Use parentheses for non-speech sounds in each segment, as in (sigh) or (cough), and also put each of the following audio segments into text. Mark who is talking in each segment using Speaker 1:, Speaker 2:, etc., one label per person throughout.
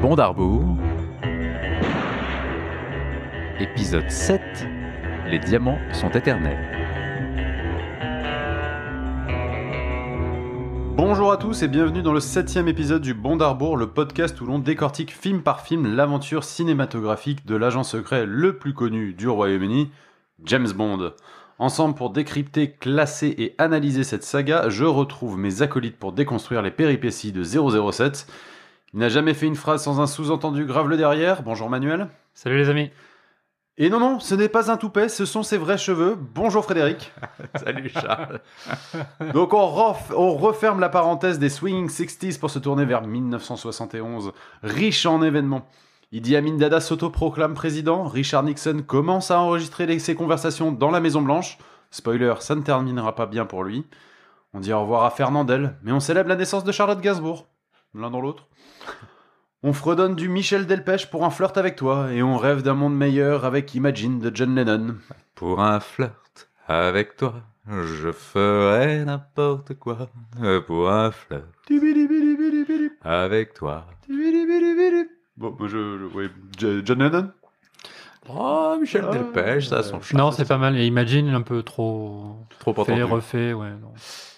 Speaker 1: Compte à rebours. Épisode 7. Les diamants sont éternels.
Speaker 2: Bonjour à tous et bienvenue dans le septième épisode du Bond Arbour, le podcast où l'on décortique film par film l'aventure cinématographique de l'agent secret le plus connu du Royaume-Uni, James Bond. Ensemble pour décrypter, classer et analyser cette saga, je retrouve mes acolytes pour déconstruire les péripéties de 007. Il n'a jamais fait une phrase sans un sous-entendu grave le derrière. Bonjour Manuel.
Speaker 3: Salut les amis.
Speaker 2: Et non, non, ce n'est pas un toupet, ce sont ses vrais cheveux. Bonjour Frédéric.
Speaker 4: Salut Charles.
Speaker 2: Donc on, ref- on referme la parenthèse des Swinging 60s pour se tourner vers 1971, riche en événements. Idi Amin Dada s'autoproclame président, Richard Nixon commence à enregistrer les- ses conversations dans la Maison Blanche. Spoiler, ça ne terminera pas bien pour lui. On dit au revoir à Fernandel, mais on célèbre la naissance de Charlotte Gainsbourg. L'un dans l'autre. On fredonne du Michel Delpech pour un flirt avec toi, et on rêve d'un monde meilleur avec Imagine de John Lennon.
Speaker 4: Pour un flirt avec toi, je ferai n'importe quoi. Euh, Pour un flirt avec toi.
Speaker 2: Bon, moi je. je- ouais, J- John Lennon
Speaker 4: Oh, Michel
Speaker 2: Ah,
Speaker 4: Delpech, ça, son
Speaker 2: euh,
Speaker 4: chat.
Speaker 3: non, c'est pas mal. Et imagine un peu trop
Speaker 4: trop
Speaker 3: fait,
Speaker 4: entendu.
Speaker 3: refait. Ouais, non.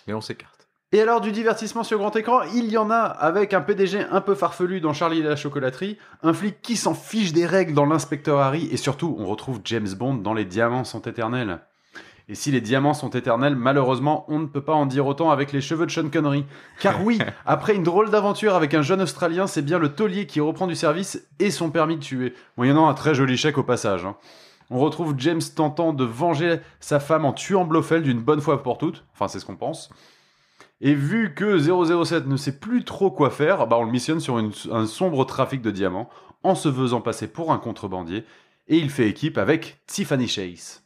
Speaker 4: Et on s'écarte.
Speaker 2: Et alors, du divertissement sur grand écran, il y en a avec un PDG un peu farfelu dans Charlie et la chocolaterie, un flic qui s'en fiche des règles dans l'inspecteur Harry, et surtout, on retrouve James Bond dans Les Diamants sont éternels. Et si les diamants sont éternels, malheureusement, on ne peut pas en dire autant avec les cheveux de Sean Connery. Car oui, après une drôle d'aventure avec un jeune Australien, c'est bien le taulier qui reprend du service et son permis de tuer, moyennant un très joli chèque au passage. hein. On retrouve James tentant de venger sa femme en tuant Blofeld d'une bonne fois pour toutes, enfin c'est ce qu'on pense. Et vu que 007 ne sait plus trop quoi faire, bah on le missionne sur une- un sombre trafic de diamants en se faisant passer pour un contrebandier et il fait équipe avec Tiffany Chase.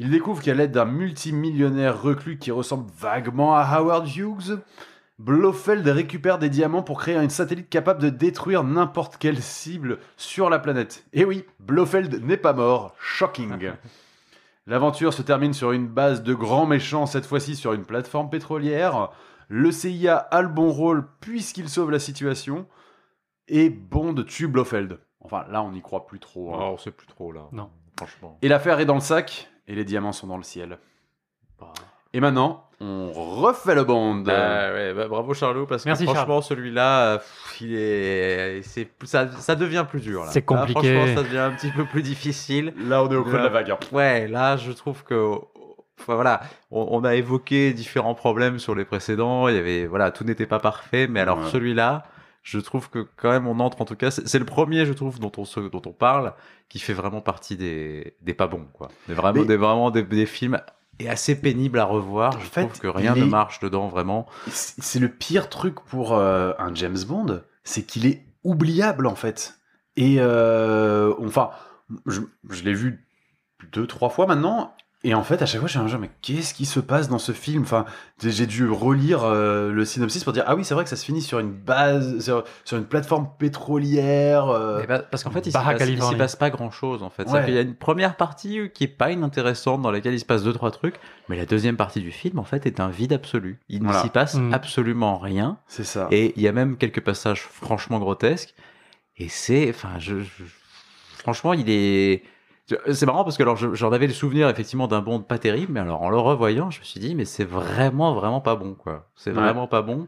Speaker 2: Il découvre qu'à l'aide d'un multimillionnaire reclus qui ressemble vaguement à Howard Hughes, Blofeld récupère des diamants pour créer un satellite capable de détruire n'importe quelle cible sur la planète. Et oui, Blofeld n'est pas mort. Shocking. L'aventure se termine sur une base de grands méchants, cette fois-ci sur une plateforme pétrolière. Le CIA a le bon rôle puisqu'il sauve la situation. Et Bond tue Blofeld. Enfin, là, on n'y croit plus trop. hein.
Speaker 4: Oh, on sait plus trop là.
Speaker 3: Non.
Speaker 4: Franchement.
Speaker 2: Et l'affaire est dans le sac, et les diamants sont dans le ciel. Et maintenant, on refait le bond.
Speaker 4: Bah, ouais, bah, bravo Charlot parce
Speaker 3: Merci,
Speaker 4: que franchement celui-là, euh, pff, il est, c'est, ça, ça devient plus dur là.
Speaker 3: C'est
Speaker 4: Là,
Speaker 3: compliqué.
Speaker 4: franchement, ça devient un petit peu plus difficile.
Speaker 2: Là, on est au creux de la vague. hein.
Speaker 4: Ouais, là, je trouve que. enfin, voilà, on, on a évoqué différents problèmes sur les précédents. Il y avait, voilà, tout n'était pas parfait. Mais alors,
Speaker 2: Ouais.
Speaker 4: celui-là, je trouve que quand même, on entre en tout cas. C'est c'est le premier, je trouve, dont on, se- dont on parle, qui fait vraiment partie des, des pas bons, quoi. Des, vraiment,
Speaker 2: Mais-
Speaker 4: des, vraiment des, des films et assez pénibles à revoir. Je
Speaker 2: fait,
Speaker 4: trouve que rien
Speaker 2: il
Speaker 4: ne
Speaker 2: est-
Speaker 4: marche dedans, vraiment.
Speaker 2: C'est c'est le pire truc pour euh, un James Bond, c'est qu'il est oubliable en fait. Et euh, enfin, je, je l'ai vu deux, trois fois maintenant. Et en fait, à chaque fois, je suis un genre, mais qu'est-ce qui se passe dans ce film Enfin, j'ai j'ai dû relire euh, le synopsis pour dire, ah oui, c'est vrai que ça se finit sur une base, sur, sur une plateforme pétrolière. euh,
Speaker 4: Mais bah- parce qu'en fait, il s'y
Speaker 3: Barra
Speaker 4: passe, il
Speaker 3: Californie.
Speaker 4: s'y passe pas grand chose en fait.
Speaker 2: Ouais.
Speaker 4: Il y a une première partie euh, qui est pas inintéressante dans laquelle il se passe deux trois trucs, mais la deuxième partie du film en fait est un vide absolu. Il
Speaker 2: Voilà.
Speaker 4: ne s'y passe
Speaker 3: Mm.
Speaker 4: absolument rien
Speaker 2: c'est ça.
Speaker 4: et il y a même quelques passages franchement grotesques. Et c'est, enfin, je, je- franchement, il est. je- C'est marrant parce que alors je- j'en avais le souvenir effectivement d'un bond pas terrible, mais alors en le revoyant, je me suis dit mais c'est vraiment vraiment pas bon quoi. C'est
Speaker 2: Ouais.
Speaker 4: vraiment pas bon.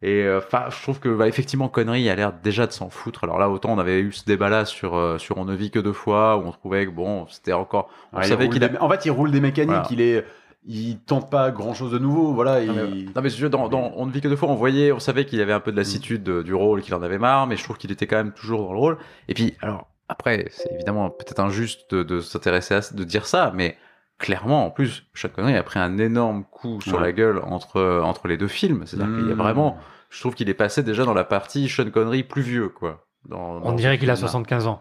Speaker 4: Et euh, enfin, je trouve que bah, effectivement Connery a l'air déjà de s'en foutre. Alors là autant on avait eu ce débat là sur euh, sur on ne vit que deux fois où on trouvait que bon c'était encore. On
Speaker 2: Ouais, il
Speaker 4: savait
Speaker 2: roule
Speaker 4: qu'il a.
Speaker 2: des- En fait, il roule des mécaniques,
Speaker 4: Voilà.
Speaker 2: il est, il tente pas grand chose de nouveau, voilà.
Speaker 4: Non mais,
Speaker 2: il- Mm.
Speaker 4: non, mais je- dans, dans On ne vit que deux fois, on voyait, on savait qu'il y avait un peu de lassitude euh, du rôle, qu'il en avait marre, mais je trouve qu'il était quand même toujours dans le rôle. Et puis, alors, après, c'est évidemment peut-être injuste de, de s'intéresser à de dire ça, mais clairement, en plus, Sean Connery a pris un énorme coup sur
Speaker 2: Ouais. Mm.
Speaker 4: la gueule entre, entre les deux films. C'est-à-dire qu'il y a
Speaker 3: Hmm.
Speaker 4: vraiment, je trouve qu'il est passé déjà dans la partie Sean Connery plus vieux, quoi. Dans-
Speaker 3: On
Speaker 4: dans-
Speaker 3: dirait qu'il a
Speaker 4: dans-
Speaker 3: 75 ans.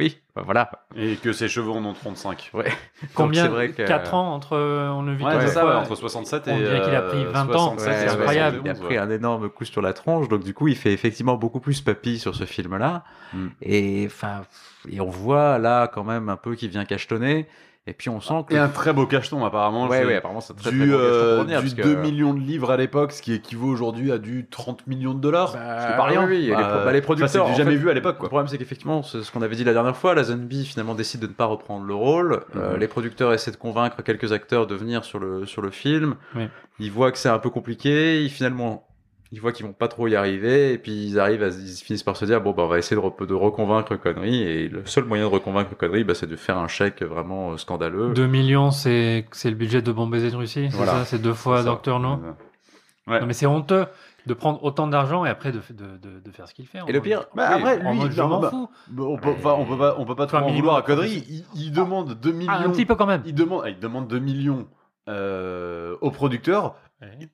Speaker 4: Oui, bah voilà.
Speaker 2: Et que ses cheveux en ont 35.
Speaker 3: Combien
Speaker 4: c'est vrai que-
Speaker 3: 4 ans entre euh, on ne vit
Speaker 2: Ouais,
Speaker 3: que
Speaker 2: c'est
Speaker 3: deux
Speaker 2: ça,
Speaker 3: fois.
Speaker 2: ouais, entre 67 et.
Speaker 3: On dirait qu'il a pris
Speaker 2: euh,
Speaker 3: 20
Speaker 2: 67,
Speaker 3: ans.
Speaker 4: Ouais,
Speaker 3: c'est
Speaker 4: ouais,
Speaker 3: incroyable.
Speaker 4: Il a pris un énorme coup sur la tranche, donc du coup, il fait effectivement beaucoup plus papy sur ce film-là.
Speaker 2: Mm.
Speaker 4: Et enfin, et on voit là quand même un peu qu'il vient cachetonner. Et puis on sent que.
Speaker 2: Et un très beau cacheton, apparemment.
Speaker 4: ouais,
Speaker 2: C'est
Speaker 4: ouais, apparemment, c'est très, très
Speaker 2: du
Speaker 4: bon gage
Speaker 2: euh,
Speaker 4: pour revenir,
Speaker 2: du
Speaker 4: parce que-
Speaker 2: 2 millions de livres à l'époque, ce qui équivaut aujourd'hui à du 30 millions de dollars.
Speaker 4: Bah,
Speaker 2: ce qui est pas rien.
Speaker 4: oui, oui, et les
Speaker 2: Bah,
Speaker 4: pro- bah, les
Speaker 2: ça,
Speaker 4: producteurs,
Speaker 2: c'est
Speaker 4: en
Speaker 2: du jamais
Speaker 4: fait,
Speaker 2: vu à l'époque,
Speaker 4: Le
Speaker 2: quoi.
Speaker 4: problème, c'est qu'effectivement, c'est ce qu'on avait dit la dernière fois, la Zone B finalement décide de ne pas reprendre le rôle. Euh,
Speaker 2: Mhm.
Speaker 4: les producteurs essaient de convaincre quelques acteurs de venir sur le, sur le film.
Speaker 3: Oui.
Speaker 4: Ils voient que c'est un peu compliqué. Ils, finalement, ils voient qu'ils vont pas trop y arriver. Et puis ils arrivent, à, ils finissent par se dire bon, bah, on va essayer de, re- de reconvaincre Connery. Et le seul moyen de reconvaincre Connery, bah, c'est de faire un chèque vraiment euh, scandaleux.
Speaker 3: 2 millions, c'est c'est le budget de Bon Baiser de Russie, c'est
Speaker 4: Voilà.
Speaker 3: ça C'est deux fois
Speaker 4: C'est ça.
Speaker 3: Docteur No.
Speaker 2: Ouais.
Speaker 3: Non, mais c'est honteux de prendre autant d'argent et après de, de, de, de faire ce qu'il fait. en
Speaker 4: Et le
Speaker 3: mode-
Speaker 4: pire,
Speaker 2: Bah,
Speaker 4: oui,
Speaker 2: après,
Speaker 3: en
Speaker 2: lui,
Speaker 3: mode, je
Speaker 2: non,
Speaker 3: m'en
Speaker 2: bah,
Speaker 3: fous.
Speaker 2: Bah, on, peut, enfin, on peut pas, on peut pas trop
Speaker 3: Enfin,
Speaker 2: en
Speaker 3: minimum,
Speaker 2: vouloir à
Speaker 3: après,
Speaker 2: Connery. Il, il demande 2 millions.
Speaker 3: Ah, un petit peu quand même.
Speaker 2: il demande, ah, il demande 2 millions euh, aux producteurs.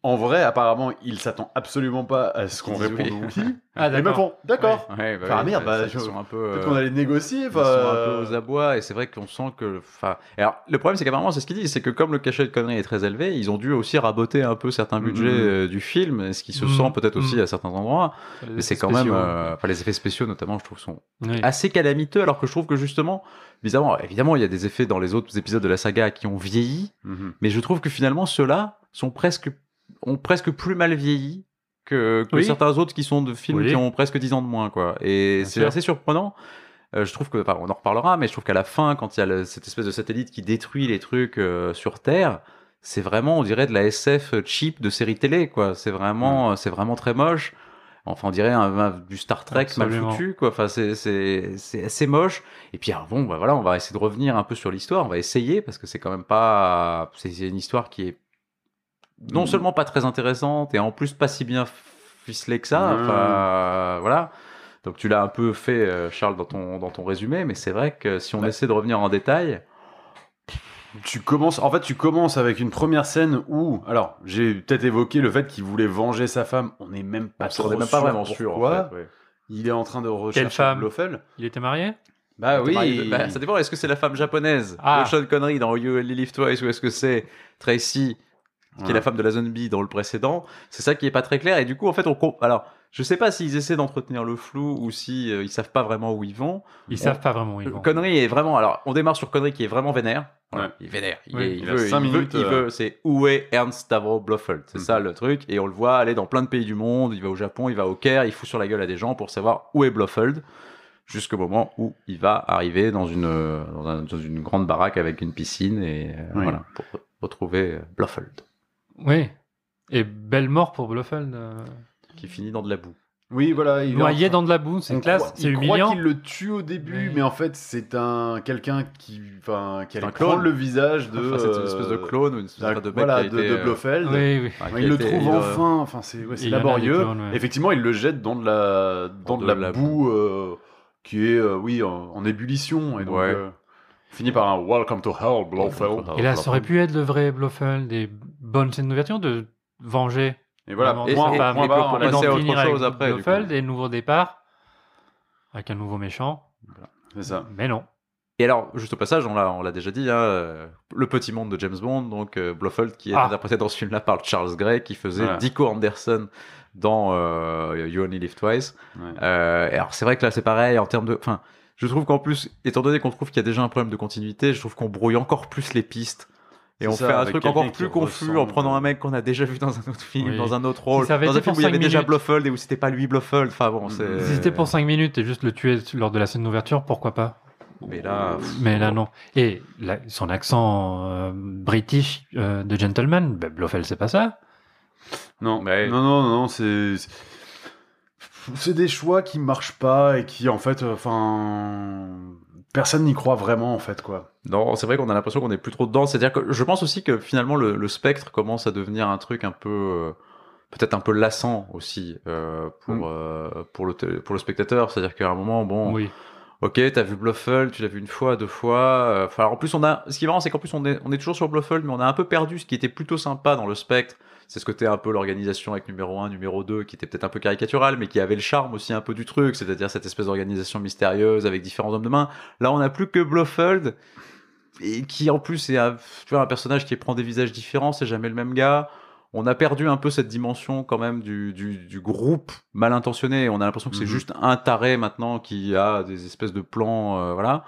Speaker 2: En vrai, apparemment, il s'attend absolument pas à ce qu'on
Speaker 4: Ils disent
Speaker 2: réponde
Speaker 4: (laughs) oui.
Speaker 2: aux oui.
Speaker 3: Ah,
Speaker 2: Les mecs
Speaker 3: d'accord.
Speaker 2: font, d'accord.
Speaker 4: Ouais, bah
Speaker 2: Enfin,
Speaker 4: oui,
Speaker 2: merde,
Speaker 4: ça-
Speaker 2: bah,
Speaker 4: ils
Speaker 2: je-
Speaker 4: sont un peu.
Speaker 2: Peut-être
Speaker 4: euh,
Speaker 2: qu'on allait négocier.
Speaker 4: Ils sont un peu
Speaker 3: Euh,
Speaker 2: enfin,
Speaker 4: aux abois et c'est vrai qu'on sent que. Enfin, alors le problème c'est qu'apparemment c'est ce qu'ils disent, c'est que comme le cachet de conneries est très élevé, ils ont dû aussi raboter un peu certains budgets
Speaker 2: Mhm.
Speaker 4: euh, du film, ce qui se
Speaker 3: Mhm.
Speaker 4: sent peut-être aussi
Speaker 3: Mhm.
Speaker 4: à certains endroits. Mais c'est quand même,
Speaker 3: Spéciaux.
Speaker 4: euh, Ah. enfin les effets spéciaux notamment, je trouve sont
Speaker 3: Oui.
Speaker 4: assez calamiteux. Alors que je trouve que justement, bizarrement, évidemment il y a des effets dans les autres épisodes de la saga qui ont vieilli,
Speaker 3: Hmm.
Speaker 2: Mhm.
Speaker 4: mais je trouve que finalement ceux-là sont presque ont presque plus mal vieilli que, que
Speaker 3: Oui.
Speaker 4: certains autres qui sont de films
Speaker 3: Oui.
Speaker 4: qui ont presque 10 ans de moins quoi. Et
Speaker 3: Bien
Speaker 4: c'est
Speaker 3: sûr.
Speaker 4: assez surprenant. Euh, je trouve que enfin, on en reparlera mais je trouve qu'à la fin quand il y a le- cette espèce de satellite qui détruit les trucs euh, sur Terre, c'est vraiment on dirait de la SF cheap de série télé quoi. C'est vraiment euh, c'est vraiment très moche. Enfin, on dirait un, un- du Star Trek
Speaker 3: Absolument.
Speaker 4: mal foutu, quoi. Enfin, c'est- c'est c'est assez moche. Et puis, alors, bon, bah voilà, on va essayer de revenir un peu sur l'histoire. On va essayer parce que c'est quand même pas. C'est c'est une histoire qui est non
Speaker 2: Mm.
Speaker 4: seulement pas très intéressante et en plus pas si bien ficelée que ça.
Speaker 2: Mm.
Speaker 4: Enfin, euh, voilà. Donc, tu l'as un peu fait, euh, Charles, dans ton dans ton résumé. Mais c'est vrai que si on
Speaker 2: Bah.
Speaker 4: essaie de revenir en détail,
Speaker 2: tu commences, en fait, tu commences avec une première scène où, alors, j'ai peut-être évoqué le fait qu'il voulait venger sa femme. On n'est même pas,
Speaker 4: on
Speaker 2: Bah, trop
Speaker 4: n'est même pas vraiment sûr.
Speaker 2: pourquoi.
Speaker 4: en fait, ouais.
Speaker 2: Il est en train de rechercher
Speaker 3: femme
Speaker 2: Blofeld.
Speaker 3: Il était marié
Speaker 2: Bah
Speaker 4: T'es marié de- bah, ça dépend, est-ce que c'est la femme japonaise
Speaker 3: Ah.
Speaker 4: de Sean Connery dans You Live Twice ou est-ce que c'est Tracy qui
Speaker 2: Ah.
Speaker 4: est la femme de la zone B dans le précédent C'est ça qui est pas très clair et du coup en fait on comp- alors je sais pas s'ils essaient d'entretenir le flou ou si euh, ils savent pas vraiment où ils vont.
Speaker 3: Ils savent pas vraiment où ils
Speaker 4: Euh,
Speaker 3: vont.
Speaker 4: Connery est vraiment alors on démarre sur Connery qui est vraiment vénère. Voilà,
Speaker 2: Ouais.
Speaker 4: Il est vénère, il,
Speaker 3: Oui.
Speaker 4: est- il
Speaker 2: Il a
Speaker 4: veut, il
Speaker 2: cinq
Speaker 4: veut-
Speaker 2: minutes,
Speaker 4: il
Speaker 2: euh.
Speaker 4: veut, c'est où est Ernst Stavro Blofeld, c'est
Speaker 2: Mhm.
Speaker 4: ça le truc, et on le voit aller dans plein de pays du monde, il va au Japon, il va au Caire, il fout sur la gueule à des gens pour savoir où est Blofeld, jusqu'au moment où il va arriver dans une, euh, dans un- dans une grande baraque avec une piscine, et euh,
Speaker 2: Oui.
Speaker 4: voilà, pour retrouver euh, Blofeld,
Speaker 3: Oui. Et belle mort pour Blofeld. euh,
Speaker 4: qui finit dans de la boue.
Speaker 2: Oui, voilà. Il est en
Speaker 3: Noyé
Speaker 2: train-
Speaker 3: dans de la boue,
Speaker 2: On
Speaker 3: c'est classe,
Speaker 2: croit-
Speaker 3: c'est
Speaker 2: il croit
Speaker 3: humiliant.
Speaker 2: qu'il le tue au début,
Speaker 3: Oui.
Speaker 2: mais en fait, c'est un quelqu'un qui, enfin, qui
Speaker 4: C'est
Speaker 2: allait
Speaker 4: un clone.
Speaker 2: prendre le visage de.
Speaker 4: Enfin, c'est une espèce de
Speaker 2: euh,
Speaker 4: clone, une espèce
Speaker 2: d'un-
Speaker 4: de mec
Speaker 2: voilà,
Speaker 4: qui a
Speaker 2: de,
Speaker 4: été,
Speaker 2: de
Speaker 4: euh,
Speaker 2: Blofeld.
Speaker 3: Oui, oui.
Speaker 4: enfin, qui
Speaker 2: Enfin,
Speaker 4: a
Speaker 2: il le
Speaker 4: été-
Speaker 2: trouve
Speaker 4: il, euh,
Speaker 2: enfin. Enfin, c'est ouais, c'est
Speaker 3: Il y en a des
Speaker 2: laborieux.
Speaker 3: clones, ouais.
Speaker 2: Effectivement, il le jette dans de la dans de, la, boue euh, qui est euh, oui en, en ébullition et donc
Speaker 4: Ouais.
Speaker 2: euh, finit par un Welcome to Hell, Blofeld.
Speaker 3: Et là, ça aurait pu être le vrai Blofeld, des bonnes scènes d'ouverture de venger.
Speaker 2: Et voilà.
Speaker 3: vraiment
Speaker 4: Et-
Speaker 2: point,
Speaker 3: sa femme,
Speaker 2: point
Speaker 4: et
Speaker 2: barre,
Speaker 4: pour-
Speaker 2: on
Speaker 4: pour
Speaker 2: l'a
Speaker 3: d'en
Speaker 4: passer à
Speaker 2: dit.
Speaker 4: autre
Speaker 3: finir avec
Speaker 4: chose après, du
Speaker 3: Blofeld
Speaker 4: coup.
Speaker 3: et nouveau départ avec un nouveau méchant.
Speaker 2: C'est ça.
Speaker 3: Mais non.
Speaker 4: Et alors, juste au passage, on l'a, on l'a déjà dit, hein, euh, le petit monde de James Bond, donc euh, Blofeld, qui est
Speaker 3: Ah.
Speaker 4: interprété dans ce film-là par Charles Gray, qui faisait
Speaker 2: Voilà.
Speaker 4: Dico Anderson dans euh, You Only Live Twice.
Speaker 2: Ouais.
Speaker 4: Euh, et alors, c'est vrai que là, c'est pareil en termes de. Enfin, je trouve qu'en plus, étant donné qu'on trouve qu'il y a déjà un problème de continuité, je trouve qu'on brouille encore plus les pistes. Et
Speaker 2: C'est
Speaker 4: on
Speaker 2: ça,
Speaker 4: fait un
Speaker 2: avec
Speaker 4: truc
Speaker 2: quelqu'un
Speaker 4: encore
Speaker 2: qui
Speaker 4: plus confus en
Speaker 2: ressemble.
Speaker 4: prenant un mec qu'on a déjà vu dans un autre film,
Speaker 3: Oui.
Speaker 4: dans un autre
Speaker 3: Si
Speaker 4: rôle,
Speaker 3: ça avait
Speaker 4: dans un
Speaker 3: été pour
Speaker 4: film où il y
Speaker 3: cinq
Speaker 4: avait déjà
Speaker 3: minutes. Mm.
Speaker 4: Blofeld et où c'était pas lui Blofeld. Enfin bon,
Speaker 2: Mhm.
Speaker 4: c'est.
Speaker 2: Euh,
Speaker 3: Si c'était pour 5 minutes et juste le tuer lors de la scène d'ouverture, pourquoi pas
Speaker 4: Mais là, pff,
Speaker 3: Mais là, non. Et la- son accent euh, british euh, de gentleman, ben, Blofeld, c'est pas ça.
Speaker 2: Non,
Speaker 4: Ouais.
Speaker 2: non, non, non, c'est. c'est- C'est des choix qui marchent pas et qui, en fait, euh, enfin. Personne n'y croit vraiment, en fait, quoi.
Speaker 4: Non, c'est vrai qu'on a l'impression qu'on est plus trop dedans. C'est-à-dire que je pense aussi que finalement le, le spectre commence à devenir un truc un peu, euh, peut-être un peu lassant aussi euh, pour
Speaker 2: Mm.
Speaker 4: euh, pour le t- pour le spectateur. C'est-à-dire qu'à un moment, bon,
Speaker 3: Oui.
Speaker 4: ok, t'as vu Bluffel, tu l'as vu une fois, deux fois. euh, Enfin, alors, en plus on a, ce qui est marrant, c'est qu'en plus on est on est toujours sur Bluffel, mais on a un peu perdu ce qui était plutôt sympa dans le spectre. C'est ce côté un peu l'organisation avec numéro 1, numéro 2, qui était peut-être un peu caricatural, mais qui avait le charme aussi un peu du truc, c'est-à-dire cette espèce d'organisation mystérieuse avec différents hommes de main. Là, on n'a plus que Blofeld, et qui en plus est un, tu vois, un personnage qui prend des visages différents, c'est jamais le même gars. On a perdu un peu cette dimension quand même du, du, du groupe mal intentionné. On a l'impression que c'est
Speaker 2: Mhm.
Speaker 4: juste un taré maintenant qui a des espèces de plans, euh, voilà.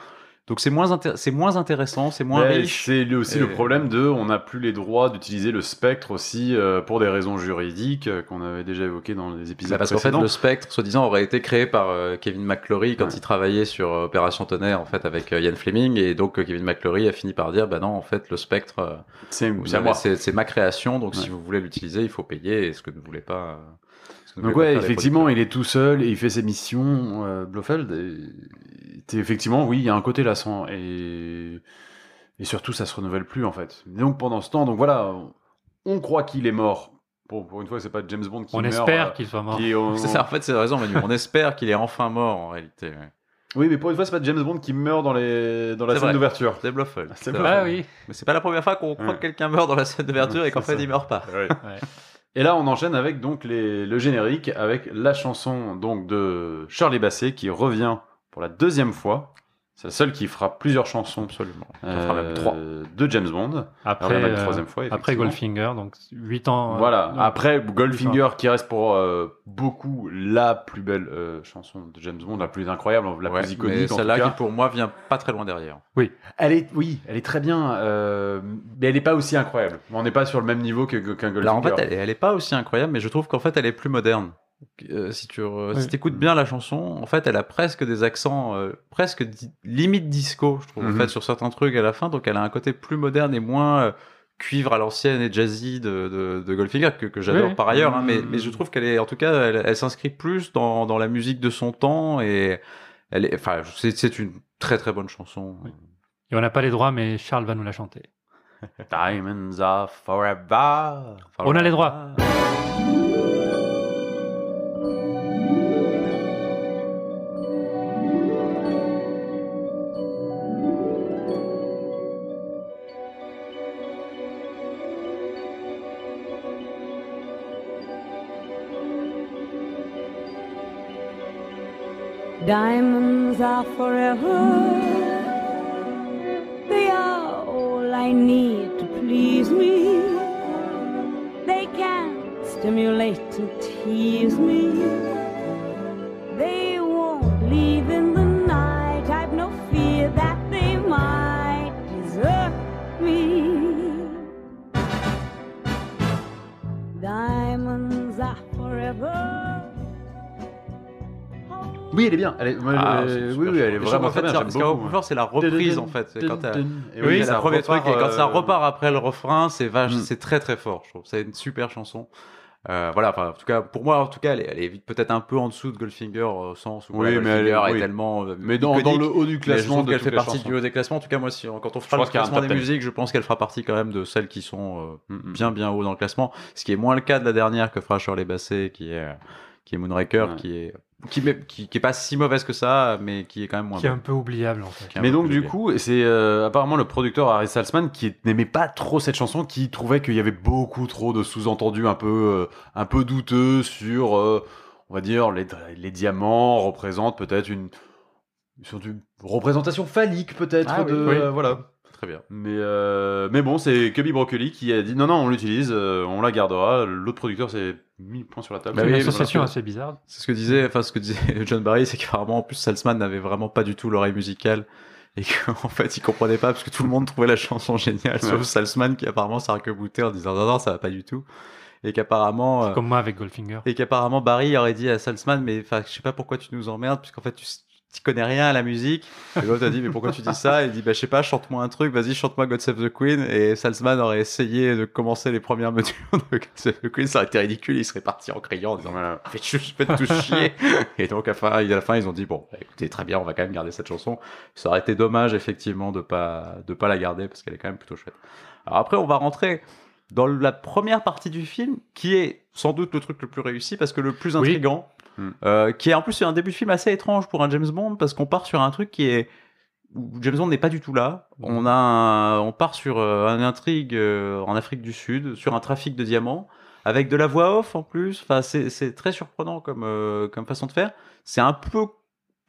Speaker 4: Donc c'est moins, intér- c'est moins intéressant, c'est moins
Speaker 2: Mais
Speaker 4: riche.
Speaker 2: C'est le- aussi
Speaker 4: Et-
Speaker 2: le problème de on n'a plus les droits d'utiliser le spectre aussi euh, pour des raisons juridiques euh, qu'on avait déjà évoquées dans les épisodes
Speaker 4: Bah, parce qu'en fait,
Speaker 2: précédents.
Speaker 4: le spectre, soi-disant, aurait été créé par euh, Kevin McClory quand
Speaker 2: Ouais.
Speaker 4: il travaillait sur euh, Opération Tonnerre, en fait, avec euh, Ian Fleming. Et donc, euh, Kevin McClory a fini par dire, bah non, en fait, le spectre, euh,
Speaker 2: C'est
Speaker 4: vous
Speaker 2: c'est à
Speaker 4: savez,
Speaker 2: moi.
Speaker 4: c'est c'est ma création, donc
Speaker 2: Ouais.
Speaker 4: si vous voulez l'utiliser, il faut payer, et ce que ne voulez pas... euh, ce que ne
Speaker 2: Donc
Speaker 4: voulaient pas
Speaker 2: ouais,
Speaker 4: faire les
Speaker 2: effectivement,
Speaker 4: producteurs.
Speaker 2: il est tout seul et il fait ses missions. euh, Blofeld, et- et t'es- effectivement, oui, il y a un côté lassant et et surtout, ça se renouvelle plus en fait. Et donc pendant ce temps, donc voilà, on- on croit qu'il est mort. Pour, pour une fois, c'est pas James Bond qui
Speaker 3: On
Speaker 2: meurt.
Speaker 3: espère
Speaker 2: euh,
Speaker 3: qu'il soit mort.
Speaker 2: qui- on-
Speaker 4: (laughs) C'est ça, en fait, c'est la raison, Manu. On espère qu'il est enfin mort, en réalité. ouais.
Speaker 2: Oui, mais pour une fois, c'est pas James Bond qui meurt dans les dans la
Speaker 4: C'est
Speaker 2: scène
Speaker 4: vrai.
Speaker 2: d'ouverture.
Speaker 4: C'est bluffel.
Speaker 2: C'est
Speaker 4: Ça
Speaker 2: bluffel.
Speaker 4: va.
Speaker 3: Ah oui.
Speaker 4: Mais c'est pas la première fois qu'on croit
Speaker 2: Ouais.
Speaker 4: que quelqu'un meurt dans la scène d'ouverture
Speaker 2: Ouais,
Speaker 4: et qu'en
Speaker 2: c'est
Speaker 4: fait,
Speaker 2: ça.
Speaker 4: il meurt pas.
Speaker 3: Ouais.
Speaker 2: Et là, on enchaîne avec donc les- le générique, avec la chanson donc de Charlie Basset qui revient pour la deuxième fois. C'est la seule qui fera plusieurs chansons.
Speaker 4: Absolument.
Speaker 2: euh,
Speaker 4: fera même trois.
Speaker 2: de James Bond.
Speaker 3: Après,
Speaker 2: Après, la
Speaker 3: euh,
Speaker 2: troisième fois.
Speaker 3: après
Speaker 2: effectivement.
Speaker 3: Goldfinger, donc 8 ans. euh,
Speaker 2: Voilà.
Speaker 3: donc-
Speaker 2: Après Goldfinger qui reste pour euh, beaucoup la plus belle euh, chanson de James Bond, la plus incroyable, la
Speaker 4: Ouais,
Speaker 2: plus
Speaker 4: mais
Speaker 2: iconique. en tout
Speaker 4: celle-là,
Speaker 2: cas.
Speaker 4: qui, pour moi, vient pas très loin derrière.
Speaker 2: Elle est, oui, elle est très bien, euh, mais elle n'est pas aussi incroyable. On n'est pas sur le même niveau que- que- qu'un Goldfinger.
Speaker 4: Là, Bah, en fait, elle, elle est pas aussi incroyable, mais je trouve qu'en fait, elle est plus moderne. Euh, si tu re- si
Speaker 3: Oui.
Speaker 4: t'écoutes bien la chanson, en fait, elle a presque des accents, euh, presque di- limite disco, je trouve,
Speaker 2: Mhm.
Speaker 4: en fait, sur certains trucs à la fin. Donc, elle a un côté plus moderne et moins euh, cuivre à l'ancienne et jazzy de, de, de Goldfinger, que, que j'adore
Speaker 3: Oui.
Speaker 4: par ailleurs. hein, mais,
Speaker 2: Mhm.
Speaker 4: mais je trouve qu'elle est, en tout cas, elle, elle s'inscrit plus dans, dans la musique de son temps et elle est, enfin, c'est c'est une très très bonne chanson.
Speaker 3: Oui. Et on n'a pas les droits, mais Charles va nous la chanter.
Speaker 2: Diamonds are forever.
Speaker 4: Enfin,
Speaker 3: On a
Speaker 4: voilà.
Speaker 3: les droits.
Speaker 5: Diamonds are forever. They are all I need to please me. They can stimulate and tease me. They won't leave in the night. I've no fear that they might desert me. Diamonds are forever.
Speaker 2: Oui, elle est bien. Elle est, moi,
Speaker 4: Ah,
Speaker 2: euh,
Speaker 4: c'est
Speaker 2: oui,
Speaker 4: super
Speaker 2: oui, elle
Speaker 4: chouette.
Speaker 2: est
Speaker 4: Et
Speaker 2: vraiment
Speaker 4: en fait,
Speaker 2: très bien.
Speaker 4: c'est-
Speaker 2: j'aime
Speaker 4: parce qu'Arrow
Speaker 2: beaucoup. hein.
Speaker 4: Cooper, c'est la reprise en fait. C'est quand elle-
Speaker 2: Et
Speaker 4: Oui, c'est
Speaker 2: ça
Speaker 4: le premier
Speaker 2: repart,
Speaker 4: truc. Et quand ça
Speaker 2: euh,
Speaker 4: repart après le refrain, c'est vache,
Speaker 2: Mm.
Speaker 4: c'est très très fort. Je trouve c'est une super chanson. Euh, voilà, enfin, en tout cas, pour moi, en tout cas, elle est, elle est vite peut-être un peu en dessous de Goldfinger euh, au sens où
Speaker 2: Oui,
Speaker 4: voilà,
Speaker 2: mais elle est-
Speaker 4: Goldfinger est
Speaker 2: oui.
Speaker 4: tellement. euh,
Speaker 2: Mais dans, dans
Speaker 4: iconique.
Speaker 2: le haut du
Speaker 4: Mais je
Speaker 2: classement
Speaker 4: trouve
Speaker 2: de
Speaker 4: qu'elle
Speaker 2: toutes
Speaker 4: fait
Speaker 2: les
Speaker 4: partie
Speaker 2: chansons.
Speaker 4: du haut des classements. En tout cas, moi, si, quand on
Speaker 2: Je
Speaker 4: fera le
Speaker 2: pense qu'il y a un
Speaker 4: classement
Speaker 2: top
Speaker 4: des
Speaker 2: 10.
Speaker 4: musiques, je pense qu'elle fera partie quand même de celles qui sont euh,
Speaker 2: Mm, mm.
Speaker 4: bien bien haut dans le classement, ce qui est moins le cas de la dernière que fera Shirley Basset, qui est qui est Moonraker,
Speaker 2: Ouais.
Speaker 4: qui est qui, mais- qui qui est pas si mauvaise que ça, mais qui est quand même moins.
Speaker 3: Qui est
Speaker 4: bonne.
Speaker 3: un peu oubliable en fait.
Speaker 4: Qui est un
Speaker 2: Mais
Speaker 4: peu
Speaker 2: donc
Speaker 4: plus
Speaker 2: du
Speaker 4: oubliée.
Speaker 2: coup, c'est euh, apparemment le producteur Harry Salzman qui n'aimait pas trop cette chanson, qui trouvait qu'il y avait beaucoup trop de sous-entendus un peu, euh, un peu douteux sur, euh, on va dire, les, les diamants représentent peut-être une, sur une représentation phallique peut-être
Speaker 4: Ah oui,
Speaker 2: de,
Speaker 4: oui.
Speaker 2: euh, voilà.
Speaker 4: très bien.
Speaker 2: Mais, euh, mais bon, c'est Cubby Broccoli qui a dit non, non, on l'utilise, euh, on la gardera. L'autre producteur s'est mis le point sur la table.
Speaker 4: Bah
Speaker 3: C'est une
Speaker 4: oui,
Speaker 3: association
Speaker 4: voilà.
Speaker 3: assez bizarre.
Speaker 4: C'est ce que disait, enfin ce que disait (laughs) John Barry, c'est qu'apparemment en plus Salzman n'avait vraiment pas du tout l'oreille musicale et (laughs) qu'en fait il comprenait pas parce que tout le monde trouvait la chanson géniale sauf
Speaker 2: Ouais.
Speaker 4: Salzman qui apparemment s'arc-boutait en disant non non ça va pas du tout et qu'apparemment euh,
Speaker 3: Comme moi avec Goldfinger.
Speaker 4: et qu'apparemment Barry aurait dit à Salzman mais enfin je sais pas pourquoi tu nous emmerdes puisqu'en fait tu tu connais rien à la musique et l'autre a dit mais pourquoi tu dis ça et il dit bah je sais pas chante-moi un truc vas-y chante-moi God Save the Queen et Salzman aurait essayé de commencer les premières mesures de God Save the Queen ça aurait été ridicule il serait parti en criant en disant
Speaker 2: Voilà.
Speaker 4: faites ch- faites tout chier. Et donc, à la, fin, à la fin, ils ont dit, bon, bah, écoutez, très bien, on va quand même garder cette chanson. Ça aurait été dommage, effectivement, de pas, de pas la garder parce qu'elle est quand même plutôt chouette. Alors après, on va rentrer dans la première partie du film qui est sans doute le truc le plus réussi parce que le plus
Speaker 3: Oui.
Speaker 4: intrigant,
Speaker 2: Hmm.
Speaker 4: euh, qui est en plus un début de film assez étrange pour un James Bond parce qu'on part sur un truc qui est où James Bond n'est pas du tout là. On, a un- on part sur euh, une intrigue euh, en Afrique du Sud, sur un trafic de diamants, avec de la voix off en plus. Enfin, c'est c'est très surprenant comme, euh, comme façon de faire. C'est un peu,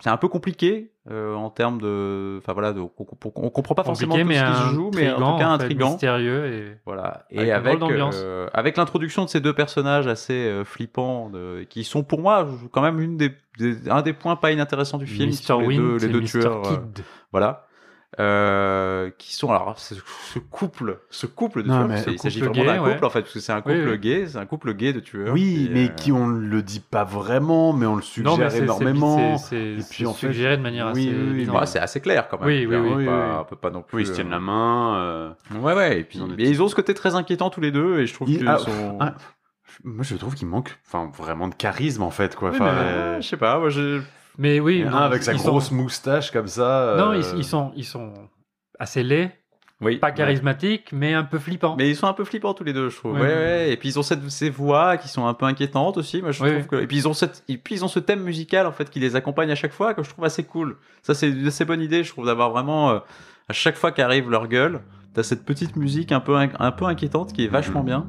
Speaker 4: c'est un peu compliqué euh, en termes de, enfin voilà, de- on, on- on comprend pas forcément
Speaker 3: Compliqué,
Speaker 4: tout
Speaker 3: mais
Speaker 4: ce qui
Speaker 3: un
Speaker 4: se joue, mais en tout cas
Speaker 3: intrigant, en fait,
Speaker 4: intrigant.
Speaker 3: mystérieux et
Speaker 4: Voilà.
Speaker 3: Avec
Speaker 4: Et
Speaker 3: une
Speaker 4: avec,
Speaker 3: drôle d'ambiance.
Speaker 4: euh, avec l'introduction de ces deux personnages assez euh, flippants, de- qui sont pour moi quand même une des, des- un des points pas inintéressants du film. qui
Speaker 3: Mr.
Speaker 4: sont les
Speaker 3: Wind
Speaker 4: deux, les
Speaker 3: et
Speaker 4: deux
Speaker 3: Mr.
Speaker 4: tueurs. euh,
Speaker 3: Kid.
Speaker 4: voilà. euh, qui sont alors ce, ce couple, ce couple de
Speaker 2: Non,
Speaker 4: tueurs.
Speaker 2: mais-
Speaker 4: c'est-
Speaker 3: Le
Speaker 4: il s'agit
Speaker 3: couple
Speaker 4: vraiment d'un
Speaker 3: gay, ouais.
Speaker 4: couple en fait, parce que c'est un
Speaker 3: Oui,
Speaker 4: couple
Speaker 3: oui.
Speaker 4: gay, c'est un couple gay de tueurs.
Speaker 2: Oui,
Speaker 4: et,
Speaker 2: mais
Speaker 4: euh,
Speaker 2: qui on le dit pas vraiment, mais on le suggère
Speaker 3: c'est- c'est-
Speaker 2: énormément.
Speaker 3: C'est c'est-
Speaker 2: Et
Speaker 3: c'est
Speaker 2: puis, en fait-
Speaker 3: suggéré de manière
Speaker 2: Oui,
Speaker 3: assez.
Speaker 2: oui, oui,
Speaker 3: évidente.
Speaker 4: bah, c'est assez clair quand même.
Speaker 3: Oui,
Speaker 4: Je
Speaker 3: oui,
Speaker 4: veux dire,
Speaker 3: oui,
Speaker 4: on peut
Speaker 2: oui,
Speaker 4: pas-
Speaker 2: oui.
Speaker 4: on peut pas non plus.
Speaker 2: Oui, ils se tiennent
Speaker 4: euh,
Speaker 2: la main. euh,
Speaker 4: Ouais, ouais. Et puis,
Speaker 2: Ils ont des
Speaker 4: mais ils ont ce côté très inquiétant tous les deux, et je trouve
Speaker 2: Ils-
Speaker 4: qu'ils
Speaker 2: ah,
Speaker 4: sont.
Speaker 2: ah, Moi, je trouve qu'il manque enfin, vraiment de charisme, en fait. Quoi.
Speaker 4: Oui, mais,
Speaker 2: Enfin,
Speaker 4: euh,
Speaker 2: euh,
Speaker 4: je sais pas, moi j'ai.
Speaker 3: Mais
Speaker 2: il
Speaker 3: oui.
Speaker 2: y en a
Speaker 3: non,
Speaker 2: un avec sa
Speaker 3: ils sont-
Speaker 2: grosse moustache comme ça.
Speaker 3: Non,
Speaker 2: euh,
Speaker 3: ils, ils sont, ils sont assez laids,
Speaker 4: Oui.
Speaker 3: pas charismatiques, mais un peu flippants.
Speaker 4: Mais ils sont un peu flippants tous les deux, je trouve.
Speaker 3: Ouais,
Speaker 4: Ouais,
Speaker 3: ouais.
Speaker 4: ouais. Et puis ils ont cette, ces voix qui sont un peu inquiétantes aussi. Moi, je
Speaker 3: Oui,
Speaker 4: trouve
Speaker 3: oui.
Speaker 4: que... Et puis ils ont cette, et puis ils ont ce thème musical en fait qui les accompagne à chaque fois que je trouve assez cool. Ça, c'est une assez bonne idée, je trouve, d'avoir vraiment euh, à chaque fois qu'arrive leur gueule, t'as cette petite musique un peu, inqui- un peu inquiétante qui est vachement bien.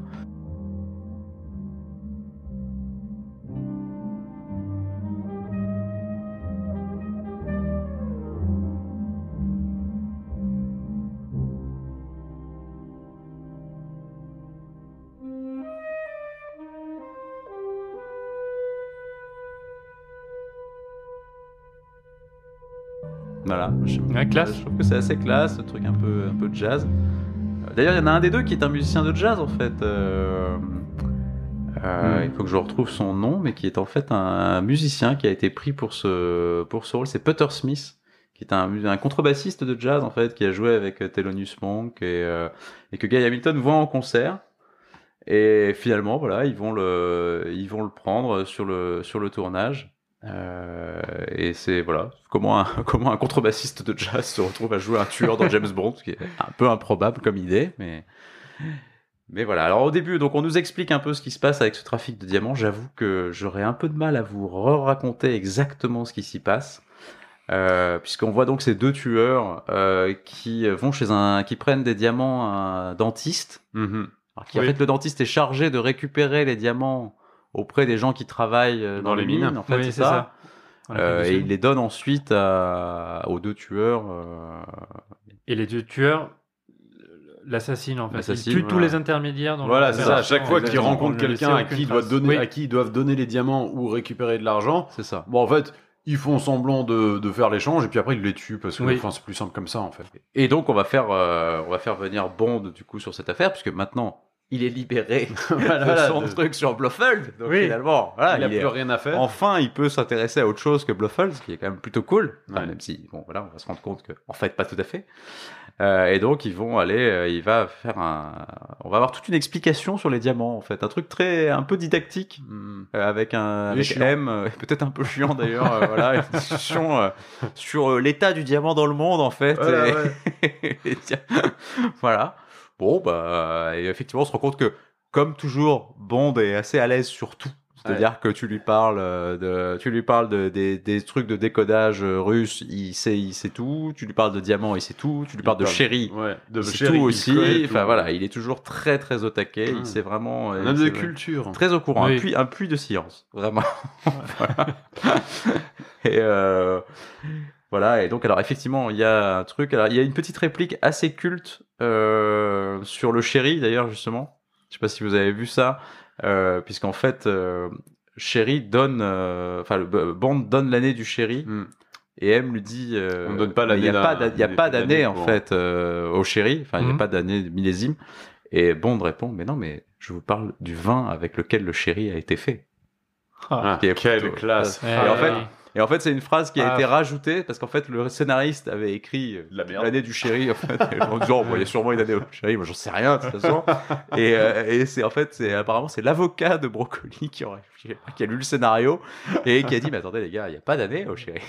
Speaker 4: Voilà. Je-
Speaker 3: Ouais, classe.
Speaker 4: Je trouve que c'est assez classe, ce truc un peu, un peu de jazz. Euh, D'ailleurs, il y en a un des deux qui est un musicien de jazz en fait. Euh, euh,
Speaker 3: Hmm.
Speaker 4: Il faut que je retrouve son nom, mais qui est en fait un musicien qui a été pris pour ce, pour ce rôle. C'est Putter Smith, qui est un, mu- un contrebassiste de jazz en fait, qui a joué avec euh, Thelonious Monk et, euh, et que Guy Hamilton voit en concert. Et finalement, voilà, ils vont le, ils vont le prendre sur le, sur le tournage. Euh, et c'est voilà comment un, (laughs) comment un contrebassiste de jazz se retrouve à jouer un tueur dans James Bond, ce qui est un peu improbable comme idée, mais mais voilà. Alors au début, donc on nous explique un peu ce qui se passe avec ce trafic de diamants. J'avoue que j'aurais un peu de mal à vous raconter exactement ce qui s'y passe. Euh, puisqu'on voit donc ces deux tueurs euh, qui vont chez un qui prennent des diamants à un dentiste
Speaker 2: mhm.
Speaker 4: alors qu'en
Speaker 3: Oui.
Speaker 4: fait, le dentiste est chargé de récupérer les diamants auprès des gens qui travaillent euh, dans, les mines. En fait,
Speaker 3: Oui,
Speaker 4: c'est
Speaker 3: c'est
Speaker 4: ça.
Speaker 3: En Afrique
Speaker 4: Euh,
Speaker 3: du
Speaker 4: et
Speaker 3: Sud.
Speaker 4: il les donne ensuite à- aux deux tueurs. euh,
Speaker 3: Et les deux tueurs l'assassinent en fait. Ils
Speaker 4: L'assassinent,
Speaker 3: tuent tous
Speaker 4: voilà.
Speaker 3: les intermédiaires dans
Speaker 2: Voilà, c'est ça. À
Speaker 3: l'opération,
Speaker 2: chaque fois qu'ils
Speaker 3: exactement,
Speaker 2: rencontrent
Speaker 3: pour ne laisser
Speaker 2: quelqu'un à
Speaker 3: aucune
Speaker 2: qui, ils doivent
Speaker 3: trace.
Speaker 2: donner,
Speaker 3: Oui.
Speaker 2: à qui ils doivent donner les diamants ou récupérer de l'argent,
Speaker 4: c'est ça.
Speaker 2: bon, en fait, ils font semblant de, de faire l'échange et puis après, ils les tuent parce que
Speaker 3: Oui.
Speaker 2: enfin, c'est plus simple comme ça, en fait.
Speaker 4: Et donc, on va faire, euh, on va faire venir Bond du coup sur cette affaire, puisque maintenant, il est
Speaker 2: (laughs)
Speaker 4: libéré de
Speaker 2: Voilà,
Speaker 4: son
Speaker 2: de-
Speaker 4: truc sur Blofeld. Donc
Speaker 3: Oui.
Speaker 4: finalement, voilà,
Speaker 2: Ah, il n'a
Speaker 4: il est-
Speaker 2: plus rien à faire.
Speaker 4: Enfin, il peut s'intéresser à autre chose que Bluffle, ce qui est quand même plutôt cool. Enfin,
Speaker 2: Ouais.
Speaker 4: Même si, bon, voilà, on va se rendre compte que, en fait, pas tout à fait. Euh, et donc, ils vont aller, euh, il va faire un, on va avoir toute une explication sur les diamants, en fait, un truc très, un peu didactique,
Speaker 2: Mhm.
Speaker 4: euh, avec un,
Speaker 2: Et
Speaker 4: avec
Speaker 2: chiant.
Speaker 4: M, euh, peut-être un peu chiant d'ailleurs, euh, voilà, une
Speaker 2: (laughs)
Speaker 4: discussion euh, sur euh, l'état du diamant dans le monde, en fait.
Speaker 2: Voilà,
Speaker 4: et-
Speaker 2: ouais.
Speaker 4: (laughs) Et tiens, voilà. Bon, bah, et effectivement, on se rend compte que, comme toujours, Bond est assez à l'aise sur tout. C'est-à-dire que tu lui parles euh, de, tu lui parles de, des, des trucs de décodage euh, russe, il sait, il sait tout. Tu lui parles de diamant, il sait tout. Tu lui parles de
Speaker 2: parle- (laughs)
Speaker 4: chéri,
Speaker 2: Ouais, de
Speaker 4: il sait
Speaker 2: Sherry,
Speaker 4: tout
Speaker 2: il
Speaker 4: aussi.
Speaker 2: connaît tout.
Speaker 4: Enfin voilà, il est toujours très très au taquet.
Speaker 2: Mm.
Speaker 4: Il sait vraiment.
Speaker 2: Un
Speaker 4: euh,
Speaker 2: homme
Speaker 4: il
Speaker 2: de
Speaker 4: sait-
Speaker 2: culture.
Speaker 4: Très au courant,
Speaker 3: Oui.
Speaker 4: un, puits, un puits de science, vraiment. Voilà. (laughs) et euh, voilà, et donc, alors effectivement, il y a un truc, alors il y a une petite réplique assez culte euh, sur le chéri, d'ailleurs, justement. Je sais pas si vous avez vu ça, euh, puisqu'en fait, euh, chéri donne, euh, enfin, le B- Bond donne l'année du chéri.
Speaker 2: Mm.
Speaker 4: Et M lui dit, euh,
Speaker 2: On ne donne pas
Speaker 4: mais il n'y a
Speaker 2: l'année
Speaker 4: pas
Speaker 2: d'un-
Speaker 4: d'a- il y a
Speaker 2: des-
Speaker 4: pas
Speaker 2: des
Speaker 4: d'année
Speaker 2: années
Speaker 4: en
Speaker 2: pour-
Speaker 4: fait euh, au chéri, enfin il n'y
Speaker 3: Mhm.
Speaker 4: a pas d'année de millésime. Et Bond répond, mais non, mais je vous parle du vin avec lequel le chéri a été fait.
Speaker 2: Ah,
Speaker 4: Qui est
Speaker 2: quelle
Speaker 4: plutôt-
Speaker 2: classe.
Speaker 3: Ouais,
Speaker 4: Et en
Speaker 3: ouais,
Speaker 4: fait,
Speaker 3: ouais.
Speaker 4: Et en fait, c'est une phrase qui a
Speaker 3: Ah.
Speaker 4: été rajoutée parce qu'en fait, le scénariste avait écrit euh,
Speaker 2: De la merde.
Speaker 4: l'année du chéri en fait, en disant, bon, il y a sûrement une année au chéri, moi j'en sais rien de toute façon. et euh, et c'est en fait, c'est apparemment c'est l'avocat de Brocoli qui, aurait- qui a lu le scénario et qui a dit, mais attendez les gars, il n'y a pas d'année au chéri.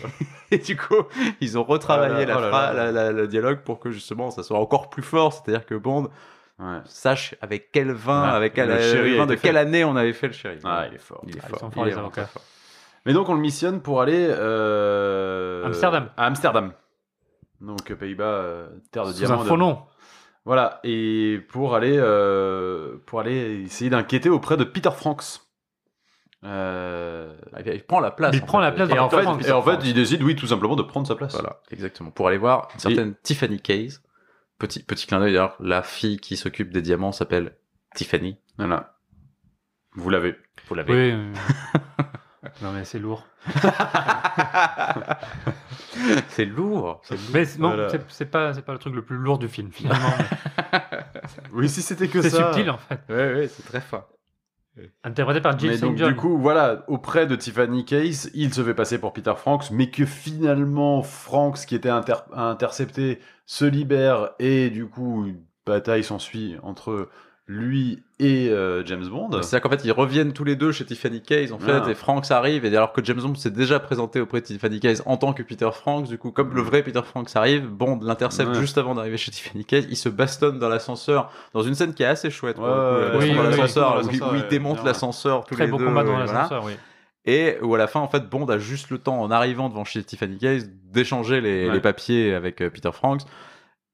Speaker 4: et du coup, ils ont retravaillé
Speaker 2: Oh là,
Speaker 4: la
Speaker 2: oh là
Speaker 4: phra-
Speaker 2: là.
Speaker 4: la- la- le dialogue pour que justement ça soit encore plus fort, c'est-à-dire que Bond
Speaker 2: Ouais.
Speaker 4: sache avec quel vin,
Speaker 2: Ouais,
Speaker 4: avec quel
Speaker 2: le chéri
Speaker 4: le
Speaker 2: a
Speaker 4: vin
Speaker 2: été
Speaker 4: de
Speaker 2: fait.
Speaker 4: quelle année on avait fait le chéri.
Speaker 2: Ah, il est fort.
Speaker 4: Il est
Speaker 3: Ah, ils
Speaker 4: fort.
Speaker 3: sont forts,
Speaker 4: Il est
Speaker 3: les
Speaker 4: vraiment
Speaker 3: avocats.
Speaker 4: très fort.
Speaker 2: Mais donc, on le missionne pour aller. euh,
Speaker 3: Amsterdam.
Speaker 2: À Amsterdam. Donc, euh, Pays-Bas, euh, terre de
Speaker 3: Sous
Speaker 2: diamants.
Speaker 3: un faux nom.
Speaker 2: Voilà. Et pour aller, euh, pour aller essayer d'inquiéter auprès de Peter Franks. Euh,
Speaker 4: Ah, Il prend la place.
Speaker 3: Il
Speaker 4: en
Speaker 3: prend
Speaker 4: fait.
Speaker 3: la place
Speaker 2: Et
Speaker 3: dans
Speaker 2: en,
Speaker 3: Peter
Speaker 2: fait,
Speaker 3: Franks.
Speaker 2: et en fait, il décide, oui, tout simplement de prendre sa place.
Speaker 4: Voilà, exactement. Pour aller voir une certaine Tiffany Case. Petit, petit clin d'œil d'ailleurs, la fille qui s'occupe des diamants s'appelle Tiffany.
Speaker 2: Voilà. Vous l'avez.
Speaker 4: Vous l'avez.
Speaker 3: Oui. oui, oui. Non, mais c'est lourd.
Speaker 4: (laughs) C'est lourd.
Speaker 3: (laughs) Mais c'est- non,
Speaker 2: Voilà.
Speaker 3: c'est- c'est pas, c'est pas le truc le plus lourd du film, finalement.
Speaker 2: Oui, si c'était que
Speaker 3: c'est
Speaker 2: ça.
Speaker 3: subtil, en fait.
Speaker 4: Ouais, ouais, c'est très fin.
Speaker 3: Interprété par Jill
Speaker 2: Mais
Speaker 3: St.
Speaker 2: donc,
Speaker 3: John.
Speaker 2: du coup, voilà, auprès de Tiffany Case, il se fait passer pour Peter Franks, mais que finalement, Franks, qui était inter- intercepté, se libère, et du coup, une bataille s'ensuit entre lui et euh, James Bond.
Speaker 4: C'est-à-dire qu'en fait, ils reviennent tous les deux chez Tiffany Case, en fait,
Speaker 2: Ah.
Speaker 4: et Franks arrive, et alors que James Bond s'est déjà présenté auprès de Tiffany Case en tant que Peter Franks, du coup, comme le vrai Peter Franks arrive, Bond l'intercepte
Speaker 2: Ouais.
Speaker 4: juste avant d'arriver chez Tiffany Case, il se bastonne dans l'ascenseur, dans une scène qui est assez chouette, pour le coup,
Speaker 2: Ouais,
Speaker 4: la
Speaker 3: ouais,
Speaker 4: baston
Speaker 3: oui,
Speaker 4: dans
Speaker 3: oui,
Speaker 4: l'ascenseur,
Speaker 2: oui,
Speaker 4: où,
Speaker 2: oui,
Speaker 4: il- où il
Speaker 2: ouais,
Speaker 4: démonte
Speaker 2: bien.
Speaker 4: l'ascenseur tous
Speaker 3: Très
Speaker 4: les
Speaker 3: beau
Speaker 4: deux.
Speaker 3: combat dans
Speaker 4: voilà.
Speaker 3: l'ascenseur, oui.
Speaker 4: Et où à la fin, en fait, Bond a juste le temps, en arrivant devant chez Tiffany Case, d'échanger les,
Speaker 2: Ouais.
Speaker 4: les papiers avec euh, Peter Franks.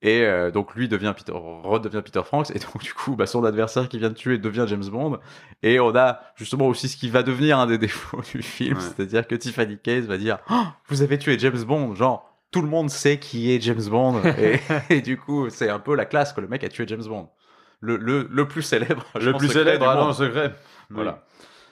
Speaker 4: Et euh, donc lui devient Peter, redevient Peter Franks, et donc du coup, bah, son adversaire qui vient de tuer devient James Bond. Et on a justement aussi ce qui va devenir un des défauts (laughs) du film,
Speaker 2: Ouais.
Speaker 4: c'est-à-dire que Tiffany Case va dire Oh, Vous avez tué James Bond !» Genre, tout le monde sait qui est James
Speaker 2: (laughs)
Speaker 4: Bond, et, et du coup, c'est un peu la classe que le mec a tué James Bond. Le, le, le plus célèbre.
Speaker 2: Le
Speaker 4: agent
Speaker 2: plus
Speaker 4: secret
Speaker 2: célèbre
Speaker 4: du monde.
Speaker 2: agent secret.
Speaker 4: Voilà.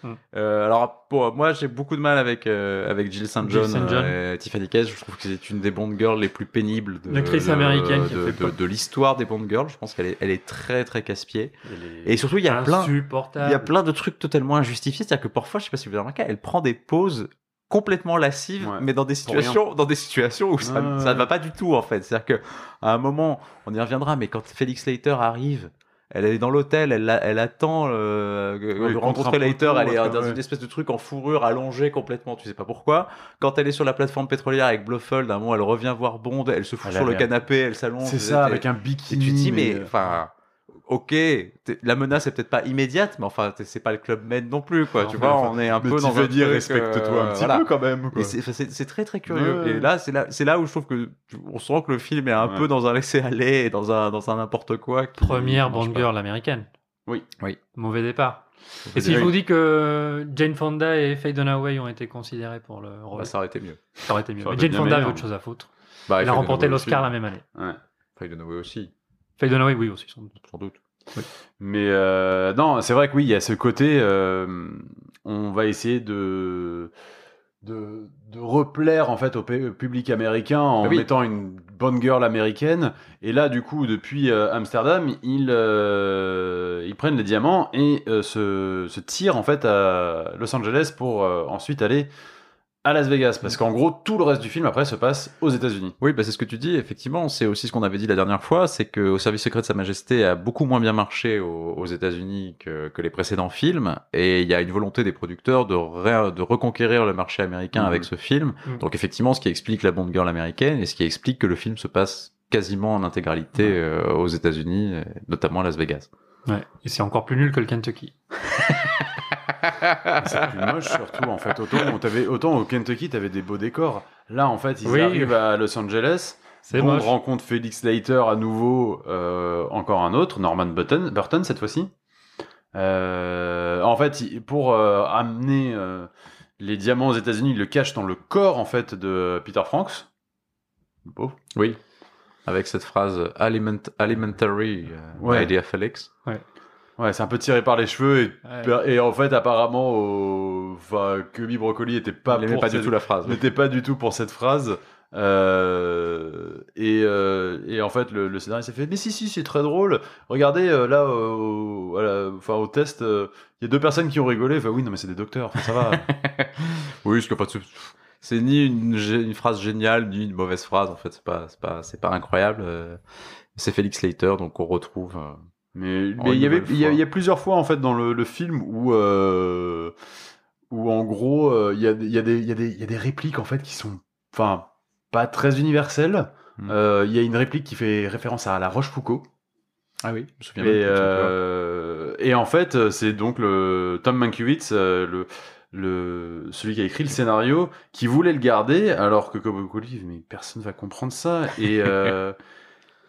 Speaker 3: Mm.
Speaker 4: Euh, alors pour moi j'ai beaucoup de mal avec euh, avec Jill St.
Speaker 3: Jill
Speaker 4: John,
Speaker 3: St. John.
Speaker 4: euh, et Tiffany Case je trouve que c'est une des Bond girls les plus pénibles de
Speaker 3: L'actrice
Speaker 4: de-
Speaker 3: américaine qui
Speaker 4: de,
Speaker 3: fait
Speaker 4: de-
Speaker 3: peur.
Speaker 4: de l'histoire des Bond girls je pense qu'elle est elle est très très casse-pied
Speaker 2: Oui.
Speaker 4: et surtout il y
Speaker 3: Ah,
Speaker 4: a plein il
Speaker 3: Insupportable.
Speaker 4: y a plein de trucs totalement injustifiés c'est-à-dire que parfois je sais pas si vous avez remarqué elle prend des pauses complètement lascives
Speaker 2: Ouais.
Speaker 4: mais dans des
Speaker 2: Pour rien.
Speaker 4: situations dans des situations où ça,
Speaker 2: Ouais,
Speaker 4: ça
Speaker 2: ouais.
Speaker 4: ne va pas du tout en fait c'est-à-dire que à un moment on y reviendra mais quand Félix Leiter arrive elle est dans l'hôtel, elle, la- elle attend euh, que-
Speaker 2: Oui,
Speaker 4: de
Speaker 2: contre
Speaker 4: rencontrer
Speaker 2: un
Speaker 4: Leiter,
Speaker 2: poteau,
Speaker 4: elle est euh,
Speaker 2: ouais,
Speaker 4: dans
Speaker 2: ouais.
Speaker 4: une espèce de truc en fourrure allongée complètement, tu sais pas pourquoi. Quand elle est sur la plateforme pétrolière avec Blofeld, à un moment elle revient voir Bond, elle se fout
Speaker 3: Elle
Speaker 4: sur le
Speaker 3: avait un-
Speaker 4: canapé, elle s'allonge.
Speaker 2: C'est
Speaker 4: tu sais,
Speaker 2: ça,
Speaker 4: t'es-
Speaker 2: avec un
Speaker 4: et
Speaker 2: bikini.
Speaker 4: tu te dis, mais
Speaker 2: euh,
Speaker 4: enfin, ok, t'es- la menace est peut-être pas immédiate, mais enfin, t'es- c'est pas le club med non plus, quoi.
Speaker 3: Non,
Speaker 4: tu
Speaker 3: mais
Speaker 4: vois,
Speaker 3: enfin,
Speaker 4: on est un
Speaker 2: mais
Speaker 4: peu dans un
Speaker 2: Tiffany,
Speaker 4: truc,
Speaker 2: respecte-toi
Speaker 4: euh,
Speaker 2: un petit
Speaker 4: voilà.
Speaker 2: peu quand même.
Speaker 4: Et
Speaker 2: quoi.
Speaker 4: c'est- enfin, c'est c'est très très curieux.
Speaker 2: Ouais.
Speaker 4: Et là, c'est là, c'est là où je trouve que on sent que le film est un
Speaker 2: Ouais.
Speaker 4: peu dans un laisser aller, et dans un dans un n'importe quoi. qui
Speaker 3: Première
Speaker 4: marche
Speaker 3: Bond
Speaker 4: pas.
Speaker 3: girl américaine.
Speaker 2: Oui.
Speaker 4: Oui.
Speaker 3: Mauvais départ. Et si je vous dis que Jane Fonda et Faye Dunaway ont été considérés pour le rôle,
Speaker 4: Bah, ça aurait été mieux.
Speaker 3: ça aurait été mieux.
Speaker 2: ça aurait
Speaker 3: Mais
Speaker 2: été
Speaker 3: Jane
Speaker 2: bien
Speaker 3: Fonda avait
Speaker 2: meilleur.
Speaker 3: autre chose à foutre.
Speaker 4: Bah,
Speaker 3: Elle a remporté l'Oscar la même année.
Speaker 2: Ouais.
Speaker 4: de Noé aussi,
Speaker 3: Faye Dunaway, oui, aussi, sans doute.
Speaker 4: sans doute.
Speaker 2: Mais euh, non, c'est vrai que oui, il y a ce côté. euh, on va essayer de, de, de replaire en fait au pu- public américain en
Speaker 4: Ah oui.
Speaker 2: mettant une bonne girl américaine. Et là, du coup, depuis euh, Amsterdam, ils, euh, ils prennent les diamants et euh, se, se tirent en fait à Los Angeles pour euh, ensuite aller à Las Vegas. Parce qu'en gros, tout le reste du film après se passe aux États-Unis.
Speaker 4: Oui, bah, c'est ce que tu dis, effectivement. C'est aussi ce qu'on avait dit la dernière fois, c'est que au service secret de Sa Majesté a beaucoup moins bien marché aux, aux États-Unis que, que les précédents films. Et il y a une volonté des producteurs de, ré- de reconquérir le marché américain
Speaker 2: Mhm.
Speaker 4: avec ce film.
Speaker 3: Mhm.
Speaker 4: Donc, effectivement, ce qui explique la Bond Girl américaine et ce qui explique que le film se passe quasiment en intégralité euh, aux États-Unis, euh, notamment à Las Vegas.
Speaker 3: Ouais. Et c'est encore plus nul que le Kentucky.
Speaker 2: C'est plus moche surtout en fait. Autant, on t'avait- autant au Kentucky, t'avais des beaux décors. Là, en fait, ils
Speaker 3: Oui.
Speaker 2: arrivent à Los Angeles.
Speaker 3: C'est
Speaker 2: Bond
Speaker 3: moche.
Speaker 2: rencontre Félix Leiter à nouveau, euh, encore un autre, Norman Burton, Burton cette fois-ci. Euh, en fait, il- pour euh, amener euh, les diamants aux États-Unis, il le cache dans le corps en fait de Peter Franks. Beau.
Speaker 4: Oui. Avec cette phrase Aliment Alimentary euh,
Speaker 2: Ouais.
Speaker 4: by Idea Felix.
Speaker 2: Ouais, c'est un peu tiré par les cheveux et,
Speaker 3: Ouais.
Speaker 2: et en fait apparemment, au- enfin, Kirby Broccoli était pas
Speaker 4: Il aimait
Speaker 2: pour
Speaker 4: pas
Speaker 2: cette-
Speaker 4: du tout la phrase.
Speaker 2: n'était pas du tout pour cette phrase. Euh, et, euh, et en fait, le, le scénariste a fait Mais si, si, c'est très drôle. Regardez, euh, là, euh, au, à la- enfin, au test, euh, il y a deux personnes qui ont rigolé. Enfin, oui, non, mais c'est des docteurs, Enfin, ça va.
Speaker 4: Oui, parce que enfin, c'est- c'est ni une, gé- une phrase géniale, ni une mauvaise phrase, en fait. C'est pas, c'est pas, c'est pas incroyable. euh, C'est Félix Leiter, donc on retrouve. euh,
Speaker 2: mais
Speaker 4: Oh,
Speaker 2: mais il, y
Speaker 4: une
Speaker 2: avait,
Speaker 4: nouvelle
Speaker 2: il, y a,
Speaker 4: fois.
Speaker 2: il y a plusieurs fois, en fait, dans le, le film où. euh, où en gros, euh, il y, a, il y, a des- il y, a des- il y a des répliques en fait qui sont enfin, pas très universelles. Euh,
Speaker 4: Mm.
Speaker 2: Il y a une réplique qui fait référence à La Rochefoucauld.
Speaker 4: Ah oui, je me souviens.
Speaker 2: Et,
Speaker 4: même plus,
Speaker 2: euh, et en fait, euh, c'est donc le Tom Mankiewicz, euh, le, le, celui qui a écrit le scénario, qui voulait le garder, alors que Cobo Collier, mais personne va comprendre ça. Et, euh,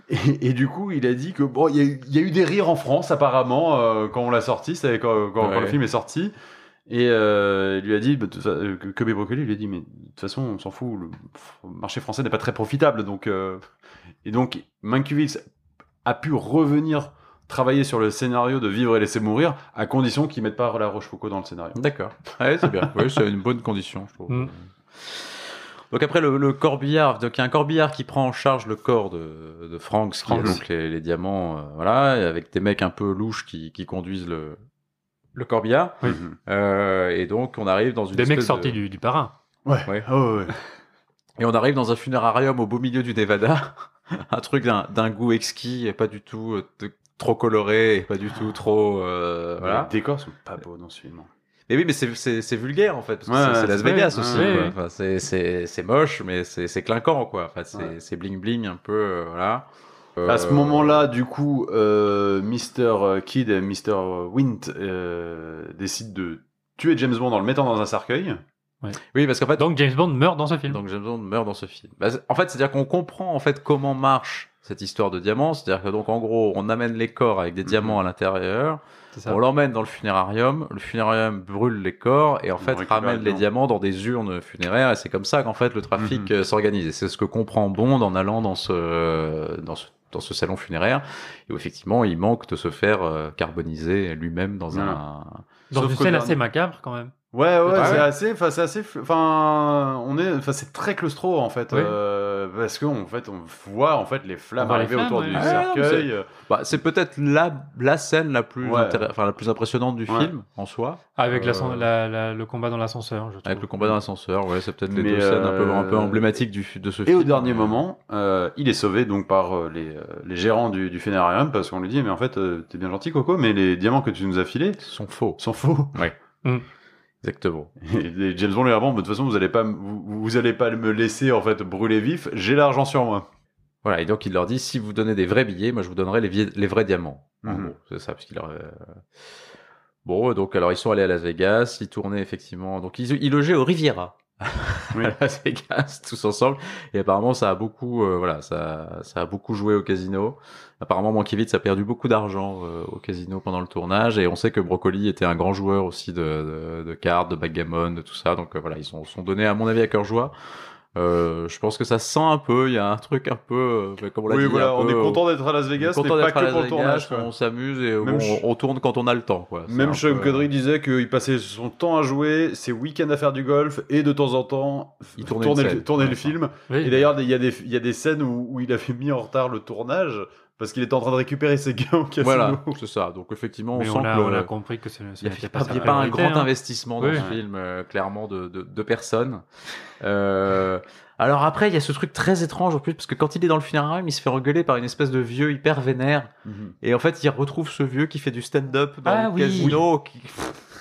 Speaker 2: et, et du coup, il a dit que bon, il y, a eu- il y a eu des rires en France apparemment euh, quand on l'a sorti, c'est quand, quand, quand
Speaker 4: Ouais.
Speaker 2: le film est sorti. Et euh, il lui a dit, bah, de toute fa- euh, que Kobe Broccoli lui a dit, mais de toute façon, on s'en fout, le pff, marché français n'est pas très profitable. Donc, euh, Et donc, Mankiewicz a pu revenir travailler sur le scénario de Vivre et laisser mourir, à condition qu'ils mettent pas la Rochefoucauld dans le scénario.
Speaker 4: D'accord. Ouais, c'est bien. Oui, c'est une bonne condition, je trouve.
Speaker 3: Mm.
Speaker 4: Donc après, le, le corbillard, donc il y a un corbillard qui prend en charge le corps de, de Franks, qui
Speaker 2: Franks.
Speaker 4: a donc les, les diamants, euh, voilà, et avec des mecs un peu louches qui, qui conduisent le, le corbillard.
Speaker 3: Oui.
Speaker 2: Mhm.
Speaker 4: Euh, et donc, on arrive dans une
Speaker 3: Des mecs
Speaker 4: espèce de-
Speaker 3: sortis du, du parrain.
Speaker 4: Ouais.
Speaker 2: Ah ouais, ouais.
Speaker 4: Et on arrive dans un funérarium au beau milieu du Nevada. (laughs) un truc d'un d'un goût exquis et pas du tout euh, de- trop coloré et pas du tout trop. euh, voilà.
Speaker 2: Les décors sont pas beaux dans ce film. hein.
Speaker 4: Mais oui, mais c'est- c'est c'est vulgaire en fait. parce que
Speaker 2: Ouais,
Speaker 4: c'est- c'est
Speaker 2: ouais,
Speaker 4: Las
Speaker 2: c'est vrai,
Speaker 4: Vegas
Speaker 2: ouais,
Speaker 4: aussi.
Speaker 3: ouais,
Speaker 4: quoi.
Speaker 3: ouais.
Speaker 4: Enfin, c'est- c'est c'est moche, mais c'est c'est clinquant quoi. Enfin, c'est
Speaker 2: Ouais.
Speaker 4: c'est bling bling un peu. euh, voilà.
Speaker 2: À ce
Speaker 4: Euh,
Speaker 2: moment-là, du coup, euh, Mr. Kid et Mr. Wint euh, décident de tuer James Bond en le mettant dans un cercueil.
Speaker 4: Oui, parce qu'en fait,
Speaker 3: Donc James Bond meurt dans ce film.
Speaker 4: Donc James Bond meurt dans ce film. Bah, c'est- en fait, c'est-à-dire qu'on comprend en fait comment marche cette histoire de diamants. C'est-à-dire que donc en gros, on amène les corps avec des
Speaker 2: Mhm.
Speaker 4: diamants à l'intérieur,
Speaker 3: c'est ça.
Speaker 4: on l'emmène dans le funérarium, le funérarium brûle les corps et en
Speaker 2: On
Speaker 4: fait
Speaker 2: récupère
Speaker 4: ramène les
Speaker 2: les
Speaker 4: diamants dans des urnes funéraires et c'est comme ça qu'en fait le trafic
Speaker 2: Mhm.
Speaker 4: euh, s'organise. Et c'est ce que comprend Bond en allant dans ce dans ce dans ce salon funéraire, et où effectivement, il manque de se faire euh, carboniser lui-même dans
Speaker 2: Voilà.
Speaker 4: un.
Speaker 3: Dans
Speaker 2: Sauf
Speaker 3: une
Speaker 2: qu'au
Speaker 3: scène
Speaker 2: dernier-
Speaker 3: assez macabre quand même.
Speaker 2: Ouais, ouais,
Speaker 4: Ah
Speaker 2: c'est
Speaker 4: ouais.
Speaker 2: assez, enfin, c'est assez, fl- enfin, on est, enfin, c'est très claustro en fait,
Speaker 3: Oui.
Speaker 2: euh, parce que en fait, on voit en fait les
Speaker 3: On
Speaker 2: flammes
Speaker 3: voit les
Speaker 2: arriver
Speaker 3: flammes,
Speaker 2: autour
Speaker 3: ouais.
Speaker 2: du
Speaker 3: Ah,
Speaker 2: cercueil. euh,
Speaker 4: Bah, c'est peut-être la la scène la plus
Speaker 2: Ouais.
Speaker 4: intér- enfin la plus impressionnante du
Speaker 2: Ouais.
Speaker 4: film en soi.
Speaker 3: Avec
Speaker 4: Euh,
Speaker 3: l'ascen- la- la- le combat dans l'ascenseur, je trouve.
Speaker 4: Avec le combat dans l'ascenseur, ouais, c'est peut-être les
Speaker 2: Mais,
Speaker 4: deux scènes un peu, un peu
Speaker 2: euh,
Speaker 4: emblématiques du, de ce
Speaker 2: Et
Speaker 4: film.
Speaker 2: au dernier moment, euh, il est sauvé donc par euh, les, euh, les gérants du, du funérarium parce qu'on lui dit mais en fait euh, t'es bien gentil Coco mais les diamants que tu nous as filés
Speaker 4: Ils sont faux.
Speaker 2: sont faux.
Speaker 4: Exactement.
Speaker 2: Et, (laughs) et James Bond lui répond de toute façon vous allez pas me- vous, vous allez pas me laisser en fait brûler vif j'ai l'argent sur moi.
Speaker 4: Voilà, et donc il leur dit si vous donnez des vrais billets, moi je vous donnerai les, vie- les vrais diamants. En
Speaker 2: Mhm.
Speaker 4: gros, c'est ça, parce qu'il leur. euh, Bon, donc alors ils sont allés à Las Vegas, ils tournaient effectivement. Donc ils, ils logeaient au Riviera. (laughs)
Speaker 2: Oui.
Speaker 4: à Las Vegas, tous ensemble. Et apparemment, ça a beaucoup, euh, voilà, ça, ça a beaucoup joué au casino. Apparemment, Mankiewicz a perdu beaucoup d'argent euh, au casino pendant le tournage. Et on sait que Broccoli était un grand joueur aussi de, de, de cartes, de backgammon, de tout ça. Donc euh, voilà, ils sont, sont donnés, à mon avis, à cœur joie. Euh, je pense que ça sent un peu, il y a un truc un peu, euh, comme on l'a
Speaker 2: oui
Speaker 4: dit,
Speaker 2: voilà
Speaker 4: un
Speaker 2: on
Speaker 4: peu,
Speaker 2: est content d'être à Las
Speaker 4: on est
Speaker 2: Vegas mais
Speaker 4: content
Speaker 2: pas
Speaker 4: d'être à
Speaker 2: que
Speaker 4: Las
Speaker 2: pour le
Speaker 4: Vegas,
Speaker 2: tournage. quoi.
Speaker 4: on s'amuse et
Speaker 2: Même
Speaker 4: bon,
Speaker 2: Ch-
Speaker 4: on tourne quand on a le temps. Quoi. C'est un
Speaker 2: Même Sean
Speaker 4: peu-
Speaker 2: Connery disait qu'il passait son temps à jouer, ses week-ends à faire du golf, et de temps en temps,
Speaker 4: Il tournait
Speaker 2: tourner
Speaker 4: une
Speaker 2: le,
Speaker 4: scène.
Speaker 2: tourner le
Speaker 4: Enfin.
Speaker 2: film.
Speaker 3: Oui.
Speaker 2: Et d'ailleurs, il y, a des- il y a des scènes où, où il avait mis en retard le tournage, parce qu'il était en train de récupérer ses gains au casino. (laughs)
Speaker 4: Voilà, c'est ça. Donc effectivement, on
Speaker 3: Mais
Speaker 4: sent
Speaker 3: on, a,
Speaker 4: que
Speaker 3: on
Speaker 4: le-
Speaker 3: a compris que c'est
Speaker 4: Il n'y a,
Speaker 3: c'était
Speaker 4: pas,
Speaker 3: sa
Speaker 4: il y a pas un
Speaker 3: priorité,
Speaker 4: grand
Speaker 3: hein.
Speaker 4: investissement dans
Speaker 3: Oui.
Speaker 4: ce film, euh, clairement, de, de, de personnes. Euh, alors après, il y a ce truc très étrange en plus, parce que quand il est dans le funérarium, il se fait engueuler par une espèce de vieux hyper vénère.
Speaker 2: Mhm.
Speaker 4: Et en fait, il retrouve ce vieux qui fait du stand-up dans
Speaker 3: Ah
Speaker 4: le
Speaker 3: oui.
Speaker 4: casino. Qui... (laughs)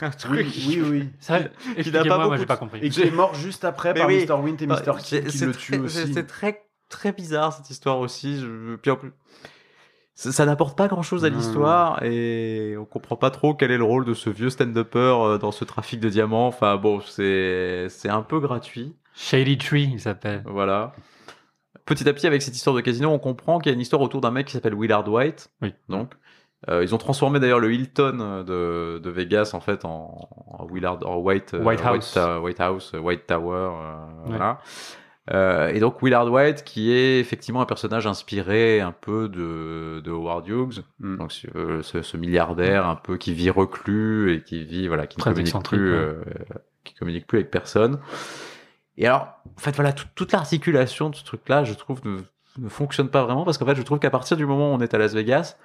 Speaker 4: Un
Speaker 2: Oui,
Speaker 4: truc
Speaker 2: oui, oui.
Speaker 4: (laughs)
Speaker 3: Ça,
Speaker 4: pas
Speaker 3: expliquez-moi, moi
Speaker 4: beaucoup
Speaker 3: j'ai pas
Speaker 4: de-
Speaker 2: (laughs) Et
Speaker 3: compris.
Speaker 2: qui est mort juste après
Speaker 4: Mais
Speaker 2: par
Speaker 4: oui.
Speaker 2: Mr. Wint et
Speaker 4: Bah,
Speaker 2: Mr. Kid
Speaker 4: c'est-
Speaker 2: qui
Speaker 4: c'est
Speaker 2: le
Speaker 4: très-
Speaker 2: tue aussi.
Speaker 4: c'est- C'est très, très bizarre cette histoire aussi. Je- Puis en plus, ça, ça n'apporte pas grand chose à
Speaker 2: Non.
Speaker 4: l'histoire et on comprend pas trop quel est le rôle de ce vieux stand-upper euh, dans ce trafic de diamants. Enfin bon, c'est c'est un peu gratuit.
Speaker 3: Shady Tree, il s'appelle.
Speaker 4: Voilà. Petit à petit, avec cette histoire de casino, on comprend qu'il y a une histoire autour d'un mec qui s'appelle Willard White.
Speaker 3: Oui.
Speaker 4: Donc, euh, ils ont transformé d'ailleurs le Hilton de, de Vegas en fait en, en Willard en White, euh,
Speaker 3: White House.
Speaker 4: Ta- White House, euh, White Tower, euh,
Speaker 3: Ouais.
Speaker 4: voilà. Euh, et donc Willard White, qui est effectivement un personnage inspiré un peu de, de Howard Hughes,
Speaker 2: Mm.
Speaker 4: donc ce- euh, ce, ce milliardaire un peu qui vit reclus et qui vit voilà, qui ne
Speaker 3: Très
Speaker 4: communique
Speaker 3: excentrique,
Speaker 4: plus,
Speaker 3: ouais.
Speaker 4: euh, qui communique plus avec personne. Et alors, en fait, voilà, tout- toute l'articulation de ce truc-là, je trouve, ne, ne fonctionne pas vraiment parce qu'en fait, je trouve qu'à partir du moment où on est à Las Vegas,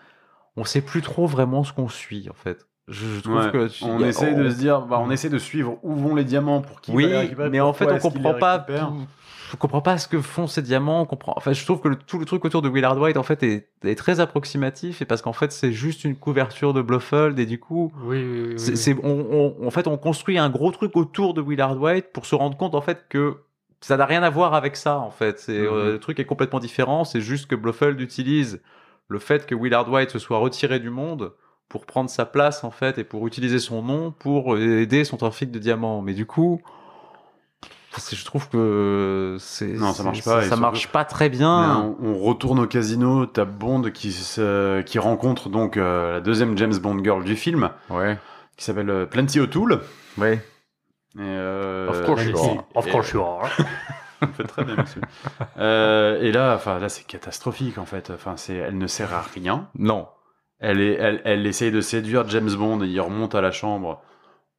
Speaker 4: on sait plus trop vraiment ce qu'on suit, en fait. Je, je trouve
Speaker 2: Ouais.
Speaker 4: que tu-
Speaker 2: On
Speaker 4: y a-
Speaker 2: essaie
Speaker 4: on-
Speaker 2: de se dire, bah, on essaie de suivre où vont les diamants pour qui va les
Speaker 4: oui,
Speaker 2: récupérer,
Speaker 4: mais en fait,
Speaker 2: pourquoi
Speaker 4: on
Speaker 2: est-ce qu'il
Speaker 4: comprend
Speaker 2: les
Speaker 4: pas.
Speaker 2: récupère.
Speaker 4: tout- On comprend pas ce que font ces diamants. On comprend. Enfin, je trouve que le- tout le truc autour de Willard White, en fait, est, est très approximatif et parce qu'en fait, c'est juste une couverture de Bluffold et du coup,
Speaker 3: Oui, oui, oui, oui.
Speaker 4: c'est,
Speaker 3: oui.
Speaker 4: c'est- on, on- en fait, on construit un gros truc autour de Willard White pour se rendre compte en fait que ça n'a rien à voir avec ça. En fait, c'est, euh, le truc est complètement différent. C'est juste que Blofeld utilise le fait que Willard White se soit retiré du monde pour prendre sa place en fait et pour utiliser son nom pour euh, aider son trafic de diamants. Mais du coup, c'est- je trouve que c'est,
Speaker 2: Non, ça
Speaker 4: c'est-
Speaker 2: marche pas, et
Speaker 4: Ça,
Speaker 2: surtout-
Speaker 4: marche pas très bien.
Speaker 2: Mais On, on retourne au casino, t'as Bond qui, se- qui rencontre donc euh, la deuxième James Bond girl du film,
Speaker 4: Ouais,
Speaker 2: qui s'appelle euh, Plenty O'Toole.
Speaker 4: ouais.
Speaker 2: Et, euh,
Speaker 4: Of course you are.
Speaker 2: (laughs)
Speaker 3: Of course you are.
Speaker 2: Elle fait très bien, monsieur. Euh, et là, enfin, là, c'est catastrophique en fait. Enfin, c'est, elle ne sert à rien.
Speaker 4: Non.
Speaker 2: Elle, est, elle, elle essaye de séduire James Bond et il remonte à la chambre,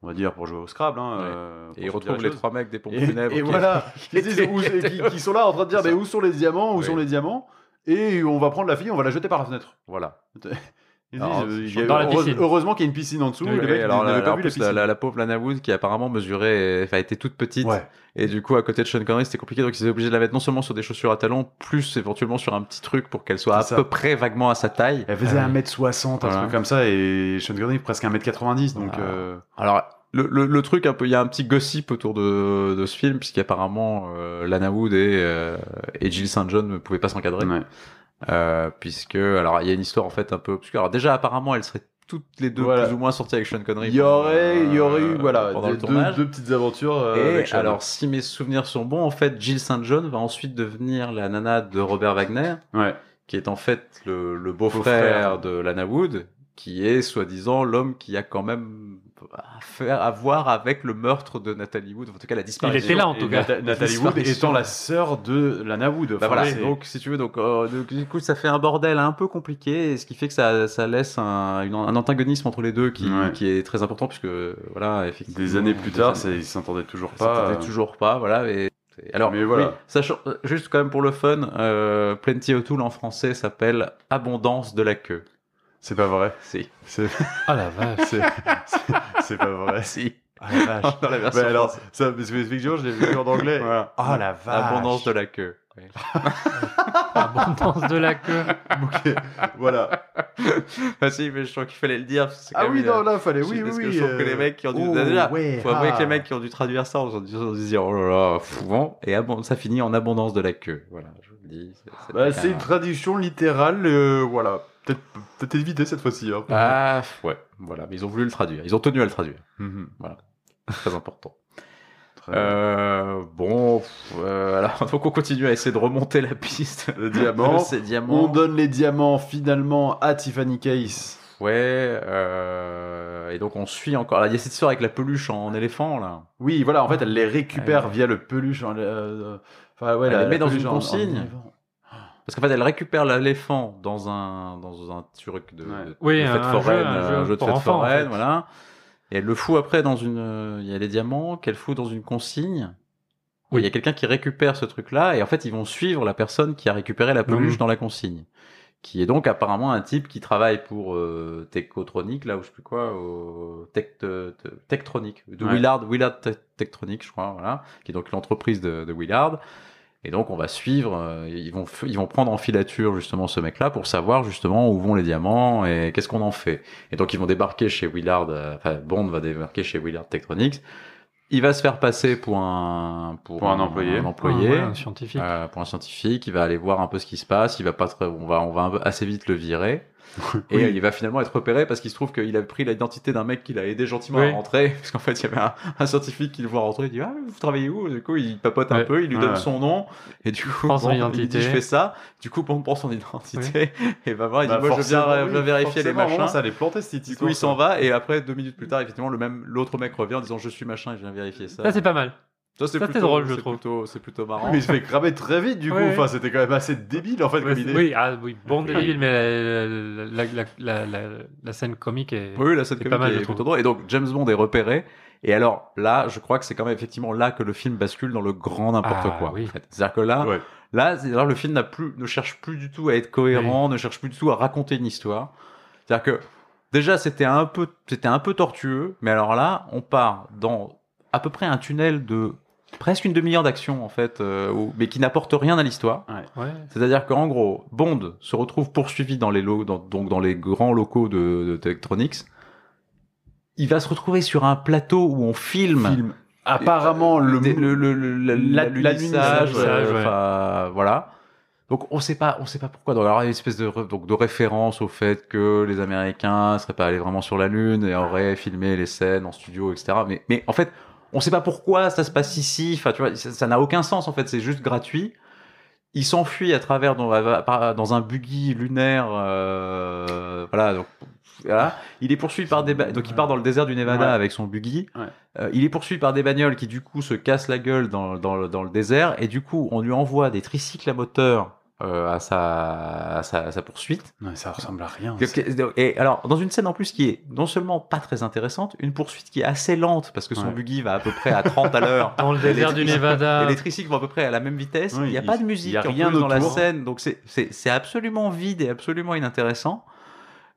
Speaker 2: on va dire, pour jouer au Scrabble. hein,
Speaker 4: Ouais.
Speaker 2: euh,
Speaker 4: Et
Speaker 2: pour
Speaker 4: il
Speaker 2: se dire
Speaker 4: retrouve
Speaker 2: les
Speaker 4: les
Speaker 2: choses.
Speaker 4: trois mecs des pompes
Speaker 2: Et,
Speaker 4: funèbres.
Speaker 2: et
Speaker 4: qui-
Speaker 2: (laughs) voilà, qui, disent où- qui- qui sont là en train de dire
Speaker 4: C'est
Speaker 2: mais
Speaker 4: ça.
Speaker 2: où sont les diamants, où
Speaker 4: Oui.
Speaker 2: sont les diamants Et on va prendre la fille, on va la jeter par la fenêtre.
Speaker 4: Voilà.
Speaker 2: Ils
Speaker 4: Alors,
Speaker 2: disent, euh, il
Speaker 3: dans
Speaker 2: y a-
Speaker 3: la
Speaker 2: heureuse-
Speaker 3: piscine.
Speaker 2: heureusement qu'il y a une piscine en dessous.
Speaker 4: Oui,
Speaker 2: et les mecs,
Speaker 4: alors,
Speaker 2: ils
Speaker 4: la,
Speaker 2: n'avaient
Speaker 4: la-
Speaker 2: pas
Speaker 4: en
Speaker 2: vu la
Speaker 4: plus,
Speaker 2: piscine.
Speaker 4: la, la- la pauvre Lana Wood qui apparemment mesurait, enfin était toute petite,
Speaker 2: Ouais.
Speaker 4: et du coup à côté de Sean Connery c'était compliqué, donc ils étaient obligés de la mettre non seulement sur des chaussures à talons, plus éventuellement sur un petit truc pour qu'elle soit à
Speaker 2: C'est ça.
Speaker 4: peu près vaguement à sa taille.
Speaker 2: Elle faisait
Speaker 3: Ah oui.
Speaker 2: 1m60, un
Speaker 4: Voilà.
Speaker 2: truc comme ça, et Sean Connery presque 1m90, donc
Speaker 4: Ah.
Speaker 2: euh,
Speaker 4: Alors le, le- le truc un peu, il y a un petit gossip autour de, de ce film puisqu'apparemment euh, Lana Wood et, euh, et Jill St John ne pouvaient pas s'encadrer,
Speaker 2: ouais.
Speaker 4: Euh, puisque alors il y a une histoire en fait un peu obscure. Alors déjà apparemment elles seraient toutes les deux
Speaker 2: Voilà.
Speaker 4: plus ou moins sorties avec Sean Connery.
Speaker 2: il y aurait, il y aurait eu
Speaker 4: euh,
Speaker 2: voilà
Speaker 4: pendant
Speaker 2: deux,
Speaker 4: le tournage.
Speaker 2: deux- deux petites aventures. euh,
Speaker 4: Et
Speaker 2: avec Sean.
Speaker 4: alors, si mes souvenirs sont bons, en fait, Jill St. John va ensuite devenir la nana de Robert Wagner,
Speaker 2: ouais,
Speaker 4: qui est en fait le, le
Speaker 2: Beau-frère.
Speaker 4: beau-frère de Lana Wood, qui est soi-disant l'homme qui a quand même à faire à voir avec le meurtre de Natalie Wood, en tout cas la
Speaker 3: Il
Speaker 4: disparition.
Speaker 3: était là en
Speaker 2: Et
Speaker 3: tout cas.
Speaker 2: Nata- Nathalie Wood
Speaker 4: Disparition.
Speaker 2: étant la sœur de Lana Wood.
Speaker 4: Bah
Speaker 2: Enfin,
Speaker 4: voilà,
Speaker 2: c'est-
Speaker 4: donc si tu veux, donc, euh, donc, du coup ça fait un bordel un peu compliqué, et ce qui fait que ça, ça laisse un, une- un antagonisme entre les deux qui,
Speaker 2: Ouais.
Speaker 4: qui est très important, puisque voilà, effectivement.
Speaker 2: des années plus tard,
Speaker 4: des
Speaker 2: c'est- ils s'entendaient toujours
Speaker 4: Ça
Speaker 2: pas.
Speaker 4: s'entendait
Speaker 2: euh,
Speaker 4: toujours pas, voilà. Mais... Alors,
Speaker 2: Mais voilà.
Speaker 4: oui, sachant, euh, juste quand même pour le fun, euh, Plenty O'Toole en français s'appelle Abondance de la queue.
Speaker 2: C'est pas vrai.
Speaker 4: (laughs) Si.
Speaker 2: C'est
Speaker 3: Ah la vache.
Speaker 2: c'est- c'est- c'est pas vrai.
Speaker 4: si.
Speaker 2: Ah la vache.
Speaker 4: Dans (laughs) la version
Speaker 2: Mais alors,
Speaker 4: française.
Speaker 2: ça, parce que effectivement, je l'ai vu en anglais.
Speaker 4: Voilà.
Speaker 2: Oh la vache.
Speaker 4: Abondance de la queue. Oui.
Speaker 3: (laughs) Abondance de la queue.
Speaker 2: Ok, (laughs) Voilà.
Speaker 4: (laughs) ah si, mais je crois qu'il fallait le dire. parce que c'est
Speaker 2: Ah
Speaker 4: quand
Speaker 2: oui,
Speaker 4: même
Speaker 2: non,
Speaker 4: une-
Speaker 2: là, fallait,
Speaker 4: je-
Speaker 2: oui, oui,
Speaker 4: parce que
Speaker 2: oui.
Speaker 4: je trouve que
Speaker 2: euh,
Speaker 4: les mecs qui ont dû.
Speaker 2: oh,
Speaker 4: déjà,
Speaker 2: ouais,
Speaker 4: faut avouer
Speaker 2: ah.
Speaker 4: que les mecs qui ont dû traduire ça, on se disait, oh là là, pff, bon, et abon- ça finit en abondance de la queue. Voilà, je vous le dis. c'est- c'était
Speaker 2: Bah, c'est
Speaker 4: un-
Speaker 2: une traduction littérale, euh, voilà. Peut-être peut éviter cette fois-ci. hein.
Speaker 4: Ah, ouais, voilà, mais ils ont voulu le traduire. Ils ont tenu à le traduire. (laughs)
Speaker 2: Mhm.
Speaker 4: Très important.
Speaker 2: Très bien.
Speaker 4: Euh, bon, pff, euh, alors (laughs) donc on continue à essayer de remonter la piste.
Speaker 2: Le diamant.
Speaker 4: (laughs) C'est diamant.
Speaker 2: On donne les diamants finalement à Tiffany Case.
Speaker 4: Ouais. euh, et donc on suit encore. là, Il y a cette histoire avec la peluche en éléphant là.
Speaker 2: Oui, voilà, en fait, elle les récupère
Speaker 4: Ouais.
Speaker 2: via le peluche. en- euh, Enfin, ouais,
Speaker 4: Elle
Speaker 2: la-
Speaker 4: les
Speaker 2: la
Speaker 4: met dans
Speaker 2: peluche
Speaker 4: une
Speaker 2: en- en-
Speaker 4: consigne.
Speaker 2: en-
Speaker 4: Parce qu'en fait, elle récupère l'éléphant dans un dans un truc de,
Speaker 2: Ouais.
Speaker 4: de-
Speaker 3: Oui,
Speaker 4: de fête
Speaker 3: un
Speaker 4: foraine,
Speaker 3: jeu- un
Speaker 4: euh,
Speaker 3: jeu
Speaker 4: de
Speaker 3: pour
Speaker 4: fête
Speaker 3: enfants, en
Speaker 4: foraine,
Speaker 3: fait.
Speaker 4: voilà. Et elle le fout après dans une. euh, Il y a les diamants qu'elle fout dans une consigne.
Speaker 3: Oui.
Speaker 4: Oui. Il y a quelqu'un qui récupère ce truc-là et en fait ils vont suivre la personne qui a récupéré la peluche
Speaker 3: Mhm.
Speaker 4: dans la consigne, qui est donc apparemment un type qui travaille pour euh, Techotronic là ou je sais plus quoi, au Tech- te- te- Techtronic, de
Speaker 2: Ouais.
Speaker 4: Willard, Willard Te- Techtronic je crois, voilà, qui est donc l'entreprise de, de Willard. Et donc on va suivre, euh, ils vont f- ils vont prendre en filature justement ce mec-là pour savoir justement où vont les diamants et qu'est-ce qu'on en fait. Et donc ils vont débarquer chez Willard, euh, enfin Bond va débarquer chez Willard Techtronics. Il va se faire passer pour un
Speaker 2: Pour un employé.
Speaker 4: un employé,
Speaker 3: Ah Ouais, un scientifique.
Speaker 4: euh, pour un scientifique. Il va aller voir un peu ce qui se passe. Il va pas très- on va on va un peu- assez vite le
Speaker 3: (laughs)
Speaker 4: virer. Et il va finalement être repéré parce qu'il se trouve qu'il a pris l'identité d'un mec qu'il a aidé gentiment
Speaker 3: Oui.
Speaker 4: à rentrer. (laughs) Parce qu'en fait, il y avait un, un scientifique qui le voit rentrer. Il dit Ah, vous travaillez où Du coup, il papote un
Speaker 3: Ouais.
Speaker 4: peu, il lui
Speaker 2: Ouais.
Speaker 4: donne son nom. Et du coup,
Speaker 3: Prends son
Speaker 4: il
Speaker 3: identité.
Speaker 4: dit Je fais ça. Du coup, Bond prend son identité. (laughs) Et va voir, il dit
Speaker 2: Bah,
Speaker 4: Moi, je viens,
Speaker 2: forcément,
Speaker 4: je viens
Speaker 2: oui,
Speaker 4: vérifier les
Speaker 2: forcément, à un moment,
Speaker 4: machins.
Speaker 2: Ça les planter cette
Speaker 4: Du coup, il s'en va. Et après, deux minutes plus tard, effectivement, le même l'autre mec revient en disant Je suis machin et je viens vérifier ça.
Speaker 3: Ça c'est pas mal.
Speaker 4: Ça, c'est
Speaker 3: Ça, c'est
Speaker 4: plutôt-
Speaker 3: drôle, je
Speaker 4: c'est
Speaker 3: trouve.
Speaker 4: plutôt- C'est plutôt (laughs) marrant.
Speaker 2: Mais il se fait cramer très vite, du coup.
Speaker 3: Ouais, ouais.
Speaker 2: Enfin, c'était quand même assez débile, en fait, comme idée.
Speaker 3: Oui, ah, oui, bon
Speaker 4: Oui.
Speaker 3: débile, mais la, la, la, la, la- la scène comique est.
Speaker 4: Oui, la scène
Speaker 3: C'est
Speaker 4: comique
Speaker 3: pas mal,
Speaker 4: est
Speaker 3: je trouve.
Speaker 4: plutôt drôle. Et donc, James Bond est repéré. Et alors, là, je crois que c'est quand même effectivement là que le film bascule dans le grand n'importe
Speaker 3: Ah,
Speaker 4: quoi.
Speaker 3: oui.
Speaker 4: en fait. C'est-à-dire que là,
Speaker 2: Ouais.
Speaker 4: là, c'est- alors, le film n'a plus, ne cherche plus du tout à être cohérent, ne cherche plus du tout à raconter une histoire. C'est-à-dire que, déjà, c'était un peu, c'était un peu tortueux. Mais alors là, on part dans à peu près un tunnel de presque une demi-heure d'action, en fait, euh, où- mais qui n'apporte rien à l'histoire.
Speaker 3: Ouais.
Speaker 4: C'est-à-dire qu'en gros, Bond se retrouve poursuivi dans les, lo- dans, donc dans les grands locaux de, de Telectronics. Il va se retrouver sur un plateau où on filme,
Speaker 2: Film. Apparemment, le,
Speaker 4: euh, des- le, le, le- la-
Speaker 2: la-
Speaker 4: l'alunissage,
Speaker 3: l'alunissage,
Speaker 4: euh,
Speaker 3: ouais.
Speaker 4: enfin, voilà. Donc on sait pas, on sait pas pourquoi. Donc, alors il y a une espèce de, re- donc, de référence au fait que les Américains seraient pas allés vraiment sur la Lune et auraient filmé les scènes en studio, etc. Mais, mais en fait, on sait pas pourquoi ça se passe ici. Enfin, tu vois, ça ça n'a aucun sens en fait. C'est juste gratuit. Il s'enfuit à travers dans, par- dans un buggy lunaire. euh, voilà, donc voilà. Il est poursuivi par des ba- donc il part dans le désert du Nevada
Speaker 2: Ouais.
Speaker 4: avec son buggy.
Speaker 2: Ouais.
Speaker 4: Euh, il est poursuivi par des bagnoles qui du coup se cassent la gueule dans, dans le- dans le désert et du coup on lui envoie des tricycles à moteur euh, à, sa, à, sa, à sa poursuite.
Speaker 2: Ouais, ça ressemble à rien. ça.
Speaker 4: Et alors, dans une scène en plus qui est non seulement pas très intéressante, une poursuite qui est assez lente parce que son
Speaker 2: Ouais.
Speaker 4: buggy va à peu près à 30 à l'heure.
Speaker 3: Dans le désert du Nevada.
Speaker 2: Ah.
Speaker 4: Et les tricycles vont à peu près à la même vitesse.
Speaker 2: Oui,
Speaker 4: il n'y a
Speaker 2: il-
Speaker 4: pas de musique
Speaker 2: il y a
Speaker 4: en
Speaker 2: rien
Speaker 4: plus dans la
Speaker 2: autour.
Speaker 4: scène. Donc c'est- c'est c'est absolument vide et absolument inintéressant.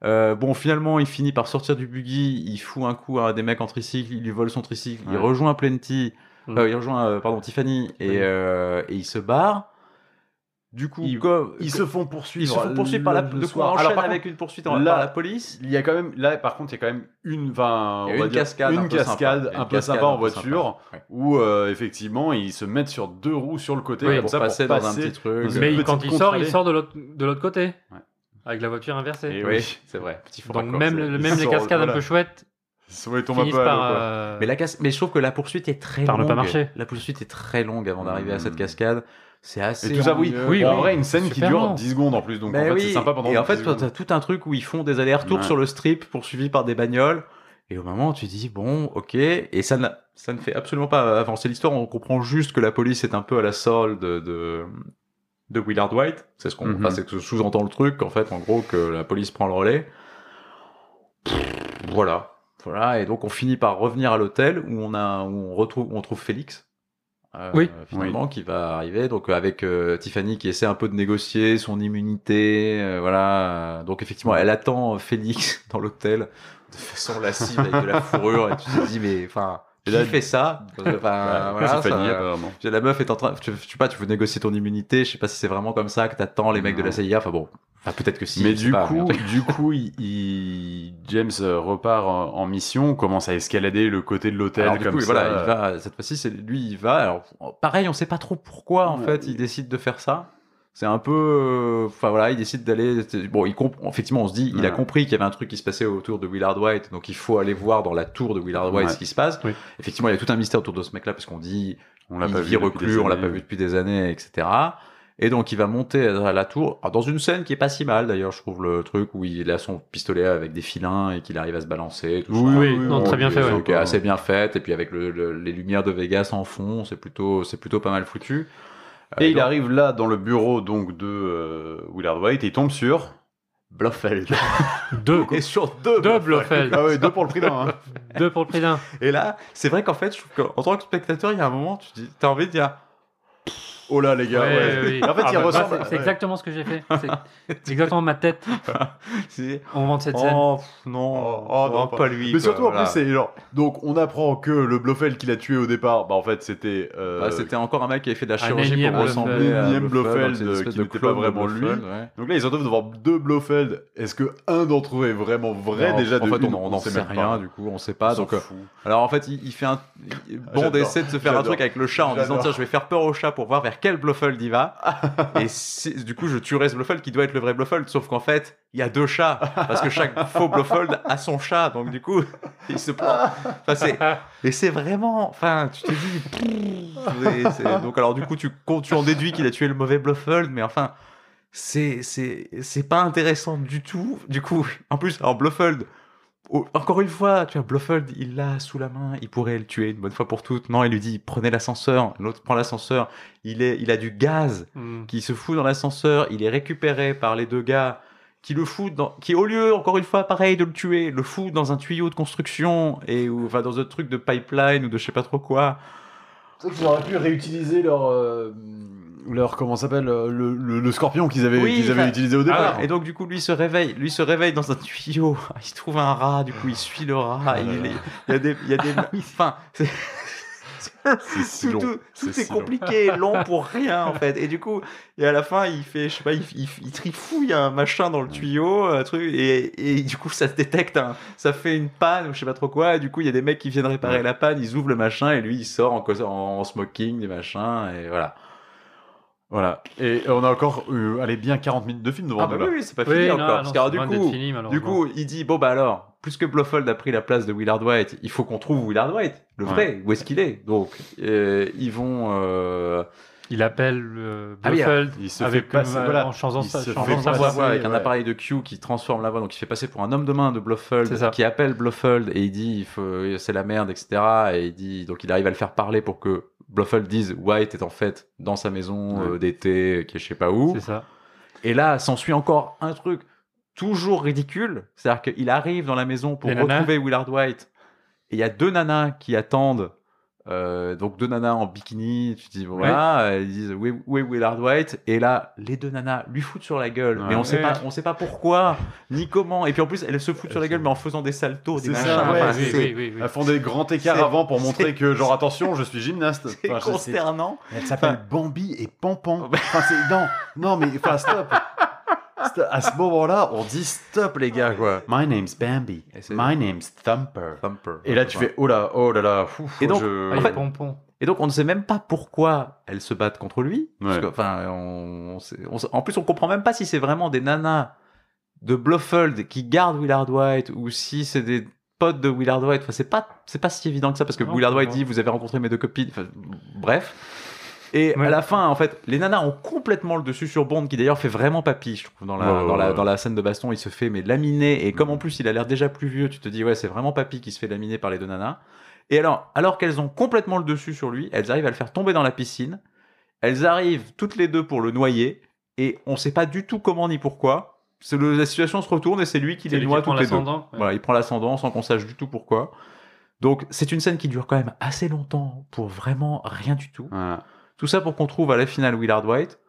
Speaker 4: Euh, bon, finalement, il finit par sortir du buggy. Il fout un coup à des mecs en tricycle. Il lui vole son tricycle. Il
Speaker 2: Ouais.
Speaker 4: rejoint Plenty.
Speaker 3: Mm.
Speaker 4: euh, il rejoint, euh, pardon, Tiffany. Et, euh, et il se barre. Du coup,
Speaker 2: Il-
Speaker 4: comme-
Speaker 2: Ils se font poursuivre.
Speaker 4: ils se font poursuivre par la,
Speaker 2: le-
Speaker 4: de
Speaker 2: le
Speaker 4: quoi
Speaker 2: soir.
Speaker 4: on
Speaker 2: Alors,
Speaker 4: enchaîne
Speaker 2: par
Speaker 4: avec une poursuite en-
Speaker 2: là-
Speaker 4: par la police.
Speaker 2: Il y a quand même, là par contre, il y a quand même une, enfin,
Speaker 4: Il y
Speaker 2: on
Speaker 4: a
Speaker 2: va
Speaker 4: une
Speaker 2: dire,
Speaker 4: cascade
Speaker 2: une
Speaker 4: un peu
Speaker 2: cascade
Speaker 4: sympa. Il y a
Speaker 2: un
Speaker 4: une
Speaker 2: peu
Speaker 4: cascade
Speaker 2: sympa en
Speaker 4: un peu sympa.
Speaker 2: voiture
Speaker 4: Ouais.
Speaker 2: où euh, effectivement ils se mettent sur deux roues sur le côté
Speaker 3: Oui,
Speaker 2: comme
Speaker 4: pour
Speaker 2: ça
Speaker 4: passer
Speaker 2: pour
Speaker 4: dans un
Speaker 2: passer.
Speaker 4: petit truc.
Speaker 2: dans
Speaker 3: Mais
Speaker 2: une
Speaker 3: il- quand
Speaker 2: petite
Speaker 3: il sort, il
Speaker 2: contre-allée.
Speaker 3: sort de l'autre de l'autre côté.
Speaker 2: Ouais.
Speaker 3: Avec la voiture inversée.
Speaker 2: Et
Speaker 4: Oui,
Speaker 2: oui.
Speaker 4: c'est vrai. Petit faux
Speaker 3: Donc
Speaker 4: raccord,
Speaker 3: même,
Speaker 4: c'est-
Speaker 3: le-
Speaker 2: ils
Speaker 3: même les
Speaker 2: sortent,
Speaker 3: cascades un
Speaker 2: voilà.
Speaker 3: peu chouettes
Speaker 2: Ça va tomber un
Speaker 3: finissent
Speaker 2: peu à l'eau,
Speaker 3: par...
Speaker 2: quoi.
Speaker 3: euh,
Speaker 4: Mais, la cas- mais je trouve que la poursuite est très
Speaker 3: Par ne
Speaker 4: longue.
Speaker 3: pas marcher.
Speaker 4: La poursuite est très longue avant d'arriver à
Speaker 2: Hmm.
Speaker 4: cette cascade. C'est assez.
Speaker 2: Et tout ça, oui.
Speaker 4: ennuyeux.
Speaker 3: Oui,
Speaker 2: en
Speaker 3: oui.
Speaker 2: vrai, une scène qui
Speaker 3: Super
Speaker 2: dure
Speaker 3: long.
Speaker 2: 10 secondes en plus, donc
Speaker 4: Mais
Speaker 2: en fait,
Speaker 4: Bah oui.
Speaker 2: c'est sympa pendant
Speaker 4: Et en
Speaker 2: 10
Speaker 4: fait, toi,
Speaker 2: secondes.
Speaker 4: t'as tout un truc où ils font des allers-retours
Speaker 2: Ouais.
Speaker 4: sur le strip, poursuivis par des bagnoles. Et au moment, tu dis bon, ok. Et ça, n'a- ça ne fait absolument pas avancer l'histoire. On comprend juste que la police est un peu à la solde de de Willard White. C'est ce qu'on,
Speaker 2: Mhm.
Speaker 4: enfin, c'est que sous-entend le truc. En fait, en gros, que la police prend le relais. Pff, voilà. Voilà, et donc on finit par revenir à l'hôtel où on a où on retrouve où on trouve Félix. euh,
Speaker 3: Oui.
Speaker 4: Finalement, qui va arriver donc euh, avec euh, Tiffany qui essaie un peu de négocier son immunité, euh, voilà. Donc effectivement, elle attend euh, Félix (laughs) dans l'hôtel de façon lascive avec de la fourrure et tu te dis mais enfin
Speaker 2: Et
Speaker 4: qui
Speaker 2: là,
Speaker 4: fait ça Enfin,
Speaker 2: Bah,
Speaker 4: voilà,
Speaker 2: c'est Fanny,
Speaker 4: ça-
Speaker 2: apparemment.
Speaker 4: puis la meuf est en train, je, je sais pas, tu veux négocier ton immunité, je sais pas si c'est vraiment comme ça que t'attends les mecs de la
Speaker 2: Non.
Speaker 4: CIA, enfin bon, enfin, peut-être que si.
Speaker 2: mais
Speaker 4: je sais
Speaker 2: du,
Speaker 4: pas, mais en
Speaker 2: coup,
Speaker 4: tout
Speaker 2: du coup, il- il- James euh, repart en en mission, commence à escalader le côté de l'hôtel
Speaker 4: Alors,
Speaker 2: comme
Speaker 4: du coup,
Speaker 2: ça.
Speaker 4: voilà, il va, cette fois-ci, c'est lui, il va. Alors, pareil, on sait pas trop pourquoi, en
Speaker 2: Ouais.
Speaker 4: fait, il décide de faire ça. C'est un peu. euh, Enfin, voilà, il décide d'aller. c'est- Bon, il comp- effectivement, on se dit, il a
Speaker 2: Ouais.
Speaker 4: compris qu'il y avait un truc qui se passait autour de Willard White, donc il faut aller voir dans la tour de Willard White
Speaker 2: Ouais.
Speaker 4: ce qui se passe.
Speaker 3: Oui.
Speaker 4: Effectivement, il y a tout un mystère autour de ce mec-là, parce qu'on dit,
Speaker 2: on
Speaker 4: on l'a pas vu
Speaker 2: depuis des
Speaker 4: reclus, on l'a
Speaker 2: années.
Speaker 4: pas vu depuis des années, etc. Et donc il va monter à la tour ah, dans une scène qui est pas si mal d'ailleurs, je trouve le truc où il a son pistolet avec des filins et qu'il arrive à se balancer. Tout
Speaker 2: Oui,
Speaker 4: ça.
Speaker 2: oui,
Speaker 3: non, très bien
Speaker 4: qui
Speaker 3: fait,
Speaker 4: est-
Speaker 3: ouais.
Speaker 4: qui est assez bien faite. Et puis avec le- le- les lumières de Vegas en fond, c'est plutôt, c'est plutôt pas mal foutu.
Speaker 2: Et
Speaker 4: Euh,
Speaker 2: il
Speaker 4: donc,
Speaker 2: arrive là dans le bureau donc de euh, Willard White et il tombe sur.
Speaker 4: Blofeld.
Speaker 3: deux.
Speaker 4: et sur deux.
Speaker 3: (laughs) Deux Blofeld.
Speaker 2: Ah ouais, deux pour le prix d'un. hein.
Speaker 3: deux pour le prix d'un.
Speaker 4: Et là, c'est vrai qu'en fait, je trouve qu'en tant que spectateur, il y a un moment, tu dis, t'as envie de dire,
Speaker 2: (laughs)
Speaker 4: (laughs)
Speaker 2: Oh là, les gars,
Speaker 3: Ouais,
Speaker 2: ouais.
Speaker 3: oui.
Speaker 2: En fait,
Speaker 3: Ah,
Speaker 2: il
Speaker 3: bah,
Speaker 2: ressemble-
Speaker 3: c'est- C'est
Speaker 2: ouais.
Speaker 3: exactement ce que j'ai fait. C'est- C'est exactement ma tête
Speaker 4: c'est-
Speaker 3: au moment de cette scène.
Speaker 4: oh pff, non,
Speaker 2: Oh, oh, non,
Speaker 4: non,
Speaker 2: pas-
Speaker 4: pas lui.
Speaker 2: Mais
Speaker 4: quoi,
Speaker 2: surtout, en
Speaker 4: voilà.
Speaker 2: plus, c'est genre. Donc, on apprend que le Blofeld qui l'a tué au départ, bah, en fait, c'était. euh,
Speaker 4: Bah, c'était encore un mec qui avait fait de la
Speaker 3: un
Speaker 4: chirurgie
Speaker 3: énième
Speaker 4: pour ressembler
Speaker 2: Blofeld.
Speaker 4: à
Speaker 2: Énième Blofeld,
Speaker 4: donc c'est une
Speaker 2: euh,
Speaker 4: espèce
Speaker 2: qui
Speaker 4: de
Speaker 2: n'était pas
Speaker 4: clone de
Speaker 2: vraiment
Speaker 4: Blofeld, ouais.
Speaker 2: Donc là, ils se retrouvent devant deux Blofeld. Est-ce que un d'entre eux est vraiment vrai
Speaker 4: Non,
Speaker 2: déjà
Speaker 4: en
Speaker 2: de
Speaker 4: fait, on
Speaker 2: une,
Speaker 4: en- on n'en
Speaker 2: sait
Speaker 4: sait,
Speaker 2: même pas.
Speaker 4: rien, du coup, on sait pas.
Speaker 2: On s'en
Speaker 4: Donc, euh,
Speaker 2: fout.
Speaker 4: alors en fait, il, il fait un bon
Speaker 2: J'adore.
Speaker 4: d'essai de se faire un
Speaker 2: J'adore.
Speaker 4: truc avec le chat en disant
Speaker 2: J'adore.
Speaker 4: tiens, je vais faire peur au chat pour voir vers quel Blofeld il
Speaker 2: (laughs)
Speaker 4: va. et c'est- du coup, je tuerai ce Blofeld qui doit être le vrai Blofeld, sauf qu'en fait, il y a deux chats parce que chaque faux Blofeld a son chat, donc du coup, il se prend. Enfin, (laughs) c'est-
Speaker 3: Ah.
Speaker 4: et c'est vraiment, enfin, tu te dis. pff, et c'est- Donc alors du coup, tu comptes, tu en déduis qu'il a tué le mauvais Blofeld, mais enfin. C'est, c'est, c'est pas intéressant du tout. Du coup, (laughs) en plus, en Blofeld, Oh, Encore une fois, tu vois, Blofeld, il l'a sous la main, il pourrait le tuer une bonne fois pour toutes. Non, il lui dit, prenez l'ascenseur. L'autre prend l'ascenseur. Il, est, il a du gaz
Speaker 3: Mm.
Speaker 4: qui se fout dans l'ascenseur. Il est récupéré par les deux gars qui le foutent dans, qui au lieu, encore une fois, pareil, de le tuer, le foutent dans un tuyau de construction et ou, enfin, dans un truc de pipeline ou de je sais pas trop quoi.
Speaker 2: C'est vrai qu'ils auraient pu réutiliser leur. euh, leur. comment ça s'appelle euh, le, le- le scorpion qu'ils avaient,
Speaker 4: Oui,
Speaker 2: qu'ils avaient
Speaker 4: enfin-
Speaker 2: utilisé au départ.
Speaker 4: Ah, et donc du coup lui se réveille, lui se réveille dans un tuyau, (laughs) Ah, il trouve un rat, du coup il suit le rat,
Speaker 2: Ah là
Speaker 4: il,
Speaker 2: là. Ah,
Speaker 4: il y a des, il y a
Speaker 2: (laughs)
Speaker 4: des, enfin c'est
Speaker 2: C'est si
Speaker 4: tout,
Speaker 2: long.
Speaker 4: tout- tout
Speaker 2: C'est
Speaker 4: est,
Speaker 2: si long.
Speaker 4: compliqué, long (laughs) pour rien en fait. Et du coup, et à la fin, il fait, je sais pas, il, il, il trifouille un machin dans le tuyau, un truc, et, et du coup, ça se détecte, un- ça fait une panne ou je sais pas trop quoi. Et du coup, il y a des mecs qui viennent réparer la panne, ils ouvrent le machin et lui, il sort en, cause- en, en smoking, des machins, et voilà.
Speaker 2: Voilà. Et on a encore, euh, allez, bien 40 minutes de film devant
Speaker 4: Ah bah
Speaker 2: nous.
Speaker 4: oui,
Speaker 2: là.
Speaker 4: oui, c'est pas
Speaker 3: Oui,
Speaker 4: fini
Speaker 3: non,
Speaker 4: encore.
Speaker 3: non,
Speaker 4: parce
Speaker 3: c'est
Speaker 4: que,
Speaker 3: loin
Speaker 4: alors, du
Speaker 3: d'être
Speaker 4: coup,
Speaker 3: fini, malheureusement.
Speaker 4: Du coup, il dit bon bah alors, puisque Blofeld a pris la place de Willard White, il faut qu'on trouve Willard White, le
Speaker 2: Ouais.
Speaker 4: vrai. Où est-ce qu'il est Donc euh, ils vont. euh,
Speaker 3: il appelle euh,
Speaker 4: Ah oui,
Speaker 3: Blofeld
Speaker 2: Il se
Speaker 3: avec
Speaker 2: fait passer,
Speaker 3: euh,
Speaker 2: voilà.
Speaker 3: en changeant
Speaker 2: Il
Speaker 3: sa,
Speaker 2: se
Speaker 3: changeant
Speaker 2: fait
Speaker 3: sa
Speaker 2: passer.
Speaker 3: voix.
Speaker 4: voix avec un
Speaker 2: ouais.
Speaker 4: appareil de Q qui transforme la voix, donc il fait passer pour un homme de main de
Speaker 3: C'est
Speaker 4: Blofeld,
Speaker 3: ça.
Speaker 4: qui appelle Blofeld et il dit il faut- c'est la merde, etc. Et il dit donc il arrive à le faire parler pour que Bluffle dise White est en fait dans sa maison euh, d'été, euh, qui est je sais pas où.
Speaker 3: C'est ça.
Speaker 4: Et là, s'ensuit encore un truc toujours ridicule. C'est-à-dire qu'il arrive dans la maison pour
Speaker 3: Les nanas.
Speaker 4: retrouver Willard White. Et il y a deux nanas qui attendent. Euh, donc deux nanas en bikini, tu te dis voilà, euh, ils disent où est, où est Willard White Et là, les deux nanas lui foutent sur la gueule, mais
Speaker 2: Ouais.
Speaker 4: on sait
Speaker 2: Ouais.
Speaker 4: pas, on sait pas pourquoi ni comment. Et puis en plus, elles se foutent sur la gueule, mais en faisant des saltos, des
Speaker 2: Euh, C'est ça,
Speaker 4: machins.
Speaker 2: ouais,
Speaker 4: Enfin,
Speaker 2: oui,
Speaker 4: Ah, c'est-
Speaker 2: oui,
Speaker 3: oui,
Speaker 2: Elles font des grands écarts
Speaker 4: C'est-
Speaker 2: avant pour montrer
Speaker 4: c'est-
Speaker 2: que, genre, attention, je suis gymnaste.
Speaker 4: (laughs) c'est
Speaker 2: Enfin, je-
Speaker 4: consternant.
Speaker 2: Elle s'appelle Bambi et
Speaker 4: Oh,
Speaker 2: Pampan.
Speaker 4: bah.
Speaker 2: Enfin, c'est- non, non, mais enfin, stop. Stop. À ce moment-là, on dit stop, les gars, quoi. My name's Bambi.
Speaker 4: Et c'est-
Speaker 2: My name's Thumper.
Speaker 4: Thumper.
Speaker 2: Et là, tu fais oh là, oh là là. fou, fou,
Speaker 4: Et donc,
Speaker 2: je-
Speaker 3: Ah, il y a
Speaker 4: fait-
Speaker 3: Pompon.
Speaker 4: Et donc, on ne sait même pas pourquoi elles se battent contre lui. Parce
Speaker 2: Ouais.
Speaker 4: que, enfin, on- on sait- on sait- en plus, on comprend même pas si c'est vraiment des nanas de Bluffold qui gardent Willard White ou si c'est des potes de Willard White. Enfin, c'est pas, c'est pas si évident que ça parce que
Speaker 3: Non,
Speaker 4: Willard White
Speaker 3: non.
Speaker 4: dit Vous avez rencontré mes deux copines. Enfin, bref. Et
Speaker 3: Ouais.
Speaker 4: à la fin, en fait, les nanas ont complètement le dessus sur Bond, qui d'ailleurs fait vraiment papy, je trouve, dans la,
Speaker 2: Ouais, ouais,
Speaker 4: dans, la,
Speaker 2: ouais.
Speaker 4: dans la scène de baston. Il se fait mais laminer. Et comme en plus, il a l'air déjà plus vieux, tu te dis Ouais, c'est vraiment papy qui se fait laminer par les deux nanas. Et alors, alors qu'elles ont complètement le dessus sur lui, elles arrivent à le faire tomber dans la piscine. Elles arrivent toutes les deux pour le noyer. Et on ne sait pas du tout comment ni pourquoi. C'est le- la situation se retourne et c'est lui qui
Speaker 3: C'est
Speaker 4: les
Speaker 3: lui
Speaker 4: noie
Speaker 3: qui prend
Speaker 4: toutes les deux.
Speaker 3: l'ascendant, ouais.
Speaker 4: Voilà, il prend l'ascendant sans qu'on sache du tout pourquoi. Donc c'est une scène qui dure quand même assez longtemps pour vraiment rien du tout.
Speaker 2: Voilà.
Speaker 4: Tout ça pour qu'on trouve à la finale Willard White,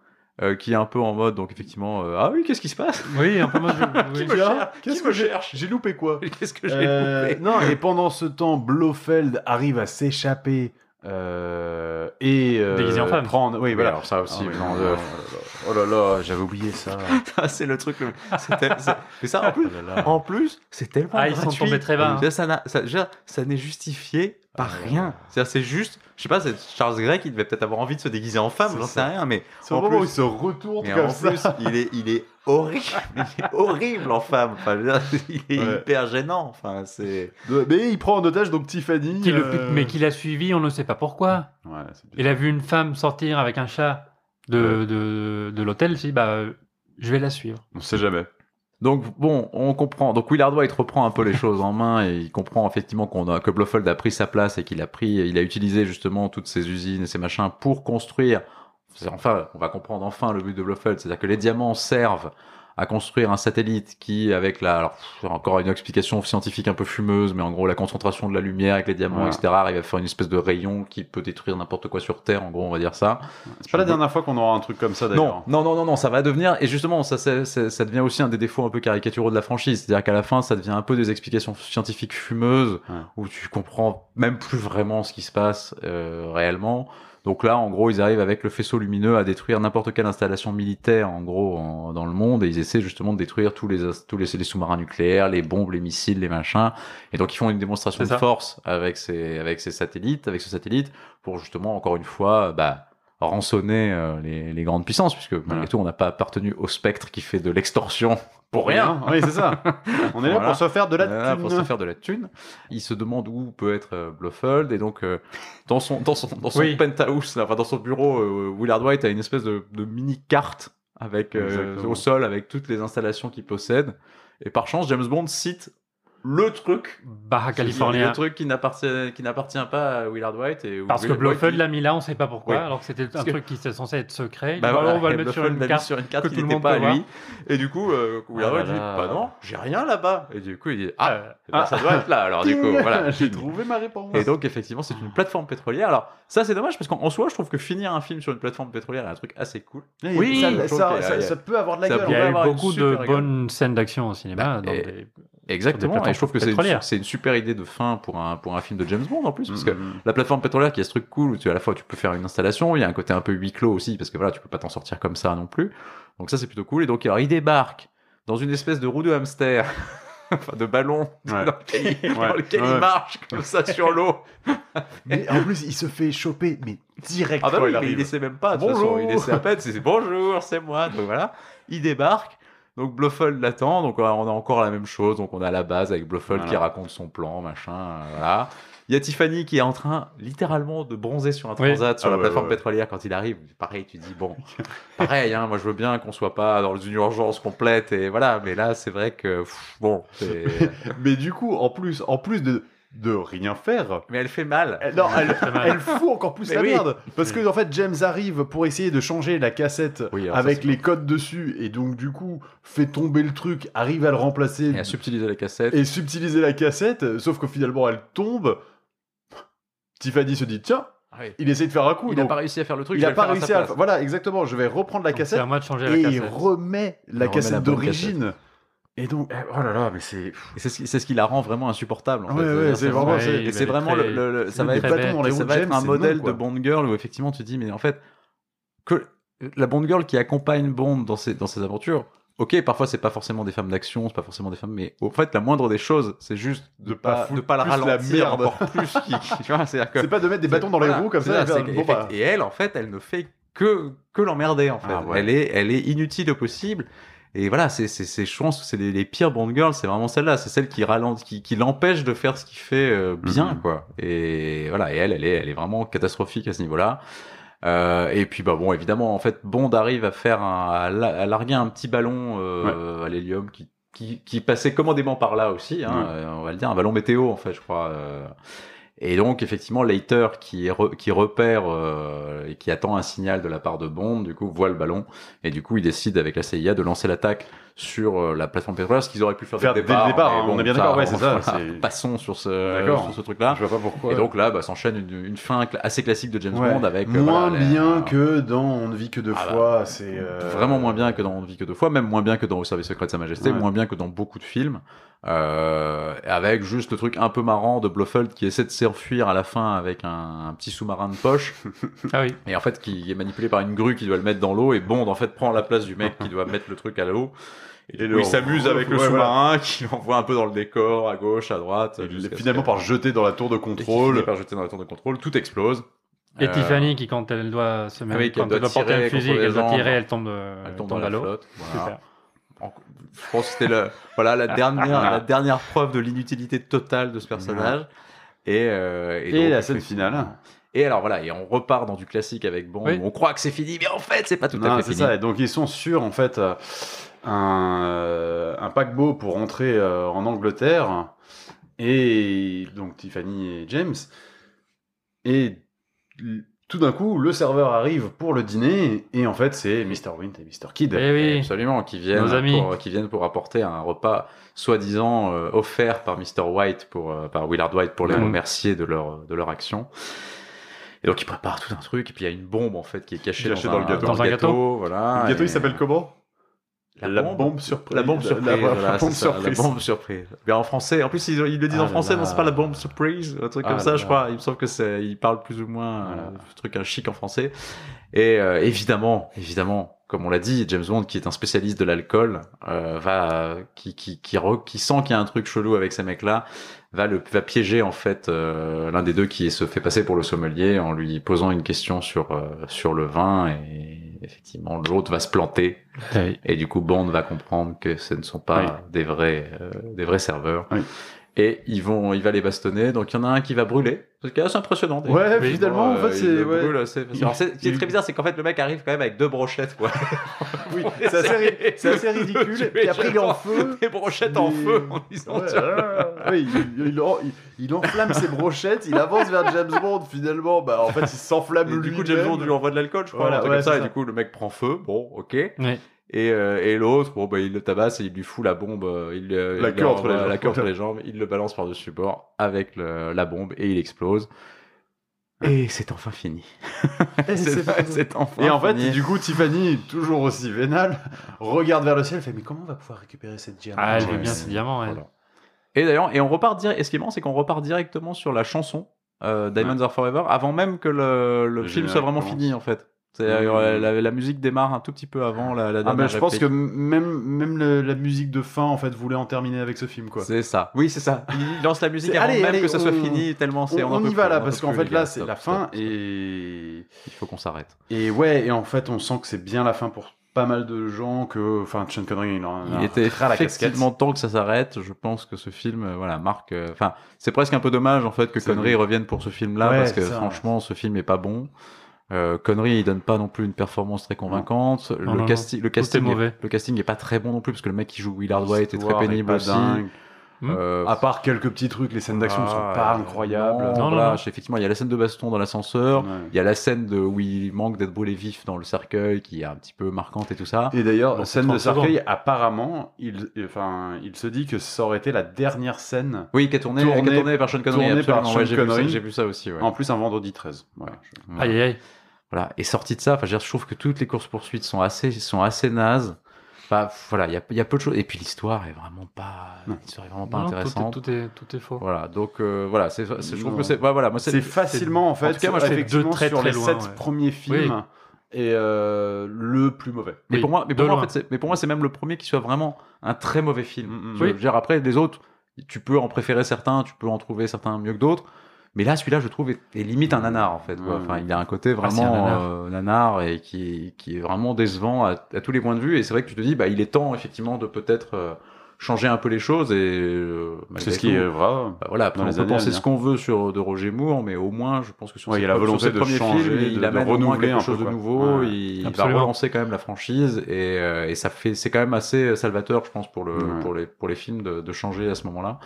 Speaker 4: euh, qui est un peu en mode, donc effectivement, euh, ah oui, qu'est-ce qui se passe
Speaker 3: Oui, un peu moi, je-
Speaker 4: Qui
Speaker 3: oui.
Speaker 4: me
Speaker 2: Tiens,
Speaker 4: cher- qui
Speaker 2: qu'est-ce
Speaker 4: me
Speaker 2: que j'ai-
Speaker 4: cherche
Speaker 2: J'ai loupé quoi
Speaker 4: (laughs) Qu'est-ce que j'ai
Speaker 2: Euh,
Speaker 4: (laughs) loupé
Speaker 2: Non, et pendant ce temps, Blofeld arrive à s'échapper euh, et euh,
Speaker 3: Déguisé en femme.
Speaker 2: prendre. Oui, voilà.
Speaker 4: alors ça aussi,
Speaker 2: Ah oui,
Speaker 4: non,
Speaker 2: non,
Speaker 4: euh,
Speaker 2: Oh là là, j'avais
Speaker 4: (laughs)
Speaker 2: oublié ça.
Speaker 4: Ça, ah, c'est le truc. le- c'est tel- c'est- Mais ça, en plus,
Speaker 2: Oh là là.
Speaker 4: en plus, c'est tellement
Speaker 3: Ah, ils sont
Speaker 4: gratuit.
Speaker 3: tombés très bas, hein. Ah.
Speaker 4: Ça, ça n'a- ça- déjà, ça n'est justifié par rien. C'est-à-dire, c'est juste, je sais pas, c'est Charles Gray qui devait peut-être avoir envie de se déguiser en femme,
Speaker 2: C'est
Speaker 4: j'en sais
Speaker 2: ça.
Speaker 4: rien, mais,
Speaker 2: C'est
Speaker 4: en
Speaker 2: au moment où
Speaker 4: plus-
Speaker 2: il se retourne
Speaker 4: mais
Speaker 2: comme
Speaker 4: en
Speaker 2: ça.
Speaker 4: plus, il est, il est horrible, (laughs) il est horrible en femme. Enfin, je veux dire, (laughs) il est
Speaker 2: Ouais.
Speaker 4: hyper gênant. Enfin, c'est.
Speaker 2: De- Euh, Mais il prend en otage donc Tiffany.
Speaker 3: Qui le
Speaker 2: euh,
Speaker 3: pute- mais qui l'a suivi, on ne sait pas pourquoi.
Speaker 2: Ouais, c'est bien.
Speaker 3: Il a vu une femme sortir avec un chat de, de, de l'hôtel, il s'est dit, bah, euh, je vais la suivre.
Speaker 2: On sait jamais.
Speaker 4: Donc bon, on comprend. Donc Willard White reprend un peu les choses en main et il comprend effectivement qu'on a, que Blofeld a pris sa place et qu'il a pris, il a utilisé justement toutes ces usines et ces machins pour construire. c'est- Enfin, on va comprendre enfin le but de Blofeld, c'est-à-dire que les diamants servent à construire un satellite qui, avec la, alors, pff, encore une explication scientifique un peu fumeuse, mais en gros la concentration de la lumière avec les diamants,
Speaker 2: Ouais.
Speaker 4: etc., arrive à faire une espèce de rayon qui peut détruire n'importe quoi sur Terre. En gros, on va dire ça.
Speaker 2: C'est pas la dernière fois qu'on aura un truc comme ça
Speaker 4: Non,
Speaker 2: d'ailleurs.
Speaker 4: non, non, non, non, ça va devenir. Et justement, ça, ça, ça- ça devient aussi un des défauts un peu caricaturaux de la franchise. C'est-à-dire qu'à la fin, ça devient un peu des explications scientifiques fumeuses
Speaker 2: Ouais.
Speaker 4: où tu comprends même plus vraiment ce qui se passe euh, réellement. Donc là, en gros, ils arrivent avec le faisceau lumineux à détruire n'importe quelle installation militaire, en gros, en- dans le monde, et ils essaient justement de détruire tous les ins- tous les, les sous-marins nucléaires, les bombes, les missiles, les machins. Et donc, ils font une démonstration de
Speaker 3: C'est ça.
Speaker 4: force avec ces avec ces satellites, avec ce satellite, pour justement encore une fois, bah rançonner euh, les, les grandes puissances, puisque malgré
Speaker 2: Voilà.
Speaker 4: tout, on n'a pas appartenu au spectre qui fait de l'extorsion pour rien.
Speaker 2: Hein Oui, c'est
Speaker 3: (laughs)
Speaker 2: ça. On est là
Speaker 4: Voilà.
Speaker 2: pour se faire de la
Speaker 4: Voilà, pour se
Speaker 2: thune.
Speaker 4: faire de la thune. Il se demande où peut être euh, Blofeld, et donc euh, dans son, dans son, dans son
Speaker 3: Oui.
Speaker 4: penthouse, enfin dans son bureau, euh, Willard White a une espèce de, de mini carte avec, euh,
Speaker 2: Exactement.
Speaker 4: au sol avec toutes les installations qu'il possède. Et par chance, James Bond cite le truc,
Speaker 3: Baja
Speaker 4: le
Speaker 3: California.
Speaker 4: truc qui n'appartient qui n'appartient pas à Willard White. Et où
Speaker 3: Parce que
Speaker 4: Willard
Speaker 3: Blofeld
Speaker 4: White-
Speaker 3: l'a mis là, on ne sait pas pourquoi,
Speaker 4: Oui.
Speaker 3: alors que c'était un
Speaker 4: que-
Speaker 3: truc qui était censé être secret.
Speaker 4: Bah
Speaker 3: Bah,
Speaker 4: voilà,
Speaker 3: on va
Speaker 4: et
Speaker 3: le mettre sur
Speaker 4: Bluffold
Speaker 3: une
Speaker 4: l'a mis
Speaker 3: carte.
Speaker 4: sur une carte
Speaker 3: que
Speaker 4: qui
Speaker 3: tout le
Speaker 4: n'était
Speaker 3: monde
Speaker 4: pas
Speaker 3: peut
Speaker 4: à lui. Et du coup, euh, Willard
Speaker 3: Ah
Speaker 4: White
Speaker 3: là
Speaker 4: dit
Speaker 3: là.
Speaker 4: Bah non, j'ai rien là-bas. Et du coup, il dit Ah,
Speaker 3: Euh,
Speaker 4: bah, ça doit être là alors, du
Speaker 3: (laughs)
Speaker 4: coup,
Speaker 2: Ding
Speaker 4: voilà.
Speaker 2: J'ai trouvé ma réponse.
Speaker 4: Et donc, effectivement, c'est une plateforme pétrolière. Alors, ça, c'est dommage parce qu'en en soi, je trouve que finir un film sur une (laughs) plateforme pétrolière est un truc assez cool.
Speaker 2: Eh,
Speaker 3: Oui,
Speaker 2: ça,
Speaker 4: je trouve
Speaker 2: ça-
Speaker 4: qu'il y a-
Speaker 2: ça-
Speaker 4: il y a-
Speaker 2: ça peut avoir de la
Speaker 4: ça
Speaker 2: gueule.
Speaker 3: il y
Speaker 4: on va
Speaker 3: a eu
Speaker 4: avoir une
Speaker 3: beaucoup de
Speaker 4: super gueule.
Speaker 3: bonnes scènes d'action au cinéma.
Speaker 4: Bah,
Speaker 3: dans
Speaker 4: et-
Speaker 3: des-
Speaker 4: Exactement. Et je trouve que c'est une,
Speaker 3: pétrolière.
Speaker 4: c'est une super idée de fin pour un, pour un film de James Bond en plus.
Speaker 3: Mm.
Speaker 4: Parce que
Speaker 3: (laughs)
Speaker 2: Mhm.
Speaker 4: la plateforme pétrolière qui a ce truc cool où tu, à la fois tu peux faire une installation, il y a un côté un peu huis clos aussi parce que voilà, tu peux pas t'en sortir comme ça non plus. Donc ça c'est plutôt cool. Et donc alors, il débarque dans une espèce de roue de
Speaker 6: (laughs)
Speaker 4: hamster, enfin de ballon
Speaker 2: Ouais.
Speaker 4: dans lequel, il- dans
Speaker 2: Ouais.
Speaker 4: lequel
Speaker 2: Ouais.
Speaker 4: il marche comme (laughs) ça sur l'eau.
Speaker 2: Mais en plus, il se fait choper, mais direct.
Speaker 4: Ah bah
Speaker 2: quand
Speaker 4: oui,
Speaker 2: il
Speaker 4: mais
Speaker 2: arrive.
Speaker 4: il essaie même pas. De toute
Speaker 2: Bonjour.
Speaker 4: façon, il essaie à peine. C'est c'est bonjour, c'est moi. Donc voilà, il débarque. Donc Blofeld l'attend. Donc on a on a encore la même chose. Donc on a la base avec Blofeld
Speaker 2: Voilà.
Speaker 4: qui raconte son plan, machin. euh, Voilà. Il y a Tiffany qui est en train littéralement de bronzer sur un
Speaker 3: Oui.
Speaker 4: transat sur
Speaker 2: Ah
Speaker 4: la
Speaker 2: ouais,
Speaker 4: plateforme
Speaker 2: ouais.
Speaker 4: pétrolière quand il arrive. Pareil, tu dis bon, pareil. Hein, moi je veux bien qu'on soit pas dans une urgence
Speaker 6: Ah,
Speaker 4: complète et voilà. Mais là c'est vrai que pff, bon. c'est-
Speaker 2: Mais du coup, en plus, en plus de de rien faire.
Speaker 6: Mais elle fait mal.
Speaker 2: Elle- Non, elle,
Speaker 3: C'est mal.
Speaker 2: elle fout encore plus
Speaker 6: Mais
Speaker 2: la
Speaker 6: oui.
Speaker 2: merde. Parce que, en fait, James arrive pour essayer de changer la cassette
Speaker 6: Oui, alors ça,
Speaker 2: avec
Speaker 6: c'est
Speaker 2: les codes dessus. Et donc, du coup, fait tomber le truc, arrive à le remplacer
Speaker 6: Et à subtiliser la cassette.
Speaker 2: et subtiliser la cassette. Sauf que finalement, elle tombe. Tiffany se dit Tiens,
Speaker 6: Ah oui.
Speaker 2: il essaie de faire un coup.
Speaker 6: Il n'a
Speaker 2: donc,
Speaker 6: pas réussi à faire le truc.
Speaker 2: il
Speaker 6: je vais
Speaker 2: a
Speaker 6: le
Speaker 2: pas
Speaker 6: faire
Speaker 2: réussi
Speaker 6: sa
Speaker 2: à.
Speaker 6: place.
Speaker 2: Voilà, exactement. Je vais reprendre la
Speaker 3: Donc, C'est
Speaker 2: cassette
Speaker 3: à moi de changer
Speaker 2: et
Speaker 3: la
Speaker 2: il
Speaker 3: cassette.
Speaker 2: remet la
Speaker 6: remet la
Speaker 2: cassette
Speaker 6: bonne
Speaker 2: d'origine. Et donc, eh, oh là là, mais c'est. pff,
Speaker 6: Et C'est ce, qui- c'est ce qui la rend vraiment insupportable.
Speaker 2: Ouais,
Speaker 6: En fait.
Speaker 2: ouais,
Speaker 6: C'est-à-dire,
Speaker 2: c'est vraiment-
Speaker 6: et
Speaker 3: c'est-
Speaker 6: c'est vraiment le, le- le- ça
Speaker 2: le
Speaker 6: va être,
Speaker 2: débat
Speaker 3: bête,
Speaker 2: dans les
Speaker 6: ça
Speaker 2: roues
Speaker 6: va
Speaker 2: de
Speaker 6: être
Speaker 2: James,
Speaker 6: un
Speaker 2: c'est
Speaker 6: modèle
Speaker 2: non,
Speaker 6: de
Speaker 2: quoi.
Speaker 6: Bond Girl où effectivement tu te dis mais en fait que la Bond Girl qui accompagne Bond dans ses dans ses aventures. Ok, parfois c'est pas forcément des femmes d'action, c'est pas forcément des femmes, mais en fait la moindre des choses, c'est juste
Speaker 2: De
Speaker 6: de
Speaker 2: pas
Speaker 6: pas de
Speaker 2: foutre
Speaker 6: pas la
Speaker 2: plus la
Speaker 6: ralentir
Speaker 2: merde.
Speaker 6: encore plus. qui- qui- (laughs) tu vois, c'est-à-dire que
Speaker 2: C'est pas de mettre des bâtons dans les
Speaker 6: voilà,
Speaker 2: roues comme
Speaker 6: c'est
Speaker 2: ça. et
Speaker 6: c'est
Speaker 2: faire,
Speaker 6: que-
Speaker 2: bon, bah,
Speaker 6: effect- et elle, en fait, elle ne fait que, que l'emmerder, en fait.
Speaker 2: Ah ouais.
Speaker 6: elle, est, elle est inutile au possible. Et voilà, c'est, c'est, c'est, je pense que c'est les, les pires Bond Girls, c'est vraiment celle-là. C'est celle qui ralente, qui, qui l'empêche de faire ce qu'il fait euh, bien,
Speaker 2: Mhm.
Speaker 6: quoi. Et voilà, et elle, elle est, elle est vraiment catastrophique à ce niveau-là. Euh, et puis, bah bon, évidemment, en fait, Bond arrive à faire un, à, la- à larguer un petit ballon euh, à l'hélium qui, qui, qui passait commodément par là aussi, hein,
Speaker 2: Ouais.
Speaker 6: euh, on va le dire, un ballon météo, en fait, je crois. euh, et donc, effectivement, Leiter, qui, est re- qui repère euh, et qui attend un signal de la part de Bond, du coup, voit le ballon. Et du coup, il décide, avec la CIA, de lancer l'attaque sur euh, la plateforme pétrolière, ce qu'ils auraient pu faire,
Speaker 2: Faire
Speaker 6: dès le
Speaker 2: dès le
Speaker 6: départ.
Speaker 2: départ,
Speaker 6: mais
Speaker 2: hein, on est bien d'accord, ouais, c'est ça,
Speaker 6: voilà,
Speaker 2: c'est-
Speaker 6: (laughs) passons sur ce,
Speaker 2: D'accord.
Speaker 6: sur ce truc-là.
Speaker 2: je vois pas pourquoi.
Speaker 6: Et donc là, bah, s'enchaîne une, une fin cla- assez classique de James
Speaker 2: Ouais.
Speaker 6: Bond avec... euh,
Speaker 2: moins
Speaker 6: voilà, les-
Speaker 2: bien
Speaker 6: euh,
Speaker 2: que dans On ne vit que deux
Speaker 6: Ah bah,
Speaker 2: fois. C'est euh,
Speaker 6: Vraiment moins bien que dans On ne vit que deux fois, même moins bien que dans Au service secret de Sa Majesté,
Speaker 2: Ouais.
Speaker 6: moins bien que dans beaucoup de films. Euh, avec juste le truc un peu marrant de Blofeld qui essaie de s'enfuir à la fin avec un, un petit sous-marin de poche
Speaker 3: Ah oui.
Speaker 6: et en fait qui est manipulé par une grue qui doit le mettre dans l'eau et Bond en fait prend la place du mec qui doit mettre le truc à l'eau et, du
Speaker 2: Et
Speaker 6: coup,
Speaker 2: le-
Speaker 6: il s'amuse avec le
Speaker 2: Ouais, voilà.
Speaker 6: sous-marin (laughs) qui l'envoie un peu dans le décor à gauche à droite
Speaker 2: Il est
Speaker 6: jusqu'à
Speaker 2: Finalement,
Speaker 6: ce
Speaker 2: par jeter dans la tour de
Speaker 6: que- et qui
Speaker 2: contrôle.
Speaker 6: finit par jeter dans la tour de contrôle tout explose
Speaker 3: Et
Speaker 6: Euh,
Speaker 3: Tiffany qui quand elle doit se mettre,
Speaker 6: oui, qu'elle
Speaker 3: quand
Speaker 6: doit
Speaker 3: elle doit porter
Speaker 6: tirer
Speaker 3: un fusil, et
Speaker 6: contre les
Speaker 3: qu'elle doit
Speaker 6: jambes.
Speaker 3: tirer, elle tombe, de-
Speaker 6: elle tombe dans
Speaker 3: à
Speaker 6: la
Speaker 3: l'eau.
Speaker 6: flotte voilà.
Speaker 3: Super.
Speaker 6: En- Je pense que c'était le, voilà,
Speaker 4: (laughs)
Speaker 6: la, dernière, la dernière preuve de l'inutilité totale de ce personnage. Et, euh,
Speaker 2: Et
Speaker 6: donc,
Speaker 2: la scène finale.
Speaker 6: Et alors voilà, et on repart dans du classique avec Bond.
Speaker 3: Oui.
Speaker 6: où On croit que c'est fini, mais en fait, c'est pas tout
Speaker 2: Non,
Speaker 6: à fait
Speaker 2: c'est
Speaker 6: fini.
Speaker 2: ça. Et donc, ils sont sur, en fait, euh, un, euh, un paquebot pour rentrer euh, en Angleterre. Et donc, Tiffany et James. Et l- tout d'un coup, le serveur arrive pour le dîner. Et en fait, c'est Mr. Wint et Mr. Kid.
Speaker 3: Eh oui.
Speaker 6: Absolument, qui viennent,
Speaker 3: Nos amis.
Speaker 6: Pour, qui viennent pour apporter un repas soi-disant euh, offert par Mr. White, pour, euh, par Willard White, pour les
Speaker 3: Mhm.
Speaker 6: remercier de leur, de leur action. Et donc ils préparent tout un truc, et puis il y a une bombe en fait qui est cachée
Speaker 2: Cachée dans
Speaker 6: dans, un,
Speaker 2: le gâteau.
Speaker 3: Dans un gâteau.
Speaker 6: voilà.
Speaker 2: le gâteau,
Speaker 6: Ah, Et-
Speaker 2: il s'appelle comment
Speaker 6: La bombe.
Speaker 2: surprise.
Speaker 6: La bombe surprise.
Speaker 2: La, la
Speaker 6: voilà,
Speaker 2: bombe
Speaker 6: c'est ça,
Speaker 2: surprise.
Speaker 6: la bombe surprise. Mais en français, en plus ils, ils le disent
Speaker 3: Ah
Speaker 6: en français,
Speaker 3: là
Speaker 6: non, c'est
Speaker 3: là.
Speaker 6: pas la bombe surprise, un truc
Speaker 3: Ah
Speaker 6: comme ça,
Speaker 3: là
Speaker 6: je
Speaker 3: là.
Speaker 6: crois. Il me semble que c'est, ils parlent plus ou moins
Speaker 2: Voilà.
Speaker 6: euh, un truc un chic en français. Et euh, évidemment, évidemment, comme on l'a dit, James Bond, qui est un spécialiste de l'alcool, euh, va, euh, qui, qui, qui, re- qui sent qu'il y a un truc chelou avec ces mecs-là, va le, va piéger en fait euh, l'un des deux qui se fait passer pour le sommelier en lui posant une question sur euh, sur le vin et effectivement l'autre va se planter
Speaker 3: Ah oui.
Speaker 6: et du coup, Bond va comprendre que ce ne sont pas
Speaker 2: Oui.
Speaker 6: des vrais, euh, des vrais serveurs.
Speaker 2: Oui.
Speaker 6: Et ils vont, il va les bastonner. Donc il y en a un qui va brûler. C'est assez impressionnant. d'ailleurs.
Speaker 2: Ouais,
Speaker 3: Oui,
Speaker 2: finalement, en
Speaker 6: Euh,
Speaker 2: fait,
Speaker 6: il
Speaker 2: c'est.
Speaker 6: le
Speaker 2: ouais.
Speaker 6: brûle assez facilement. Alors, c'est- Ce qui est très bizarre, c'est qu'en fait, le mec arrive quand même avec deux brochettes. (laughs) quoi.
Speaker 2: Oui, c'est assez, ri-
Speaker 6: (laughs)
Speaker 2: c'est assez
Speaker 6: Tu
Speaker 2: ridicule.
Speaker 6: es
Speaker 2: Puis après, il est en
Speaker 6: genre-
Speaker 2: feu.
Speaker 6: Des brochettes en
Speaker 2: Mais-
Speaker 6: feu en disant.
Speaker 2: Ouais,
Speaker 6: tiens.
Speaker 2: ouais, ouais, il, il en- il- il enflamme ses brochettes, il avance vers James Bond finalement. Bah, en fait, il s'enflamme
Speaker 6: Et
Speaker 2: lui.
Speaker 6: du coup, James Bond lui envoie de l'alcool, je crois,
Speaker 2: Voilà,
Speaker 6: un truc
Speaker 2: ouais,
Speaker 6: comme ça.
Speaker 2: c'est
Speaker 6: Et
Speaker 2: ça.
Speaker 6: du coup, le mec prend feu. Bon, ok.
Speaker 3: Oui.
Speaker 6: Et, euh, et l'autre, bon, bah, il le tabasse et il lui fout la bombe, euh, il, euh,
Speaker 2: La
Speaker 6: il
Speaker 2: queue
Speaker 6: leur-
Speaker 2: entre les
Speaker 6: la-
Speaker 2: jambes.
Speaker 6: la queue entre les jambes, il le balance par-dessus bord avec le- la bombe et il explose. Et
Speaker 2: Ah.
Speaker 6: c'est enfin fini.
Speaker 2: (laughs) Et,
Speaker 6: C'est c'est enfin
Speaker 2: et en fait,
Speaker 6: fini.
Speaker 2: du coup, Tiffany, toujours aussi vénale, regarde vers le ciel, fait Mais comment on va pouvoir récupérer cette diamant
Speaker 3: Ah, elle veut
Speaker 6: Ouais,
Speaker 3: bien
Speaker 6: c'est-
Speaker 3: ses diamants, elle.
Speaker 6: voilà. Et d'ailleurs, et on repart direct. Et ce qui est marrant, c'est qu'on repart directement sur la chanson euh, Diamonds Are Forever avant même que le, le
Speaker 2: Le
Speaker 6: film
Speaker 2: générique
Speaker 6: soit vraiment
Speaker 2: commence.
Speaker 6: fini en fait. C'est-
Speaker 2: Mhm.
Speaker 6: euh, la, la musique démarre un tout petit peu avant la, la
Speaker 2: Ah,
Speaker 6: dernière.
Speaker 2: bah, je pense
Speaker 6: réplique.
Speaker 2: que même, même le- la musique de fin en fait voulait en terminer avec ce film quoi.
Speaker 6: C'est ça. Oui, c'est ça. Il lance la musique
Speaker 2: C'est-
Speaker 6: avant
Speaker 2: allez,
Speaker 6: même
Speaker 2: allez,
Speaker 6: que ça soit
Speaker 2: on-
Speaker 6: fini, tellement
Speaker 2: On,
Speaker 6: c'est. en
Speaker 2: on
Speaker 6: peut
Speaker 2: y va
Speaker 6: plus,
Speaker 2: là
Speaker 6: on en
Speaker 2: parce
Speaker 6: peut
Speaker 2: qu'en
Speaker 6: plus,
Speaker 2: fait
Speaker 6: les
Speaker 2: là
Speaker 6: gars.
Speaker 2: c'est
Speaker 6: Stop,
Speaker 2: la
Speaker 6: stop,
Speaker 2: fin
Speaker 6: stop.
Speaker 2: et
Speaker 6: Il faut qu'on s'arrête.
Speaker 2: et ouais et en fait on sent que c'est bien la fin pour pas mal de gens que enfin Sean Connery il en a
Speaker 6: Il était
Speaker 2: ras Ah. la casquette.
Speaker 6: effectivement temps que ça s'arrête. Je pense que ce film, euh, voilà, marque. euh, Enfin, c'est presque un peu dommage en fait que
Speaker 2: C'est
Speaker 6: Connery revienne pour ce film-là
Speaker 2: Ouais,
Speaker 6: parce que
Speaker 2: c'est ça.
Speaker 6: franchement, ce film est pas bon. Euh, Connery, il donne pas non plus une performance très convaincante.
Speaker 3: Non,
Speaker 6: le,
Speaker 3: non,
Speaker 6: casti- le
Speaker 3: Tout est
Speaker 6: casting, est-
Speaker 3: mauvais.
Speaker 6: le casting est pas très bon non plus parce que le mec qui joue Willard White est très
Speaker 2: L'histoire
Speaker 6: pénible
Speaker 2: pas
Speaker 6: aussi.
Speaker 2: dingue.
Speaker 3: Hmm.
Speaker 6: Euh,
Speaker 2: À part quelques petits trucs, les scènes d'action ne sont
Speaker 6: ah,
Speaker 2: pas
Speaker 6: euh,
Speaker 2: incroyables.
Speaker 6: Non,
Speaker 3: Non,
Speaker 6: voilà,
Speaker 3: non, non.
Speaker 6: je- Effectivement, il y a la scène de baston dans l'ascenseur.
Speaker 2: Ouais.
Speaker 6: Il y a la scène de, où il manque d'être brûlé vif dans le cercueil qui est un petit peu marquante et tout ça.
Speaker 2: Et d'ailleurs,
Speaker 3: Bon,
Speaker 2: scène de
Speaker 3: 30
Speaker 2: cercueil, apparemment, il, enfin, il se dit que ça aurait été la dernière scène,
Speaker 6: Oui, qui est tourné,
Speaker 2: Tourné-
Speaker 6: qui est tourné par Sean Connery.
Speaker 2: tourné par
Speaker 6: absolument,
Speaker 2: Sean
Speaker 6: ouais, j'ai vu ça-
Speaker 2: Connery.
Speaker 6: J'ai vu ça aussi. ouais.
Speaker 2: en plus un vendredi 13. Voilà.
Speaker 6: Ouais.
Speaker 3: Aïe, aïe, aïe.
Speaker 6: Voilà. Et sorti de ça, enfin, je veux dire, je trouve que toutes les courses poursuites sont assez, sont assez nazes. Enfin, voilà, il y a, il y a peu de choses. Et puis l'histoire est vraiment pas,
Speaker 2: Non.
Speaker 6: l'histoire est vraiment pas
Speaker 3: Non, tout est-
Speaker 6: intéressante.
Speaker 3: Tout est, tout est faux.
Speaker 6: Voilà, donc euh, voilà, c'est, c'est- je trouve
Speaker 2: Non.
Speaker 6: que c'est, bah, voilà, moi
Speaker 2: C'est facilement, en fait,
Speaker 6: tout cas, moi, je fais deux
Speaker 2: effectivement,
Speaker 3: très,
Speaker 2: sur
Speaker 3: très
Speaker 2: les
Speaker 3: loin,
Speaker 2: sept
Speaker 3: ouais.
Speaker 2: premiers films, et euh, le plus mauvais.
Speaker 6: Mais
Speaker 3: Oui,
Speaker 6: pour moi, mais pour
Speaker 3: de
Speaker 6: moi, en
Speaker 3: loin.
Speaker 6: fait, c'est, mais pour moi, c'est même le premier qui soit vraiment un très mauvais film.
Speaker 2: Mm, mm.
Speaker 6: Je veux dire, après, les autres, tu peux en préférer certains, tu peux en trouver certains mieux que d'autres. Mais là, celui-là, je trouve, est, est limite un nanar, en fait. quoi.
Speaker 2: Mm.
Speaker 6: Enfin, il a un côté
Speaker 3: c'est un
Speaker 6: vraiment
Speaker 3: nanar.
Speaker 6: euh, nanar et qui, qui est vraiment décevant à, à tous les points de vue. Et c'est vrai que tu te dis, bah, il est temps, effectivement, de peut-être euh, changer un peu les choses. Et, euh, malgré
Speaker 2: C'est ce
Speaker 6: tout,
Speaker 2: qui est vrai.
Speaker 6: Bah, voilà, après,
Speaker 2: Dans
Speaker 6: on
Speaker 2: les
Speaker 6: peut
Speaker 2: années à
Speaker 6: penser ce
Speaker 2: venir.
Speaker 6: qu'on veut sur euh, de Roger Moore, mais au moins, je pense que sur
Speaker 2: Ouais,
Speaker 6: ses
Speaker 2: il y a la
Speaker 6: pro- sur
Speaker 2: volonté
Speaker 6: ses
Speaker 2: de
Speaker 6: premiers
Speaker 2: changer,
Speaker 6: films, il
Speaker 2: de- de
Speaker 6: amène au moins
Speaker 2: renouveler
Speaker 6: quelque
Speaker 2: un
Speaker 6: chose
Speaker 2: peu,
Speaker 6: de
Speaker 2: quoi.
Speaker 6: nouveau,
Speaker 2: Ouais.
Speaker 6: il, il va
Speaker 3: Absolument.
Speaker 6: relancer quand même la franchise, et, euh, et ça fait, c'est quand même assez salvateur, je pense, pour le,
Speaker 2: Ouais.
Speaker 6: pour les, pour les films de, de changer à ce moment-là.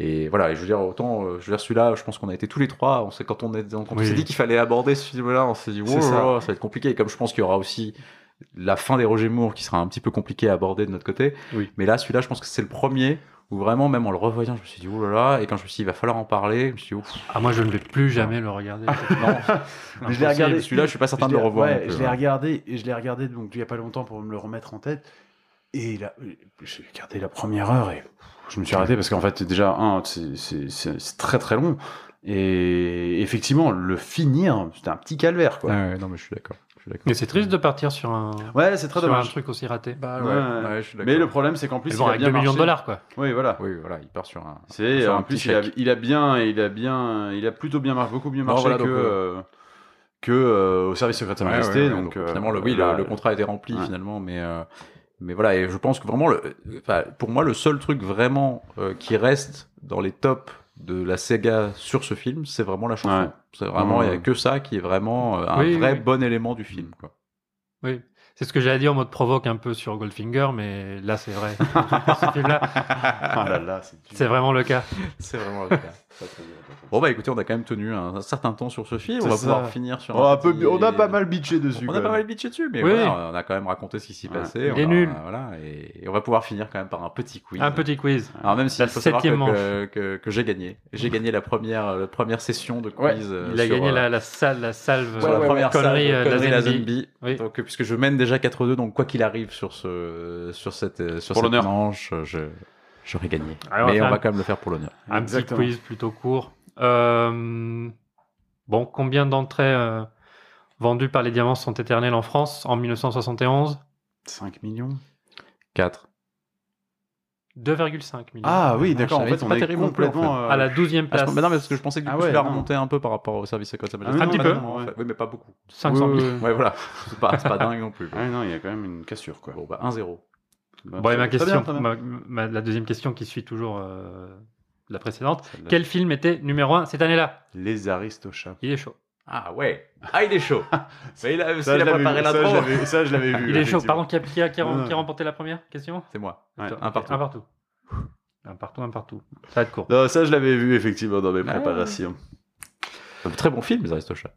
Speaker 6: Et voilà, et je veux dire, autant, euh, je veux dire, celui-là, je pense qu'on a été tous les trois, on s'est, quand on est, quand on
Speaker 3: Oui.
Speaker 6: s'est dit qu'il fallait aborder ce film-là, on s'est dit, wow,
Speaker 2: C'est ça.
Speaker 6: Oh ça. va être compliqué, et comme je pense qu'il y aura aussi la fin des Roger Moore qui sera un petit peu compliqué à aborder de notre côté.
Speaker 3: Oui.
Speaker 6: Mais là, celui-là, je pense que c'est le premier où vraiment, même en le revoyant, je me suis dit, oh là là, et quand je me suis dit, il va falloir en parler, je me suis dit, ouf,
Speaker 3: Ah, moi, je ne vais plus jamais le (laughs) regarder.
Speaker 6: non.
Speaker 2: Mais je l'ai regardé.
Speaker 6: Celui-là, je suis pas certain de
Speaker 2: l'ai-
Speaker 6: le revoir.
Speaker 2: ouais,
Speaker 6: non plus,
Speaker 2: je l'ai
Speaker 6: hein.
Speaker 2: regardé et je l'ai regardé donc il y a pas longtemps pour me le remettre en tête. Et là, j'ai regardé la première heure et je me suis arrêté parce qu'en fait déjà un, c'est- c'est c'est- c'est très très long et effectivement le finir c'était un petit calvaire quoi.
Speaker 6: Ouais, ouais, non, mais je suis d'accord. Je suis d'accord.
Speaker 3: Mais c'est triste de partir sur un,
Speaker 2: Ouais, c'est très
Speaker 3: sur un
Speaker 2: dommage.
Speaker 3: truc aussi raté.
Speaker 6: Bah,
Speaker 2: ouais, ouais,
Speaker 6: je suis
Speaker 2: Mais le problème c'est qu'en plus
Speaker 3: Mais
Speaker 2: il
Speaker 3: bon,
Speaker 2: a
Speaker 3: avec
Speaker 2: bien
Speaker 3: 2 millions de
Speaker 2: marché.
Speaker 3: dollars, quoi.
Speaker 2: Oui voilà.
Speaker 6: Oui, voilà, il part sur un.
Speaker 2: C'est
Speaker 6: Sur un
Speaker 2: en plus
Speaker 6: petit
Speaker 2: il a,
Speaker 6: chèque.
Speaker 2: il a bien il a bien il a plutôt bien marché beaucoup mieux
Speaker 6: Non,
Speaker 2: marché
Speaker 6: voilà,
Speaker 2: que
Speaker 6: donc,
Speaker 2: euh, que euh, au service secret de sa
Speaker 6: Ouais,
Speaker 2: majesté
Speaker 6: ouais, ouais,
Speaker 2: donc, euh,
Speaker 6: finalement, le, oui, le-
Speaker 2: là,
Speaker 6: le, contrat a été rempli
Speaker 2: ouais.
Speaker 6: finalement, mais euh, mais voilà, et je pense que vraiment, le, enfin, pour moi, le seul truc vraiment euh, qui reste dans les tops de la Sega sur ce film, c'est vraiment la chanson.
Speaker 2: Ouais.
Speaker 6: C'est vraiment, il y a
Speaker 2: Ouais.
Speaker 6: que ça qui est vraiment euh, un
Speaker 3: Oui, oui,
Speaker 6: vrai
Speaker 3: oui.
Speaker 6: bon élément du film.
Speaker 2: (laughs)
Speaker 6: Quoi.
Speaker 3: Oui. C'est ce que j'allais dire en mode provoque un peu sur Goldfinger, mais là, c'est vrai. Ce film-là,
Speaker 2: ah là là c'est dur.
Speaker 3: c'est vraiment le cas.
Speaker 6: C'est vraiment le cas.
Speaker 2: Ça, c'est dur, ça, c'est dur.
Speaker 6: Bon bah écoutez, on a quand même tenu un, un certain temps sur ce film. On
Speaker 2: C'est
Speaker 6: va
Speaker 2: ça.
Speaker 6: pouvoir finir sur.
Speaker 2: On
Speaker 6: un
Speaker 2: a, Oh, un peu-
Speaker 6: petit-
Speaker 2: on a pas mal bitché dessus.
Speaker 6: On
Speaker 2: quand
Speaker 6: a pas
Speaker 2: même.
Speaker 6: mal bitché dessus, mais
Speaker 3: Oui.
Speaker 6: voilà, on a quand même raconté ce qui s'y
Speaker 2: Voilà.
Speaker 6: passait.
Speaker 3: Il
Speaker 6: on
Speaker 3: est
Speaker 6: a-
Speaker 3: nul.
Speaker 6: Voilà, et, et on va pouvoir finir quand même par un petit quiz.
Speaker 3: Un petit quiz.
Speaker 6: Alors même si
Speaker 3: La
Speaker 6: il faut savoir que,
Speaker 3: septième
Speaker 6: que, que- que j'ai gagné, j'ai gagné la première euh, la première session de quiz.
Speaker 2: Ouais,
Speaker 6: euh,
Speaker 3: Il a
Speaker 6: sur,
Speaker 3: gagné
Speaker 6: euh,
Speaker 3: la, la salle, la salve,
Speaker 6: sur
Speaker 3: euh,
Speaker 6: la première
Speaker 3: connerie,
Speaker 6: salle,
Speaker 3: euh,
Speaker 6: connerie la
Speaker 3: Lazenby.
Speaker 6: Zenby.
Speaker 3: Oui.
Speaker 6: Donc euh, puisque je mène déjà 4-2, donc quoi qu'il arrive sur ce sur cette euh, sur
Speaker 2: Pour
Speaker 6: cette
Speaker 2: l'honneur.
Speaker 6: manche, euh, je j'aurais gagné.
Speaker 3: Alors,
Speaker 6: mais
Speaker 3: Ah, on va faire
Speaker 6: on va
Speaker 3: un-
Speaker 6: quand même le faire pour l'honneur.
Speaker 3: Un petit
Speaker 2: Exactement.
Speaker 3: quiz plutôt court. Euh, bon, combien d'entrées euh, vendues par les diamants sont éternelles en France en 1971
Speaker 2: 5 millions.
Speaker 6: 4.
Speaker 3: 2,5 millions.
Speaker 2: Ah oui, d'accord.
Speaker 6: Ah,
Speaker 2: En
Speaker 6: je savais,
Speaker 2: fait,
Speaker 6: c'est
Speaker 2: on
Speaker 6: pas
Speaker 2: est
Speaker 6: terrible non plus,
Speaker 2: complètement. euh,
Speaker 3: à la 12e
Speaker 6: Ah, je
Speaker 3: place.
Speaker 6: pense- mais non, mais parce que je pensais que du
Speaker 2: Ah
Speaker 6: coup, tu
Speaker 2: ouais,
Speaker 6: l'as
Speaker 2: non.
Speaker 6: remonté un peu par rapport au service secret de sa
Speaker 2: Ah,
Speaker 6: majesté.
Speaker 2: non,
Speaker 3: Un petit
Speaker 6: Pas
Speaker 3: peu.
Speaker 6: tellement, en fait. Oui, mais pas beaucoup.
Speaker 3: 500 000.
Speaker 2: Oui, oui, oui.
Speaker 6: Ouais, voilà. (laughs) C'est pas, c'est pas dingue non plus. quoi.
Speaker 2: Ah non, il y a quand même une cassure quoi.
Speaker 6: Bon, bah, 1-0.
Speaker 2: Bah,
Speaker 3: Bon, et ma
Speaker 2: très
Speaker 3: question,
Speaker 2: bien, très bien.
Speaker 3: ma- ma- la deuxième question qui suit toujours euh, la précédente.
Speaker 2: Celle-là.
Speaker 3: Quel film était numéro 1 cette année-là
Speaker 2: Les Aristochats.
Speaker 3: Il est chaud.
Speaker 6: Ah ouais. Ah, il est (laughs) chaud. Mais il a aussi
Speaker 2: Ça, je
Speaker 6: il a
Speaker 2: l'avais
Speaker 6: préparé
Speaker 2: vu, ça, je
Speaker 6: l'intro.
Speaker 2: l'avais- ça, je l'avais vu.
Speaker 3: Il est chaud.
Speaker 2: effectivement.
Speaker 3: Pardon, qui a, qui a- qui a-
Speaker 2: Non, non.
Speaker 3: qui a remporté la première question
Speaker 6: C'est moi.
Speaker 2: Ouais.
Speaker 3: Toi,
Speaker 6: un
Speaker 3: ok,
Speaker 6: partout.
Speaker 3: Un partout. Un partout, un partout. Ça va être court.
Speaker 2: Non, ça, je l'avais vu effectivement dans mes
Speaker 6: Ah.
Speaker 2: préparations.
Speaker 6: Un Très bon film, les Aristochats.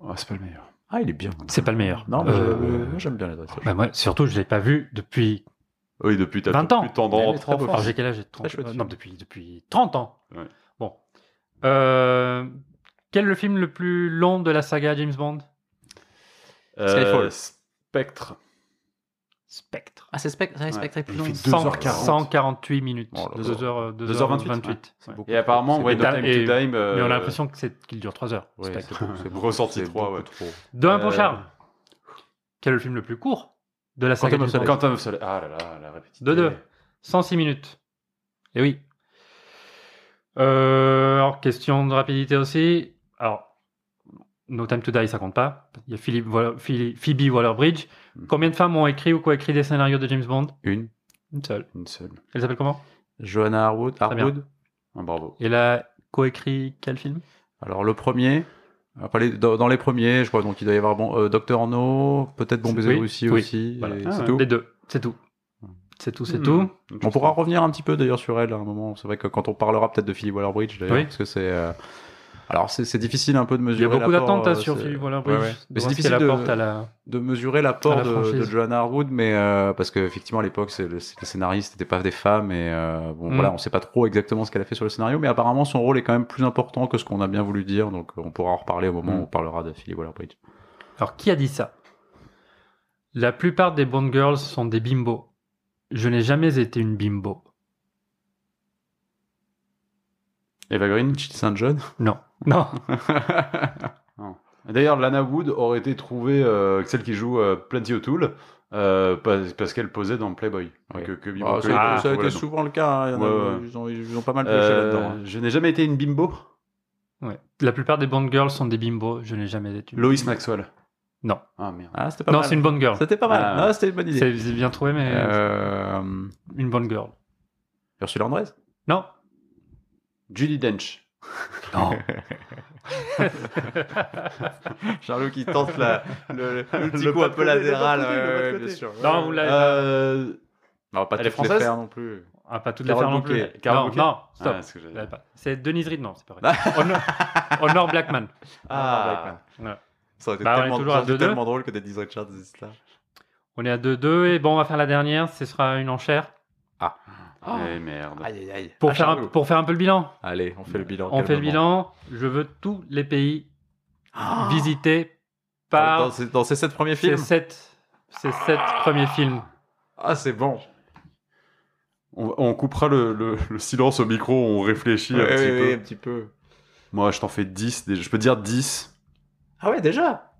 Speaker 2: Oh, c'est pas le meilleur.
Speaker 6: Ah, il est bien.
Speaker 3: C'est pas le meilleur.
Speaker 6: Non, mais
Speaker 3: Euh,
Speaker 6: je- moi, j'aime bien les Aristochats.
Speaker 3: bah, moi, surtout, je l'ai pas vu depuis
Speaker 2: Oui, depuis ta
Speaker 3: 20 ans.
Speaker 2: plus tendre
Speaker 6: Il est
Speaker 2: entre
Speaker 6: très beau.
Speaker 2: enfants.
Speaker 3: Alors j'ai quel âge J'ai 30
Speaker 6: chouette
Speaker 3: euh,
Speaker 6: film.
Speaker 3: Non, depuis, depuis 30 ans.
Speaker 2: Ouais.
Speaker 3: Bon. Euh, quel est le film le plus long de la saga James Bond
Speaker 2: Euh,
Speaker 6: Skyfall.
Speaker 2: Spectre.
Speaker 3: Spectre.
Speaker 6: Ah, c'est Spectre. c'est Spectre est plus
Speaker 2: Il
Speaker 6: long.
Speaker 2: fait
Speaker 3: 2h40.
Speaker 2: 2h40.
Speaker 3: 148 minutes. euh,
Speaker 6: Oh là là.
Speaker 3: 2h28.
Speaker 2: 2h28,
Speaker 6: C'est beaucoup.
Speaker 2: Et apparemment,
Speaker 6: C'est
Speaker 2: ouais,
Speaker 6: beaucoup.
Speaker 2: No
Speaker 3: Time
Speaker 2: Time
Speaker 3: et-
Speaker 2: to Time. euh,
Speaker 3: Mais on a l'impression que c'est- qu'il dure 3 heures.
Speaker 6: Ouais,
Speaker 3: Spectre.
Speaker 6: c'est beaucoup, c'est beaucoup,
Speaker 2: Ressenti
Speaker 6: c'est
Speaker 2: trois,
Speaker 6: beaucoup
Speaker 2: ouais.
Speaker 6: trop.
Speaker 3: De 1
Speaker 2: Euh,
Speaker 3: pour Charles. Quel est le film le plus court de la saga
Speaker 6: Quantum of
Speaker 3: James Bond
Speaker 2: Quantum of Solace. Ah là là, la répétition.
Speaker 3: De deux. 106 minutes. Et oui. Euh, alors, question de rapidité aussi. Alors, No Time to Die, ça compte pas. Il y a Philippe Waller- Phil- Phoebe Waller-Bridge.
Speaker 2: Mm.
Speaker 3: Combien de femmes ont écrit ou co-écrit des scénarios de James Bond
Speaker 6: Une.
Speaker 3: Une seule.
Speaker 2: Une seule.
Speaker 3: Elle s'appelle comment
Speaker 6: Johanna Harwood.
Speaker 3: bien.
Speaker 6: Harwood.
Speaker 2: Ah, bravo.
Speaker 3: Et elle a co-écrit quel film
Speaker 6: Alors, le premier. Après, les- dans, dans les premiers, je crois donc il doit y avoir bon, euh, Docteur No, peut-être Bon Baiser
Speaker 3: Oui,
Speaker 6: Russie
Speaker 3: oui.
Speaker 6: aussi.
Speaker 3: Voilà.
Speaker 6: et
Speaker 2: Ah,
Speaker 6: c'est
Speaker 2: ouais.
Speaker 6: tout.
Speaker 3: Les deux, c'est tout. C'est tout, c'est
Speaker 2: Hmm.
Speaker 3: tout.
Speaker 6: On pourra revenir un petit peu d'ailleurs sur elle à un moment. C'est vrai que quand on parlera peut-être de Philip Waller-Bridge, d'ailleurs,
Speaker 3: Oui.
Speaker 6: parce que c'est. euh, Alors c'est c'est difficile un peu de
Speaker 3: Il y
Speaker 6: mesurer.
Speaker 3: a beaucoup
Speaker 6: l'apport,
Speaker 3: d'attentes
Speaker 6: euh,
Speaker 3: hein, sur
Speaker 6: c'est-
Speaker 3: Philip Waller-Bridge.
Speaker 6: Ouais, ouais.
Speaker 3: de
Speaker 6: Mais c'est
Speaker 3: voir ce
Speaker 6: difficile
Speaker 3: qu'elle
Speaker 6: de,
Speaker 3: apporte à la...
Speaker 6: de mesurer
Speaker 3: à
Speaker 6: l'apport
Speaker 3: la
Speaker 6: de,
Speaker 3: franchise.
Speaker 6: de Joanna Hardwood, mais euh, parce que effectivement à l'époque c'est le- c'est- les scénaristes n'étaient pas des femmes et euh, bon
Speaker 3: Mm.
Speaker 6: voilà on sait pas trop exactement ce qu'elle a fait sur le scénario, mais apparemment son rôle est quand même plus important que ce qu'on a bien voulu dire, donc euh, on pourra en reparler au moment
Speaker 2: Mm.
Speaker 6: où on parlera de Philip Waller-Bridge.
Speaker 3: Alors, qui a dit ça La plupart des Bond Girls sont des bimbos. Je n'ai jamais été une bimbo.
Speaker 6: Eva Green, Chill St. John.
Speaker 3: Non. Non.
Speaker 2: (laughs) D'ailleurs, Lana Wood aurait été trouvée euh, celle qui joue euh, Plenty O'Toole euh, parce, parce qu'elle posait dans Playboy. euh,
Speaker 6: Oui.
Speaker 2: Que, que
Speaker 6: Bah,
Speaker 2: que-
Speaker 6: ça, a
Speaker 3: Ah,
Speaker 6: été- ça a été
Speaker 2: voilà, donc.
Speaker 6: souvent le cas. hein, il y en a-
Speaker 2: Ouais, ouais.
Speaker 6: Ils, ont, ils ont pas mal pêché
Speaker 2: Euh,
Speaker 6: là-dedans. hein.
Speaker 2: je n'ai jamais été une bimbo.
Speaker 3: Ouais. La plupart des Bond Girls sont des bimbos. Je n'ai jamais été une.
Speaker 2: Lois Maxwell.
Speaker 3: Non.
Speaker 2: Ah merde.
Speaker 6: Ah, c'était pas
Speaker 3: Non,
Speaker 6: mal.
Speaker 3: c'est une Bond Girl.
Speaker 6: C'était pas mal.
Speaker 2: Ah.
Speaker 6: Ah, c'était une bonne (laughs) idée.
Speaker 3: C'est c'est bien trouvé, mais
Speaker 6: Euh,
Speaker 3: une Bond Girl.
Speaker 6: Ursula Andress
Speaker 3: Non.
Speaker 2: Judy Dench.
Speaker 6: Charlot qui tente la, (laughs) le, petit
Speaker 2: Le
Speaker 6: coup
Speaker 2: pas
Speaker 6: un
Speaker 2: de
Speaker 6: peu
Speaker 2: côté, le
Speaker 6: latéral.
Speaker 2: pas de côté, le pas de
Speaker 6: ouais, ouais,
Speaker 2: côté.
Speaker 6: bien sûr.
Speaker 3: Non, vous l'avez.
Speaker 2: Euh,
Speaker 6: Non, pas
Speaker 2: Elle
Speaker 6: toutes
Speaker 2: est française
Speaker 6: les frères non plus.
Speaker 3: Ah, pas toutes
Speaker 6: Carole
Speaker 3: les faire non plus.
Speaker 6: Bouquet.
Speaker 2: Carole
Speaker 3: non,
Speaker 2: Bouquet.
Speaker 3: non, stop.
Speaker 2: ah, c'est ce que j'allais
Speaker 3: Vous
Speaker 2: dire.
Speaker 3: l'avez pas. C'est Denise Reed, non, c'est pas vrai. Honor, Honor Blackman.
Speaker 6: Ah,
Speaker 3: Voilà.
Speaker 6: ça aurait été
Speaker 3: Bah, on est
Speaker 6: tellement,
Speaker 3: toujours
Speaker 6: ça
Speaker 3: à
Speaker 6: aurait été
Speaker 3: 2-2.
Speaker 6: tellement drôle que Denise Richards existe là.
Speaker 3: On est à 2-2 et bon, on va faire la dernière. Ce sera une enchère.
Speaker 2: Eh merde.
Speaker 6: Aïe aïe aïe.
Speaker 3: Pour,
Speaker 6: Ah,
Speaker 3: faire, un,
Speaker 6: Charlot.
Speaker 3: pour faire un peu le bilan,
Speaker 6: Allez, on fait le bilan.
Speaker 3: on fait le
Speaker 6: calmement.
Speaker 3: bilan. Je veux tous les pays
Speaker 6: Ah.
Speaker 3: visités
Speaker 6: Dans,
Speaker 3: par
Speaker 6: ces- dans ces sept premiers
Speaker 3: ces
Speaker 6: films
Speaker 3: sept, ces sept premiers films.
Speaker 6: Ah, c'est bon.
Speaker 2: On, on coupera le, le- le silence au micro, on réfléchit un
Speaker 6: Ouais,
Speaker 2: petit
Speaker 6: ouais,
Speaker 2: peu.
Speaker 6: ouais, un petit peu.
Speaker 2: Moi, je t'en fais 10. des- Je peux dire 10
Speaker 6: Ah ouais, déjà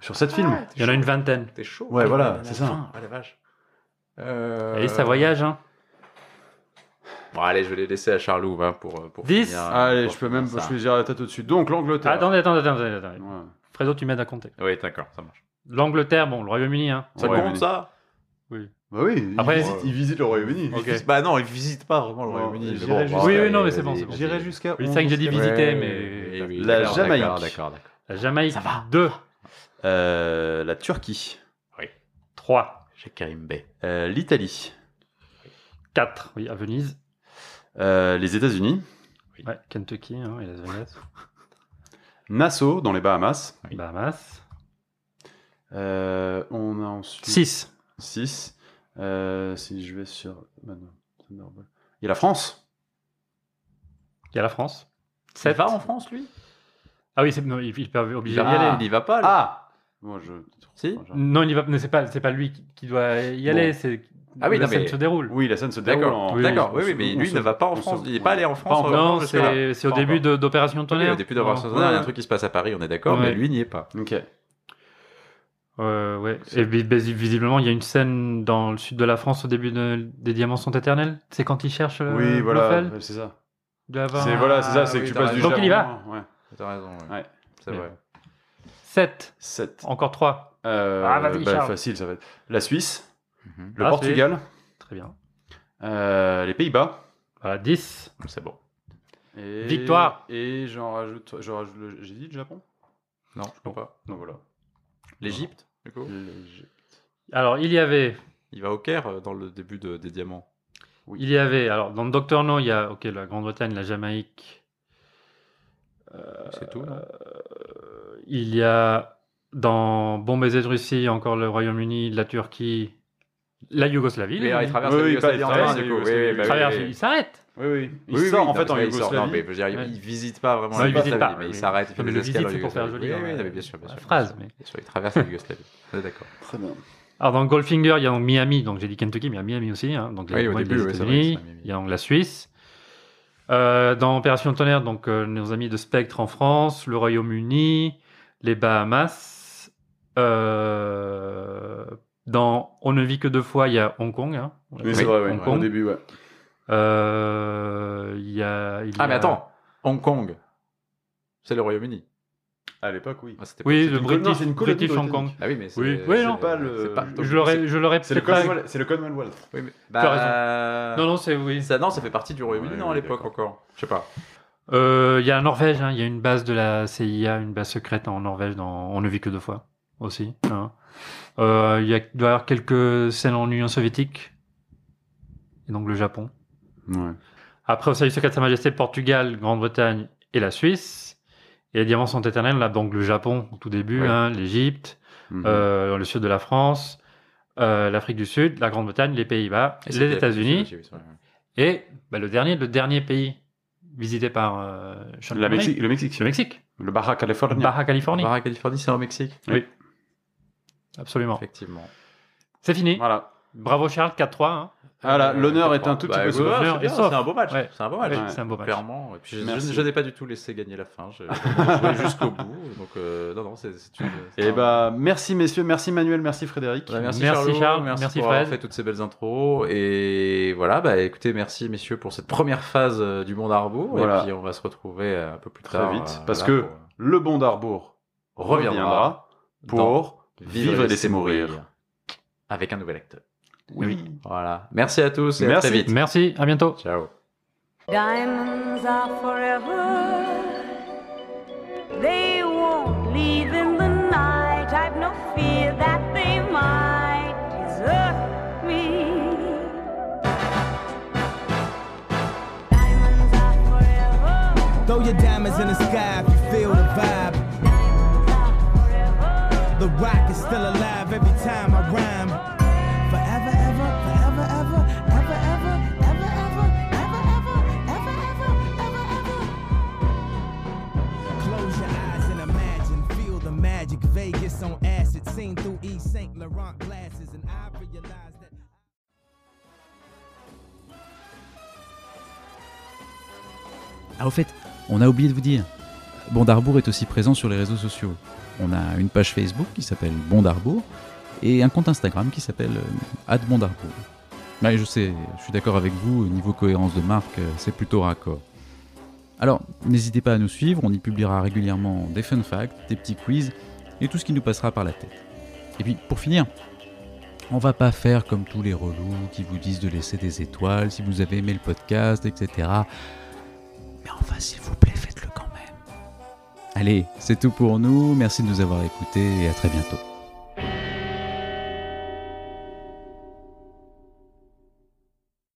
Speaker 2: sur 7 films.
Speaker 6: Ah, t'es
Speaker 3: Il y en a
Speaker 6: chaud.
Speaker 3: une vingtaine.
Speaker 6: T'es chaud.
Speaker 2: Ouais, voilà,
Speaker 6: Ah, la
Speaker 2: c'est ça.
Speaker 6: fin. Ah, la vache. Euh,
Speaker 3: Allez, ça voyage. Hein.
Speaker 6: Bon, allez, je vais les laisser à Charlot hein, pour, pour
Speaker 3: Dix.
Speaker 6: finir,
Speaker 2: Allez,
Speaker 6: pour
Speaker 2: je peux
Speaker 6: finir
Speaker 2: même
Speaker 6: ça.
Speaker 2: choisir la tête au-dessus. Donc, l'Angleterre.
Speaker 3: Attendez, attendez, attendez, attendez.
Speaker 2: Ouais.
Speaker 3: Fredo, tu m'aides à compter.
Speaker 6: Oui, d'accord, ça marche.
Speaker 3: L'Angleterre, bon, le Royaume-Uni. Hein.
Speaker 6: Ça
Speaker 2: Ouais,
Speaker 6: compte,
Speaker 2: mais-
Speaker 6: ça
Speaker 2: Bah oui,
Speaker 3: Après-
Speaker 2: il, visite, il visite le Royaume-Uni.
Speaker 3: Ok.
Speaker 6: Ils- Bah non, ils visitent pas vraiment le
Speaker 2: Ouais,
Speaker 6: Royaume-Uni.
Speaker 2: j'irai
Speaker 6: mais bon,
Speaker 2: jusqu'à-
Speaker 6: bah,
Speaker 3: Oui, oui,
Speaker 6: allez,
Speaker 3: non, mais
Speaker 6: allez,
Speaker 3: c'est bon,
Speaker 6: allez,
Speaker 3: c'est bon.
Speaker 6: j'irai jusqu'à-
Speaker 2: jusqu'à.
Speaker 3: Oui, c'est vrai que j'ai dit
Speaker 6: Ouais,
Speaker 3: visiter,
Speaker 6: ouais,
Speaker 3: mais-
Speaker 6: ouais, ouais,
Speaker 2: La
Speaker 6: d'accord,
Speaker 2: Jamaïque.
Speaker 6: D'accord, d'accord, d'accord.
Speaker 3: La Jamaïque,
Speaker 6: Ça va.
Speaker 3: 2,
Speaker 2: Euh, la Turquie,
Speaker 3: 3,
Speaker 6: J'ai Karim Bey.
Speaker 2: Euh, l'Italie,
Speaker 3: 4, oui, à Venise.
Speaker 2: Euh, les États-Unis,
Speaker 3: Ouais, Kentucky hein, et Las Vegas.
Speaker 2: Nassau dans les Bahamas.
Speaker 6: Oui.
Speaker 3: Bahamas.
Speaker 2: Euh, on a ensuite
Speaker 3: 6.
Speaker 2: 6. si je vais sur. bah non, Thunderbolt. Il y a la France.
Speaker 3: Il y a la France.
Speaker 6: Ça
Speaker 3: 7.
Speaker 6: va en France, lui
Speaker 3: Ah oui, c'est- non, il, il peut obligé
Speaker 6: va
Speaker 3: d'y aller.
Speaker 6: Il y va pas, lui.
Speaker 2: Ah Moi je.
Speaker 6: Si.
Speaker 3: Non, il y va. mais C'est pas, c'est pas lui qui- qui doit y aller. C'est
Speaker 6: Ah oui,
Speaker 3: la
Speaker 6: non,
Speaker 3: scène
Speaker 6: mais-
Speaker 3: se déroule.
Speaker 2: Oui, la scène se déroule.
Speaker 6: D'accord,
Speaker 2: en-
Speaker 3: Oui,
Speaker 6: d'accord.
Speaker 2: on
Speaker 6: Oui,
Speaker 2: se-
Speaker 6: oui, mais
Speaker 2: on
Speaker 6: lui
Speaker 2: se-
Speaker 6: ne va pas en
Speaker 2: on se-
Speaker 6: France. Il n'est pas allé en France.
Speaker 2: encore.
Speaker 6: euh,
Speaker 3: non,
Speaker 6: jusque-là.
Speaker 3: c'est c'est au
Speaker 6: Pas
Speaker 3: début
Speaker 6: encore.
Speaker 3: de- d'Opération
Speaker 6: Oui,
Speaker 3: Tonnerre.
Speaker 6: Au début d'avoir
Speaker 3: Ouais.
Speaker 6: Il y a un truc qui se passe à Paris, on est d'accord, mais
Speaker 3: Ouais.
Speaker 6: lui n'y est pas.
Speaker 2: Ok.
Speaker 3: Ouais, ouais. Et puis, basi- visiblement, il y a une scène dans le sud de la France au début de- des Diamants sont éternels. C'est quand il cherche euh,
Speaker 2: oui, voilà,
Speaker 3: Blofeld
Speaker 2: ouais, c'est ça.
Speaker 3: Il doit avoir
Speaker 2: C'est voilà, c'est ça, c'est
Speaker 6: oui,
Speaker 2: que tu
Speaker 6: t'as
Speaker 2: passes du
Speaker 6: raison.
Speaker 3: Donc il y va.
Speaker 2: Japon, ouais.
Speaker 6: T'as raison. ouais.
Speaker 2: Ouais.
Speaker 6: C'est
Speaker 3: Mais-
Speaker 6: vrai.
Speaker 3: 7.
Speaker 2: 7.
Speaker 3: Encore 3. Ah, vas-y, Charles.
Speaker 2: Euh, bah, facile, ça va être. La Suisse,
Speaker 6: Mhm.
Speaker 2: le
Speaker 3: Ah,
Speaker 2: Portugal,
Speaker 3: Très bien.
Speaker 2: euh, les Pays-Bas.
Speaker 3: Voilà, 10.
Speaker 6: C'est bon.
Speaker 2: Et-
Speaker 3: Victoire.
Speaker 2: Et j'en rajoute. j'en rajoute le- J'ai dit le Japon
Speaker 6: Non, je comprends pas.
Speaker 2: Donc voilà.
Speaker 6: L'Égypte, du coup
Speaker 3: Alors, il y avait.
Speaker 6: Il va au Caire euh, dans le début de- des diamants.
Speaker 3: Il y avait. Alors, dans le Docteur No, il y a ok, la Grande-Bretagne, la Jamaïque. Euh,
Speaker 6: C'est tout, non
Speaker 3: euh, Il y a dans Bon baiser de Russie, encore le Royaume-Uni, la Turquie, la Yougoslavie.
Speaker 6: Oui,
Speaker 3: la
Speaker 6: il traverse
Speaker 2: Oui,
Speaker 6: la
Speaker 2: oui,
Speaker 6: Yougoslavie
Speaker 2: il
Speaker 6: en
Speaker 2: traverse
Speaker 6: train,
Speaker 2: la
Speaker 6: du coup. Oui,
Speaker 2: Yougoslavie.
Speaker 6: oui, bah
Speaker 3: Il
Speaker 6: oui,
Speaker 3: traverse-
Speaker 6: oui.
Speaker 3: il s'arrête.
Speaker 2: Oui, oui. Il
Speaker 6: Oui, oui,
Speaker 2: sort
Speaker 6: non,
Speaker 2: en fait en
Speaker 6: mais il sort.
Speaker 2: Yougoslavie.
Speaker 6: Non, mais je veux dire,
Speaker 3: Ouais.
Speaker 6: il visite pas vraiment
Speaker 3: Non,
Speaker 6: la
Speaker 3: il visite
Speaker 6: Yougoslavie,
Speaker 3: pas,
Speaker 6: mais
Speaker 3: oui.
Speaker 6: il s'arrête. Il fait
Speaker 3: Non, mais
Speaker 6: des
Speaker 3: le
Speaker 6: escales en
Speaker 3: visite, c'est pour faire
Speaker 6: Yougoslavie.
Speaker 3: joli,
Speaker 6: Oui,
Speaker 3: hein,
Speaker 6: oui,
Speaker 3: ouais.
Speaker 6: non, mais bien sûr, bien
Speaker 3: La
Speaker 6: sûr.
Speaker 3: phrase, mais-
Speaker 6: Bien sûr, il traverse la Yougoslavie. On est d'accord.
Speaker 2: Très bien.
Speaker 3: Alors dans Goldfinger, il y a donc Miami, donc j'ai dit Kentucky, mais il y a Miami aussi, hein, donc
Speaker 6: Oui,
Speaker 3: les,
Speaker 6: au
Speaker 3: ouais,
Speaker 6: début,
Speaker 3: les
Speaker 6: ouais, c'est vrai,
Speaker 3: États-Unis,
Speaker 6: c'est Miami.
Speaker 3: il y a donc la Suisse. Euh, dans Opération Tonnerre, donc euh, nos amis de Spectre en France, le Royaume-Uni, les Bahamas. Euh, dans On ne vit que deux fois, il y a Hong Kong. hein.
Speaker 2: Oui, c'est vrai, ouais.
Speaker 3: Hong
Speaker 2: Au
Speaker 3: Kong.
Speaker 2: début, ouais.
Speaker 3: Euh, il y a, il y
Speaker 6: Ah, mais
Speaker 3: a-
Speaker 6: attends, Hong Kong, c'est le Royaume-Uni.
Speaker 2: À l'époque, oui.
Speaker 6: Ah, c'était pas-
Speaker 3: Oui,
Speaker 6: c'était
Speaker 3: le
Speaker 6: une
Speaker 2: Brit-
Speaker 6: colonie.
Speaker 3: British,
Speaker 2: c'est une colonie
Speaker 3: British Hong Kong.
Speaker 2: britannique.
Speaker 6: Ah oui, mais c'est.
Speaker 3: Oui,
Speaker 6: c'est-
Speaker 3: oui, non.
Speaker 6: c'est
Speaker 2: Pas le-
Speaker 6: c'est pas-
Speaker 2: Je
Speaker 3: Je l'aurais, je l'aurais
Speaker 2: C'est le
Speaker 3: peut-être pas-
Speaker 2: Commonwealth. C'est le Commonwealth.
Speaker 6: Oui, mais-
Speaker 3: as
Speaker 6: Bah.
Speaker 3: Non, non, c'est oui.
Speaker 6: Ça, non, ça fait partie du Royaume-Uni,
Speaker 2: Ouais,
Speaker 6: non, à
Speaker 2: oui,
Speaker 6: l'époque encore. Je sais pas.
Speaker 3: Euh, Il y a la Norvège, hein. il y a une base de la CIA, une base secrète en Norvège, dans... on ne vit que deux fois aussi. hein. Euh, Il y a, doit y avoir quelques scènes en Union soviétique, et donc le Japon.
Speaker 2: Ouais.
Speaker 3: Après, au service secret de Sa Majesté, le Portugal, Grande-Bretagne et la Suisse. Et les diamants sont éternels, là, donc le Japon au tout début,
Speaker 6: Ouais.
Speaker 3: hein, l'Égypte,
Speaker 2: Mhm.
Speaker 3: euh, le sud de la France, euh, l'Afrique du Sud, la Grande-Bretagne, les Pays-Bas,
Speaker 6: Et
Speaker 3: les
Speaker 6: c'était-
Speaker 3: États-Unis et bah, le dernier, le dernier pays visité par euh, Sean
Speaker 2: La
Speaker 3: Connery,
Speaker 2: Mexi- le Mexique.
Speaker 3: le Mexique,
Speaker 2: Le Baja California.
Speaker 3: Baja Californie,
Speaker 6: Barra Californie, c'est au Mexique.
Speaker 3: absolument.
Speaker 6: Effectivement.
Speaker 3: C'est fini.
Speaker 2: Bah, Voilà.
Speaker 3: Bravo Charles, 4-3. hein.
Speaker 2: Voilà,
Speaker 6: Euh,
Speaker 2: Ah l'honneur est
Speaker 6: d'accord.
Speaker 2: un tout
Speaker 6: Bah,
Speaker 2: petit peu
Speaker 6: ouais,
Speaker 2: sauf.
Speaker 3: sauf.
Speaker 6: c'est bien, C'est un beau match.
Speaker 3: Ouais.
Speaker 6: C'est un beau
Speaker 3: Ouais,
Speaker 6: match.
Speaker 3: C'est un beau match.
Speaker 6: Clairement. Et puis, je,
Speaker 2: Merci.
Speaker 6: je- je n'ai pas du tout laissé gagner la fin. J'ai
Speaker 2: (laughs)
Speaker 6: j'ai joué jusqu'au bout. Donc, euh, non, non, c'est c'est une. c'est
Speaker 2: Et
Speaker 6: un-
Speaker 2: bah, merci messieurs, merci Manuel, merci Frédéric.
Speaker 6: Bah, merci,
Speaker 3: Merci
Speaker 6: Charlot,
Speaker 3: Charles,
Speaker 6: merci,
Speaker 3: merci
Speaker 6: pour avoir
Speaker 3: Fred.
Speaker 6: fait toutes ces belles intros. Et voilà, bah écoutez, merci messieurs pour cette première phase euh, du monde à rebours.
Speaker 2: Voilà.
Speaker 6: Et puis on va se retrouver euh, un peu plus
Speaker 2: Très
Speaker 6: tard.
Speaker 2: vite,
Speaker 6: euh,
Speaker 2: parce
Speaker 6: voilà,
Speaker 2: que Le bon d'Arbour
Speaker 6: pour- reviendra
Speaker 2: reviendra pour vivre et laisser mourir.
Speaker 6: avec un nouvel acteur.
Speaker 3: Oui.
Speaker 6: Voilà. Merci à tous et
Speaker 2: Merci.
Speaker 6: à très vite.
Speaker 3: Merci, à bientôt.
Speaker 6: Ciao.
Speaker 5: Diamonds are forever. They won't leave in the night. I've no fear that they might desert me. Diamonds are forever.
Speaker 7: Throw your diamonds in the sky if you feel the vibe.
Speaker 5: Diamonds are forever.
Speaker 7: The rock is still alive every time I rhyme. Forever, ever, forever, ever, ever, ever, ever, ever, ever, ever, ever, ever, ever, ever. Close your eyes and imagine, feel the magic. Vegas on acid, seen through East St. Laurent glasses, and I realize that.
Speaker 1: Ah, au fait, on a oublié de vous dire. Bondarbourg est aussi présent sur les réseaux sociaux. On a une page Facebook qui s'appelle Bondarbourg et un compte Instagram qui s'appelle euh, @bondarbourg. Ouais, je sais, je suis d'accord avec vous, niveau cohérence de marque, euh, c'est plutôt raccord. Alors, n'hésitez pas à nous suivre, on y publiera régulièrement des fun facts, des petits quiz et tout ce qui nous passera par la tête. Et puis, pour finir, on va pas faire comme tous les relous qui vous disent de laisser des étoiles si vous avez aimé le podcast, etc. Mais enfin, s'il vous plaît, faites-le quand même. Allez, c'est tout pour nous. Merci de nous avoir écoutés et à très bientôt.